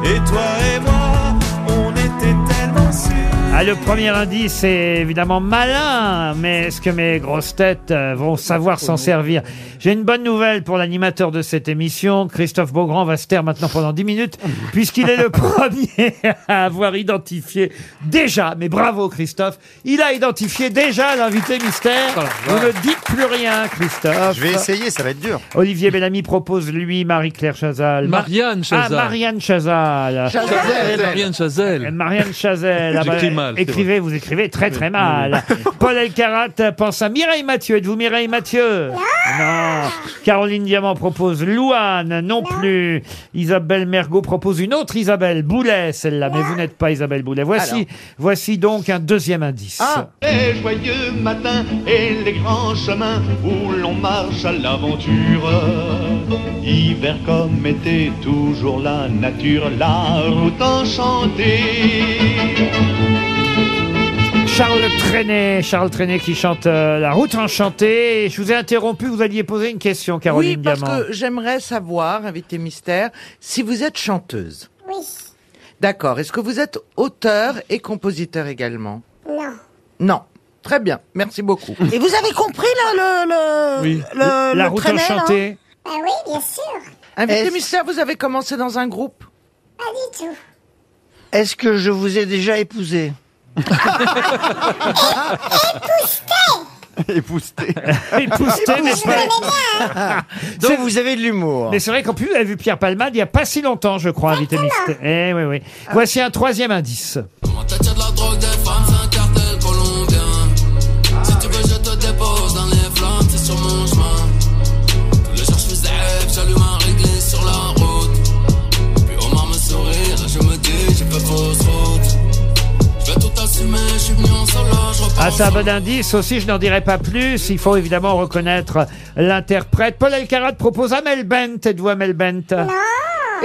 Et toi et moi, on était tellement sûrs.
Ah, le premier indice c'est évidemment malin, mais est-ce que mes grosses têtes euh, vont savoir s'en servir J'ai une bonne nouvelle pour l'animateur de cette émission. Christophe Beaugrand va se taire maintenant pendant 10 minutes, puisqu'il est le premier à avoir identifié déjà, mais bravo Christophe, il a identifié déjà Ah, l'invité mystère. Vous ne dites plus rien, Christophe.
Je vais essayer, ça va être dur.
Olivier Bellamy propose lui Marie-Claire Chazal. Mar-
Marianne Chazal.
Ah, Marianne Chazal.
Chazelle. Marianne
Chazelle. Marianne Chazelle. Ah bah,
J'écris mal, c'est
Écrivez, vous écrivez très très mal. Paul Elkarat pense à Mireille Mathieu. Êtes-vous Mireille Mathieu Non. Caroline Diamant propose Louane. Non plus. Isabelle Mergot propose une autre Isabelle Boulet, celle-là. Mais vous n'êtes pas Isabelle Boulet. Voici,
Alors.
voici donc un deuxième indice.
Ah.
Les joyeux matins et les grands chemins où l'on marche à l'aventure. Hiver comme été, toujours la nature, la route enchantée.
Charles Trenet, Charles Trenet qui chante euh, La Route Enchantée. Je vous ai interrompu, vous alliez poser une question, Caroline
Oui, parce
Diamant.
que j'aimerais savoir, invité mystère, si vous êtes chanteuse.
Oui.
D'accord. Est-ce que vous êtes auteur et compositeur également
Non.
Non. Très bien. Merci beaucoup.
Et vous avez compris là le, le, le- le hein traînet, là
Bah oui, bien sûr.
Invité
Est-ce-
mystère, vous avez commencé dans un groupe
Pas du tout.
Est-ce que je vous ai déjà épousé
Épousté.
Ah,
Épousté, mais
hein.
pas.
Donc vous avez de l'humour. Mais c'est vrai qu'en plus, vous avez vu Pierre Palmade il n'y a pas si longtemps, je
Ah,
crois, invité mystère. Eh oui, oui. Voici un troisième indice.
T'attires de la drogue, des femmes, c'est un cartel colombien. Si tu veux, je te dépose dans les flammes, c'est sur mon chemin. Le jour, je faisais rêve, j'allume un réglé sur la route. Puis Omar me sourire, et je me dis, j'ai fait fausse route. Je vais tout assumer, je suis venu en solo, je
Ah,
repars.
c'est un bon indice aussi, je n'en dirai pas plus. Il faut évidemment reconnaître l'interprète. Paul Elkarat propose Amel Bent. Êtes-vous Amel Bent
Ah.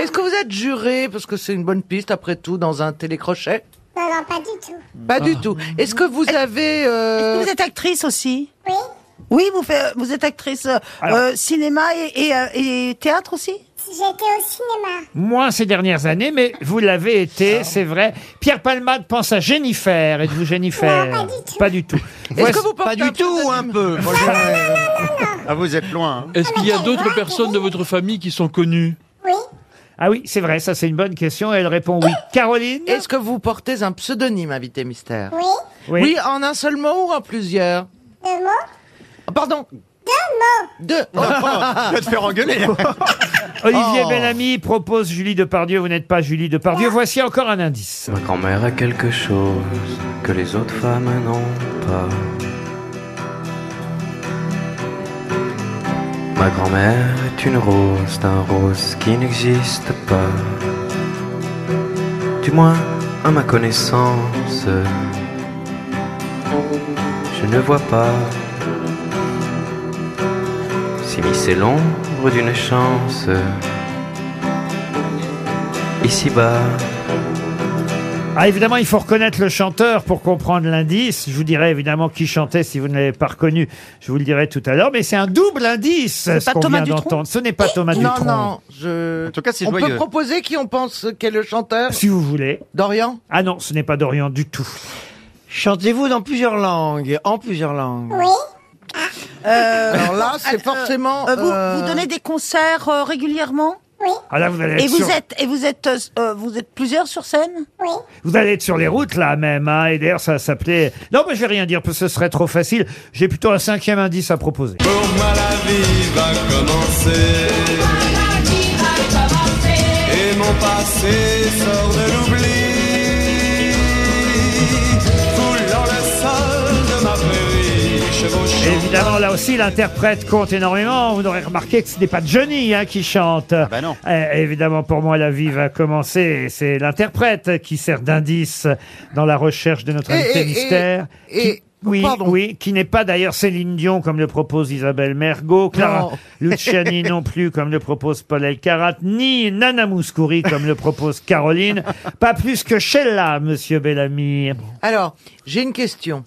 Est-ce que vous êtes juré, parce que c'est une bonne piste après tout, dans un télécrochet
Non, non, pas du tout.
Pas du
Ah.
tout. Est-ce que vous avez... euh,
Vous êtes actrice aussi Oui. Oui, vous, fait- vous êtes actrice euh, euh, cinéma et, et, euh, et théâtre aussi
J'étais au cinéma.
Moins ces dernières années, mais vous l'avez été, c'est vrai. Pierre Palmade pense à Jennifer. Êtes-vous Jennifer
Non, pas du tout.
Pas du tout.
Est-ce
Voici-
que vous Pas du tout
hein,
ou un peu Moi, je- Ah, vous êtes loin. hein.
Est-ce qu'il y a d'autres personnes de votre famille qui sont connues
Oui.
Ah oui, c'est vrai, ça c'est une bonne question. Elle répond oui. Caroline
Est-ce que vous portez un pseudonyme, invité mystère
Oui.
Oui.
Oui, en un seul mot ou en plusieurs
Deux mots.
Ah, Pardon Deux
Oh,
mots Deux
Je vais te faire engueuler.
Olivier
Oh.
Bellamy propose Julie Depardieu. Vous n'êtes pas Julie Depardieu. Voici encore un indice.
Ma grand-mère a quelque chose que les autres femmes n'ont. pas. Ma grand-mère est une rose d'un rose qui n'existe pas. Du moins, à ma connaissance, je ne vois pas s'immiscer l'ombre d'une chance ici-bas.
Ah, évidemment, il faut reconnaître le chanteur pour comprendre l'indice. Je vous dirai évidemment qui chantait si vous ne l'avez pas reconnu. Je vous le dirai tout à l'heure. Mais c'est un double indice,
C'est
ce
pas
qu'on
Thomas
vient
Dutronc Oh,
d'entendre. Ce n'est pas Thomas
non,
Dutronc.
non, je... En tout cas,
c'est
On
joyeux.
peut proposer qui on pense qu'est le chanteur
Si vous voulez.
Dorian
Ah non, ce n'est pas Dorian du tout.
Chantez-vous dans plusieurs langues, en plusieurs langues. Oui.
Euh,
Alors là, c'est forcément,
vous,
euh,
vous donnez des concerts euh, régulièrement Oui.
Ah là, vous allez
et
être
vous
sur-
êtes et vous êtes euh, euh, vous êtes plusieurs sur scène Oui.
Vous allez être sur les routes là même, hein, et d'ailleurs ça s'appelait... Non mais je vais rien dire parce que ce serait trop facile, j'ai plutôt un cinquième indice à proposer.
Pour moi la vie va commencer Et mon passé sort de l'oubli Foulant le sol de ma prairie
Et
Chevauchant
Évidemment, là aussi, l'interprète compte énormément. Vous aurez remarqué que ce n'est pas Johnny hein, qui chante. Euh, évidemment, pour moi, la vie va commencer. Et C'est l'interprète qui sert d'indice dans la recherche de notre
Et-
invité
et- et-
mystère.
et-
Qui- oui, oui, qui n'est pas d'ailleurs Céline Dion comme le propose Isabelle Mergot, Clara
Non.
Luciani non plus comme le propose Paul Elkarat, ni Nana Mouskouri comme le propose Caroline, pas plus que Sheila, Monsieur Bellamy.
Alors, j'ai une question.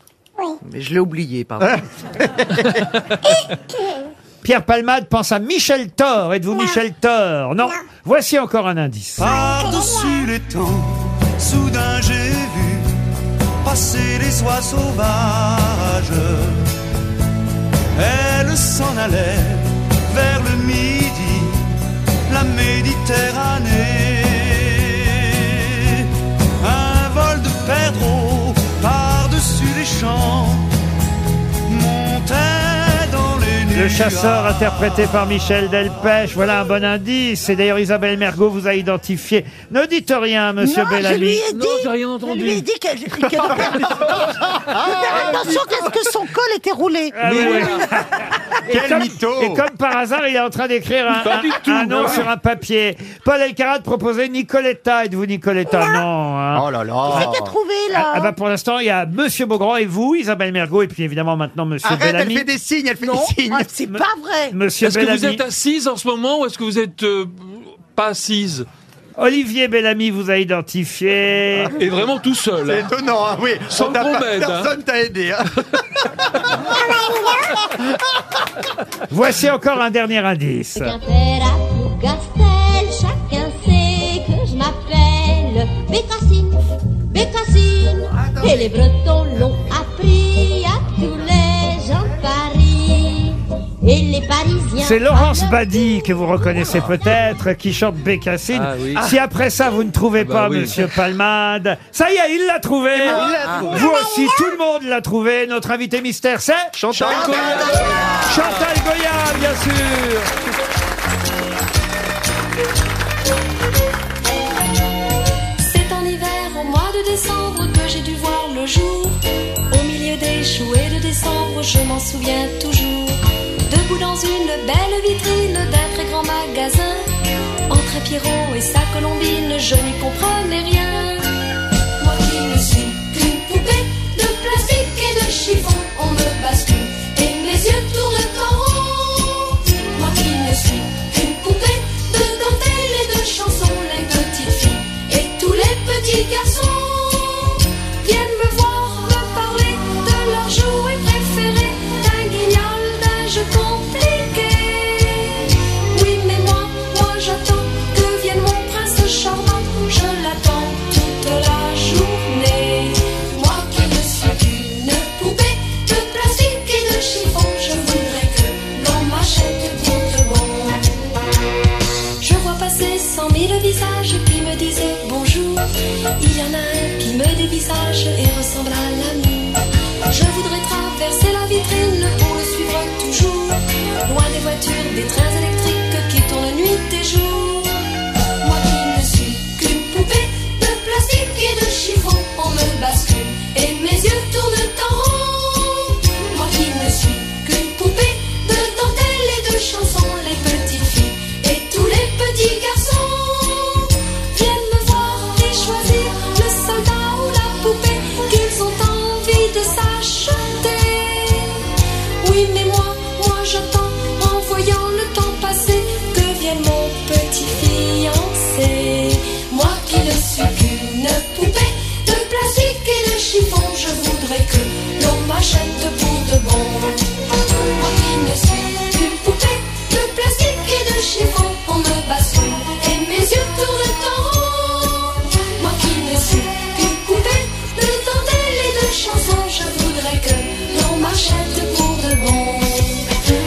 Mais je l'ai oublié, pardon.
Pierre Palmade pense à Michel Thor. Êtes-vous Michel Thor non. Voici encore un indice.
Par-dessus les temps, soudain j'ai vu passer les oies sauvages. Elles s'en allaient vers le midi, la Méditerranée. Un vol de perdreaux par-dessus les champs montait dans les nuages.
Le chasseur interprété par Michel Delpech, voilà un bon indice. Et d'ailleurs Isabelle Mergot vous a identifié. Ne dites rien, monsieur
non,
Bellamy.
Je lui ai dit, Je lui ai dit qu'elle qu'elle devait faire devait faire attention qu'est-ce que son col était roulé.
Ah oui, oui. Et comme- Et comme par hasard, il est en train d'écrire un,
Pas
un-
du tout,
un nom
non.
sur un papier. Paul Elkarat proposait Nicoletta. Êtes-vous Nicoletta Non. Oh
là là.
C'est qui a trouvé là
Ah, ah bah, pour l'instant, il y a Monsieur Beaugrand et vous, Isabelle Mergot, et puis évidemment maintenant Monsieur
Arrête, elle
Bellamy.
fait des
signes, elle fait
des signes.
ah,
c'est pas vrai.
Monsieur
Est-ce que vous
Bellamy.
êtes assise en ce moment ou est-ce que vous êtes euh, pas assise
Olivier Bellamy vous a identifié.
Et vraiment tout seul. hein.
étonnant, hein, oui.
Sans
On t'a
qu'on
pas-
m'aide, hein.
Personne t'a aidé. hein.
Voici encore un dernier indice.
Eh Quimper à Plougastel, chacun sait que je m'appelle Bécassine, Bécassine. Et les Bretons l'ont appris à tous les gens de Paris. Et les Parisiens.
C'est Laurence Badi que vous reconnaissez peut-être, qui chante Bécassine.
Ah oui.
Si après ça vous ne trouvez
Ah bah
pas
oui.
Monsieur Palmade, ça y est, il l'a trouvé.
Eh ben, il l'a trouvé.
Vous aussi, tout le monde l'a trouvé. Notre invité mystère, c'est Chantal
Goya.
Chantal Goya, bien sûr.
C'est en hiver, au mois de décembre, que j'ai dû voir le jour. Au milieu des jouets de décembre, je m'en souviens toujours. Debout dans une belle vitrine d'un très grand magasin, entre Pierrot et sa colombine, je n'y comprenais rien. Moi qui ne suis qu'une poupée de plastique et de chiffon, on me bascule et mes yeux tournent en rond. Moi qui ne suis qu'une poupée de dentelle et de chansons, les petites filles et tous les petits garçons viennent me voir me parler de leur jouet préféré, d'un guignol, d'un jeu compliqué. Oui, mais moi, moi j'attends que vienne mon prince charmant, je l'attends toute la journée. Moi qui ne suis qu'une poupée de plastique et de chiffon, je voudrais que l'on m'achète contre bon. Je vois passer cent mille visages qui me disent bonjour. Il y en a un qui me dévisage et ressemble à l'amour. Je voudrais traverser la vitrine pour le suivre toujours. Loin des voitures, des trains électriques qui tournent nuit et jour. Moi qui ne suis qu'une poupée de plastique et de chiffon, on me bascule et mes yeux tournent en rond. poupée de plastique et de chiffon. Je voudrais que l'on m'achète pour de bon. Moi qui ne suis qu'une poupée de plastique et de chiffon, on me bascule et mes yeux tournent en rond. Moi qui ne suis qu'une poupée de dentelle et de chansons, je voudrais que l'on m'achète pour de bon.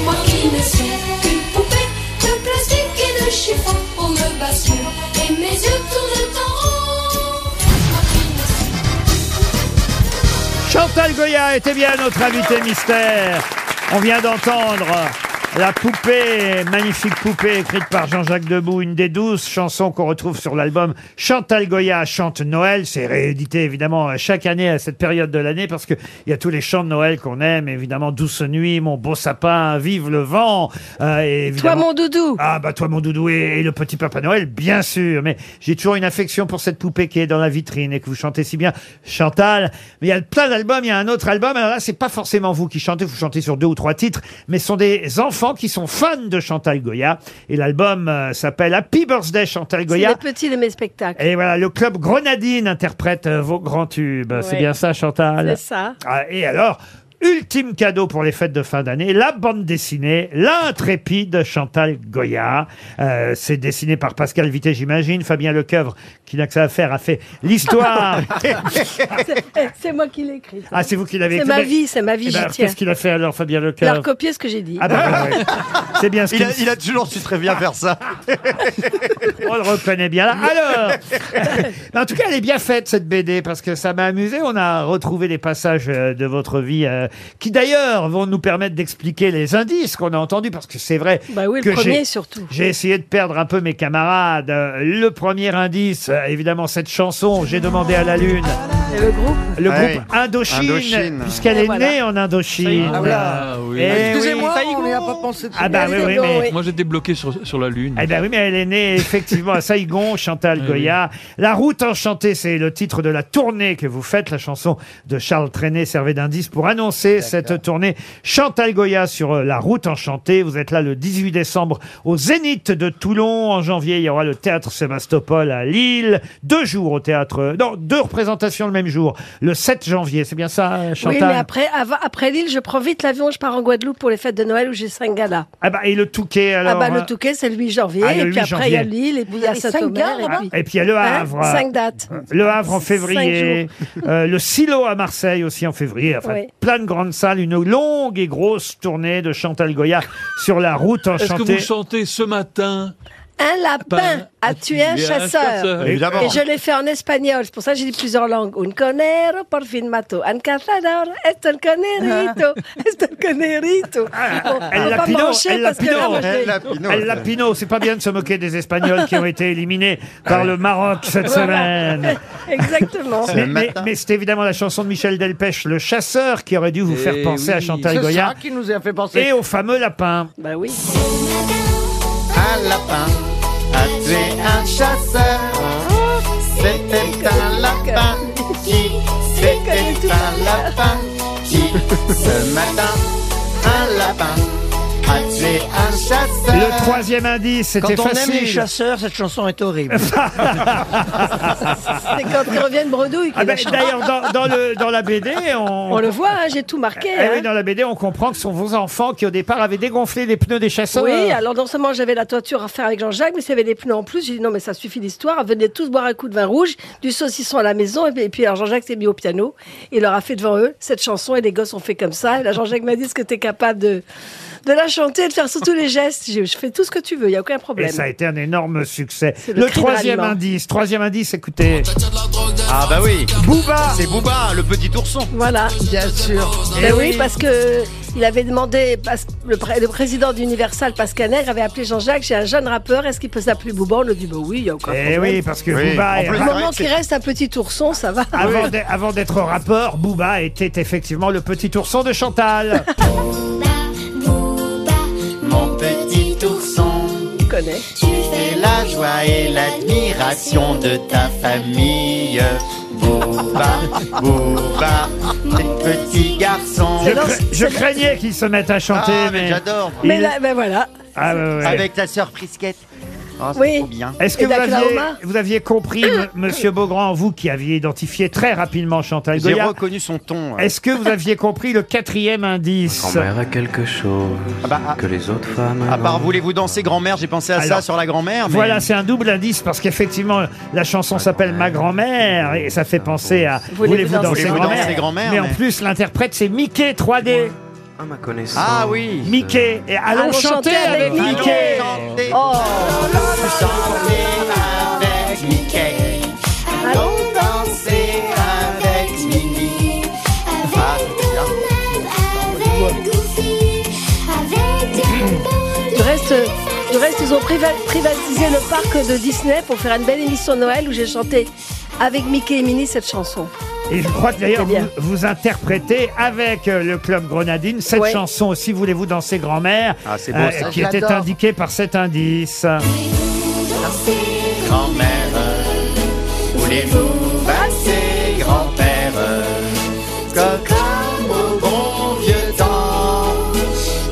Moi qui ne suis qu'une poupée de plastique et de chiffon, on me bascule et mes yeux tournent en rond.
Chantal Goya était bien notre invité mystère. On vient d'entendre la poupée, magnifique poupée écrite par Jean-Jacques Debout, une des douze chansons qu'on retrouve sur l'album Chantal Goya chante Noël. C'est réédité évidemment chaque année à cette période de l'année parce qu'il y a tous les chants de Noël qu'on aime, évidemment Douce Nuit, Mon Beau Sapin, Vive le Vent. euh, et évidemment-
mon doudou.
Ah bah toi mon doudou et, et le petit Papa Noël, bien sûr. Mais j'ai toujours une affection pour cette poupée qui est dans la vitrine et que vous chantez si bien, Chantal. Mais il y a plein d'albums, il y a un autre album. Alors là, c'est pas forcément vous qui chantez, vous chantez sur deux ou trois titres, mais ce sont des enfants qui sont fans de Chantal Goya. Et l'album euh, s'appelle Happy Birthday Chantal
C'est les
Goya.
petits de mes spectacles.
Et voilà, le club Grenadine interprète euh, vos grands tubes. C'est
Ouais.
bien ça, Chantal
C'est ça.
ah, et alors, ultime cadeau pour les fêtes de fin d'année, la bande dessinée, l'intrépide Chantal Goya. Euh, c'est dessiné par Pascal Vité, j'imagine. Fabien Lecoeuvre, qui n'a que ça à faire, a fait l'histoire.
C'est- eh, C'est moi qui l'ai écrit.
ah, c'est vous qui l'avez
C'est
écrit.
ma
Mais-
vie, c'est ma vie,
Eh ben,
j'y
alors,
tiens.
Qu'est-ce qu'il a fait alors, Fabien
Il a
Lecoeuvre
recopié ce que j'ai dit.
Ah bah, ouais, ouais. C'est bien ce
il,
qu'il-
a, il a toujours su très bien faire ça.
On le reconnaît bien là. Alors, en tout cas, elle est bien faite cette BD parce que ça m'a amusé. On a retrouvé les passages euh, de votre vie euh, qui d'ailleurs vont nous permettre d'expliquer les indices qu'on a entendus parce que c'est vrai.
Bah oui, le
que
premier
j'ai-
surtout.
J'ai essayé de perdre un peu mes camarades. Euh, Le premier indice, euh, évidemment, cette chanson, j'ai demandé à la lune.
Et le groupe
Le
Ah
groupe
oui.
Indochine,
Indochine.
puisqu'elle
Et
est
voilà.
née en Indochine.
Ah voilà.
Eh oui.
Excusez-moi, on n'y a pas pensé.
Ah bah oui, oui, mais...
Moi j'étais bloqué sur, sur la Lune.
Eh ben oui, mais elle est née effectivement à Saigon, Chantal Goya. La route enchantée, c'est le titre de la tournée que vous faites. La chanson de Charles Trenet servait d'indice pour annoncer cette tournée Chantal Goya sur euh, la route enchantée. Vous êtes là le 18 décembre au Zénith de Toulon. En janvier, il y aura le théâtre Sébastopol à Lille. Deux jours au théâtre, euh, non, deux représentations le même jour. Le 7 janvier, c'est bien ça, euh,
Oui,
Chantal
mais après, avant- après Lille, je prends vite l'avion, je pars en Guadeloupe pour les fêtes de Noël où j'ai cinq galas.
Ah bah, et le Touquet alors
ah bah
hein
le Touquet, c'est le 8 janvier,
Ah, le
et puis
8
après il y a
janvier.
Lille, et puis Hein il y a
avez cinq
Saint-Omer,
galas là-bas
Ah, Et puis il y a Le Havre.
5 dates.
Euh, Le Havre en
Cinq
février, euh, le Silo à Marseille aussi en février. Enfin,
Oui.
plein de grandes salles, une longue et grosse tournée de Chantal Goya sur la route
Est-ce que
enchantée.
vous chantez ce matin
Un lapin a tué un
tué un chasseur.
chasseur. Et
Évidemment.
je l'ai fait en espagnol. C'est pour ça que j'ai dit plusieurs langues. Un conero por fin mato. Un cazador est un conerito.
Ah.
Est un conerito. Bon,
El
faut Ah, pas
Lapino,
manger
El
parce que là,
Lapino,
moi, je vais-
El Lapino, c'est pas bien de se moquer des Espagnols qui ont été éliminés par le Maroc cette
Voilà.
semaine.
Exactement.
Mais, mais- mais c'est évidemment la chanson de Michel Delpech, Le Chasseur, qui aurait dû vous
Eh
faire penser à Chantal
C'est ça
Goya
qui nous a fait penser.
et au fameux lapin.
Bah oui.
Un lapin a tué un chasseur. C'était un lapin qui, c'était un lapin qui, ce matin, un lapin a tué un chasseur.
Le troisième indice,
Quand
c'était
on
facile.
aime les chasseurs, cette chanson est horrible.
C'est quand ils reviennent bredouille.
Ah ben, D'ailleurs, dans, dans le, dans la BD, on,
On le voit, hein, j'ai tout marqué.
Eh oui,
hein.
dans la BD, on comprend que ce sont vos enfants qui, au départ, avaient dégonflé les pneus des chasseurs.
Oui, alors non seulement j'avais la toiture à faire avec Jean-Jacques, mais s'il y avait des pneus en plus, j'ai dit non, mais ça suffit l'histoire. Venez tous boire un coup de vin rouge, du saucisson à la maison. Et puis, et puis, alors Jean-Jacques s'est mis au piano, il leur a fait devant eux cette chanson et les gosses ont fait comme ça. Et là, Jean-Jacques m'a dit est-ce que t'es capable de, de la chanter, de faire surtout les gestes J'ai dit, Je fais tout ce que tu veux, il n'y a aucun
Et
problème.
ça a été un énorme succès.
le
Le,
cri de
troisième
ralliement.
indice, troisième indice, écoutez.
Ah bah oui.
Booba.
C'est Booba, le petit ourson.
Voilà, bien sûr.
Eh
Ben oui,
oui.
parce que il avait demandé, parce- le, pré- le président d'Universal, Pascaner, avait appelé Jean-Jacques, j'ai un jeune rappeur, est-ce qu'il peut s'appeler Bouba On lui a dit, bah oui, il n'y a aucun
Eh
problème.
oui, parce que Booba est-
Du moment qu'il reste un petit ourson, ça va.
Avant d'être- avant d'être rappeur, Booba était effectivement le petit ourson de Chantal.
Mon petit ourson,
Tu connais.
tu fais la joie et l'admiration de ta famille. Booba, Booba, petit garçon.
Je, cra- je craignais qu'il se mette à chanter,
Ah, mais
mais,
j'adore.
il-
Mais là, ben voilà.
Ah, ouais, ouais.
Avec ta sœur Frisquette. Ah, c'est
Oui.
trop bien.
Est-ce que vous aviez, vous aviez compris, m- monsieur Beaugrand, vous qui aviez identifié très rapidement Chantal
J'ai
Goya
reconnu son ton.
Est-ce que vous aviez compris le quatrième indice
Grand-mère a quelque chose que les autres femmes.
À part
n'ont
voulez-vous danser grand-mère, j'ai pensé à ça
Alors,
sur la grand-mère. mais-
Voilà, c'est un double indice parce qu'effectivement, la chanson s'appelle Ma grand-mère et ça fait penser à
Voulez-vous
Voulez-vous
danser
danser grand-mère
grand-mère,
Mais en
mais-
plus, l'interprète, c'est Mickey 3D.
À ma connaissance.
Ah oui Mickey et allons, chanter, avec Mickey
Oh. avec Mickey. Allons danser avec Mimi. Avec Donald, avec Goofy, avec
Du reste, euh, du reste, ils ont priva- privatisé le parc de Disney pour faire une belle émission de Noël où j'ai chanté avec Mickey et Minnie cette chanson.
Et je crois que d'ailleurs,
C'est
vous,
bien.
vous interprétez avec euh, le club Grenadine cette
Ouais.
chanson aussi, Voulez-vous danser grand-mère
Ah,
euh,
c'est beau, ça.
Qui
Je
était
l'adore.
indiquée par cet indice.
Grand-mère, voulez-vous passer grand-père
Comme au bon vieux temps,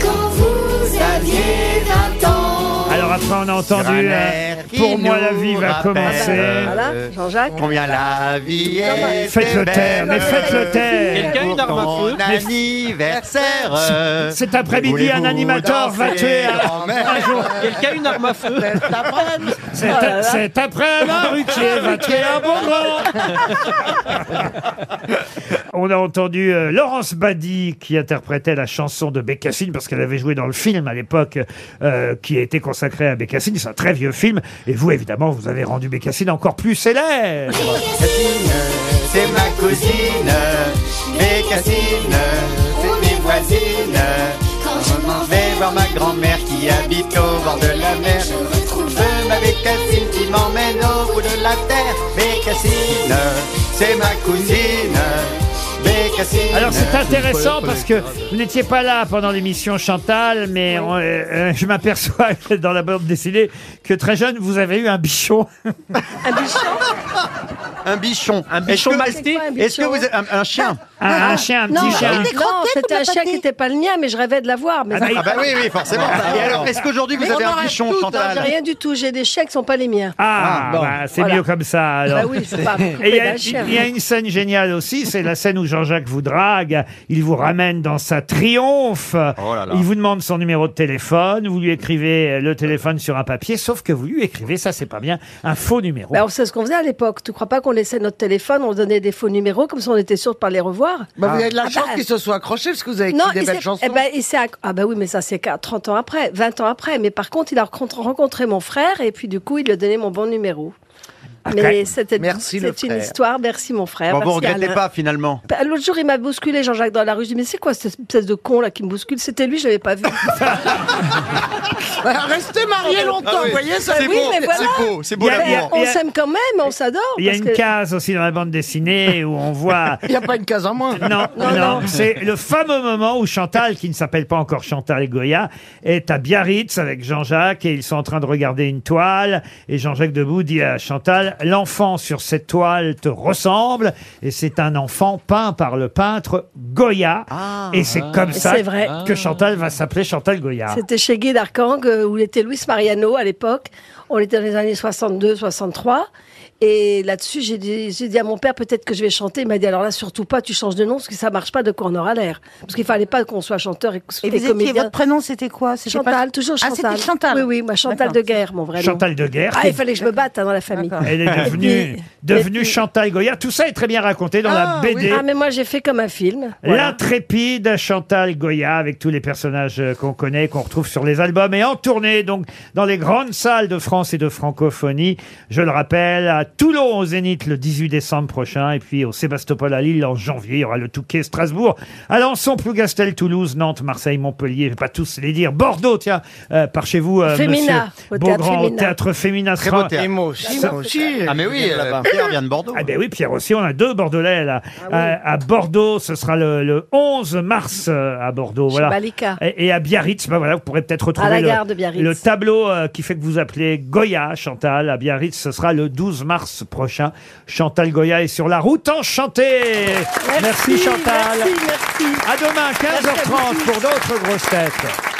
quand vous aviez 20 ans.
Alors après, on a entendu euh,
Granère qui
Pour moi, la
nous
vie va
rappelle,
commencer.
Voilà,
Jean-Jacques.
Combien la vie Euh, est
Faites le
belle.
taire, mais faites le taire. Quelqu'un a une
Pour
arme à
ton
feu
anniversaire.
Cet après-midi, un
voulez-vous
animateur va
danser
tuer un-
grand-mère
un jour.
Quelqu'un a une arme à feu
C'est c'est après la Ruquier va tuer un bon On a entendu euh, Laurence Badi qui interprétait la chanson de Bécassine parce qu'elle avait joué dans le film à l'époque euh, qui a été consacré à Bécassine. C'est un très vieux film. Et vous, évidemment, vous avez rendu Bécassine encore plus célèbre.
C'est ma cousine, mes cassines, c'est mes voisines. Quand je m'en vais voir ma grand-mère qui habite au bord de la mer, je retrouve ma bécassine qui m'emmène au bout de la terre. Mes cassines, c'est ma cousine, mes cassines.
Alors c'est intéressant parce que vous n'étiez pas là pendant l'émission Chantal, mais on- euh, euh, je m'aperçois que dans la bande dessinée que très jeune vous avez eu un bichon.
Un bichon
Un bichon. Un
bichon Est-ce que- masté c'est quoi, un bichon
Est-ce que vous êtes un, un chien
Ah, Un, un chien, un
non,
petit chien.
non, c'était un chien qui n'était pas le mien, mais je rêvais de l'avoir. Mais
Ah bah, ah bah oui, oui, forcément. Et alors, est-ce qu'aujourd'hui vous
Mais
avez
on
un
en rêve
bichon,
toutes, hein,
Chantal
J'ai rien du tout, j'ai des chiens qui ne sont pas les miens.
Ah, bah, c'est
Voilà.
mieux comme ça. Alors.
Bah oui, c'est pas
Et il y, a-
la chair.
il y a une scène géniale aussi, c'est la scène où Jean-Jacques vous drague. Il vous ramène dans sa triomphe.
Oh
Il vous demande son numéro de téléphone. Vous lui écrivez le téléphone sur un papier, sauf que vous lui écrivez, ça c'est pas bien, un faux numéro.
Bah, on sait ce qu'on faisait à l'époque. Tu crois pas qu'on laissait notre téléphone, on donnait des faux numéros, comme si on était sûr de pas les revoir
Bah, vous avez de la
Ah
chance
bah,
qu'ils se soient accrochés parce que vous avez
Non,
écrit des
il
belles
s'est-
chansons.
eh ben, il s'est acc- ah bah oui, mais ça c'est qu'à 30 ans après, 20 ans après. Mais par contre, il a rencontré, rencontré mon frère et puis du coup, il lui a donné mon bon numéro. Mais
Ah,
ouais.
c'était
Merci, le
c'est une
frère.
histoire. Merci mon frère.
Bon, vous
merci,
regrettez
Alain.
pas finalement.
Bah, L'autre jour, il m'a bousculé, Jean-Jacques, dans la rue. Je lui ai dit, mais c'est quoi cette espèce de con là qui me bouscule C'était lui, je l'avais pas vu.
Restez mariés longtemps,
Ah oui.
vous voyez, ça
Oui, mais voilà.
beau,
Mais
l'amour.
On s'aime quand même, on s'adore.
Il y a
parce
une
que-
case aussi dans la bande dessinée où on voit.
Il n'y a pas une case en moins.
Non, non, c'est le fameux moment où Chantal, qui ne s'appelle pas encore Chantal Goya, est à Biarritz avec Jean-Jacques et ils sont en train de regarder une toile. Et Jean-Jacques Debout dit à Chantal L'enfant sur cette toile te ressemble et c'est un enfant peint par le peintre Goya. et c'est
Ah.
comme ça
C'est vrai.
que Chantal va s'appeler Chantal Goya.
C'était chez Guy d'Arcang, euh, où il était Luis Mariano à l'époque. On était dans les années 62, 63. Et là-dessus, j'ai dit, j'ai dit à mon père, peut-être que je vais chanter. Il m'a dit, alors là, surtout pas, tu changes de nom, parce que ça marche pas de quoi on aura l'air. Parce qu'il fallait pas qu'on soit chanteur et,
Et vous étiez- votre
prénom, c'était quoi Chantal,
pas-
toujours
Ah,
Chantal.
c'était Chantal.
Oui, oui, moi, Chantal de
D'accord.
Guerre, mon vrai nom.
Chantal de Guerre,
Ah,
qui-
il fallait que je me batte hein, dans la famille.
Elle
Et
est devenue,
puis-
devenue Chantal Goya. Tout ça est très bien raconté dans la
Ah, oui.
BD.
Ah, mais moi, j'ai fait comme un film. Voilà.
L'intrépide Chantal Goya avec tous les personnages euh, qu'on connaît, qu'on retrouve sur les albums et en tournée donc dans les grandes salles de France et de francophonie. Je le rappelle, à Toulon au Zénith le 18 décembre prochain et puis au Sébastopol à Lille en janvier. Il y aura le Touquet, Strasbourg, Alençon, Plougastel, Toulouse, Nantes, Marseille, Montpellier. Je vais pas tous les dire. Bordeaux, tiens, euh, par chez vous, euh,
Fémina,
monsieur
au théâtre
Beaugrand, au
Fémina.
théâtre Fémina.
Très beau
sera-
théâtre. Émo aussi,
Ça-
moi aussi, Ah, mais oui, euh, là-bas. Pierre vient de Bordeaux. hein.
Ah ben oui, Pierre aussi, on a deux Bordelais
Ah
là. Euh, à, à Bordeaux, ce sera le, le 11 mars euh, à Bordeaux. Voilà.
Malika.
Et, et à Biarritz, ben voilà, vous pourrez peut-être retrouver
la
le-
gare de
le,
Biarritz.
tableau euh, qui fait que vous appelez Goya, Chantal, à Biarritz. Ce sera le 12 mars prochain. Chantal Goya est sur la route enchantée. Merci, Chantal.
Merci, merci.
À demain, 15h30 pour d'autres grosses têtes.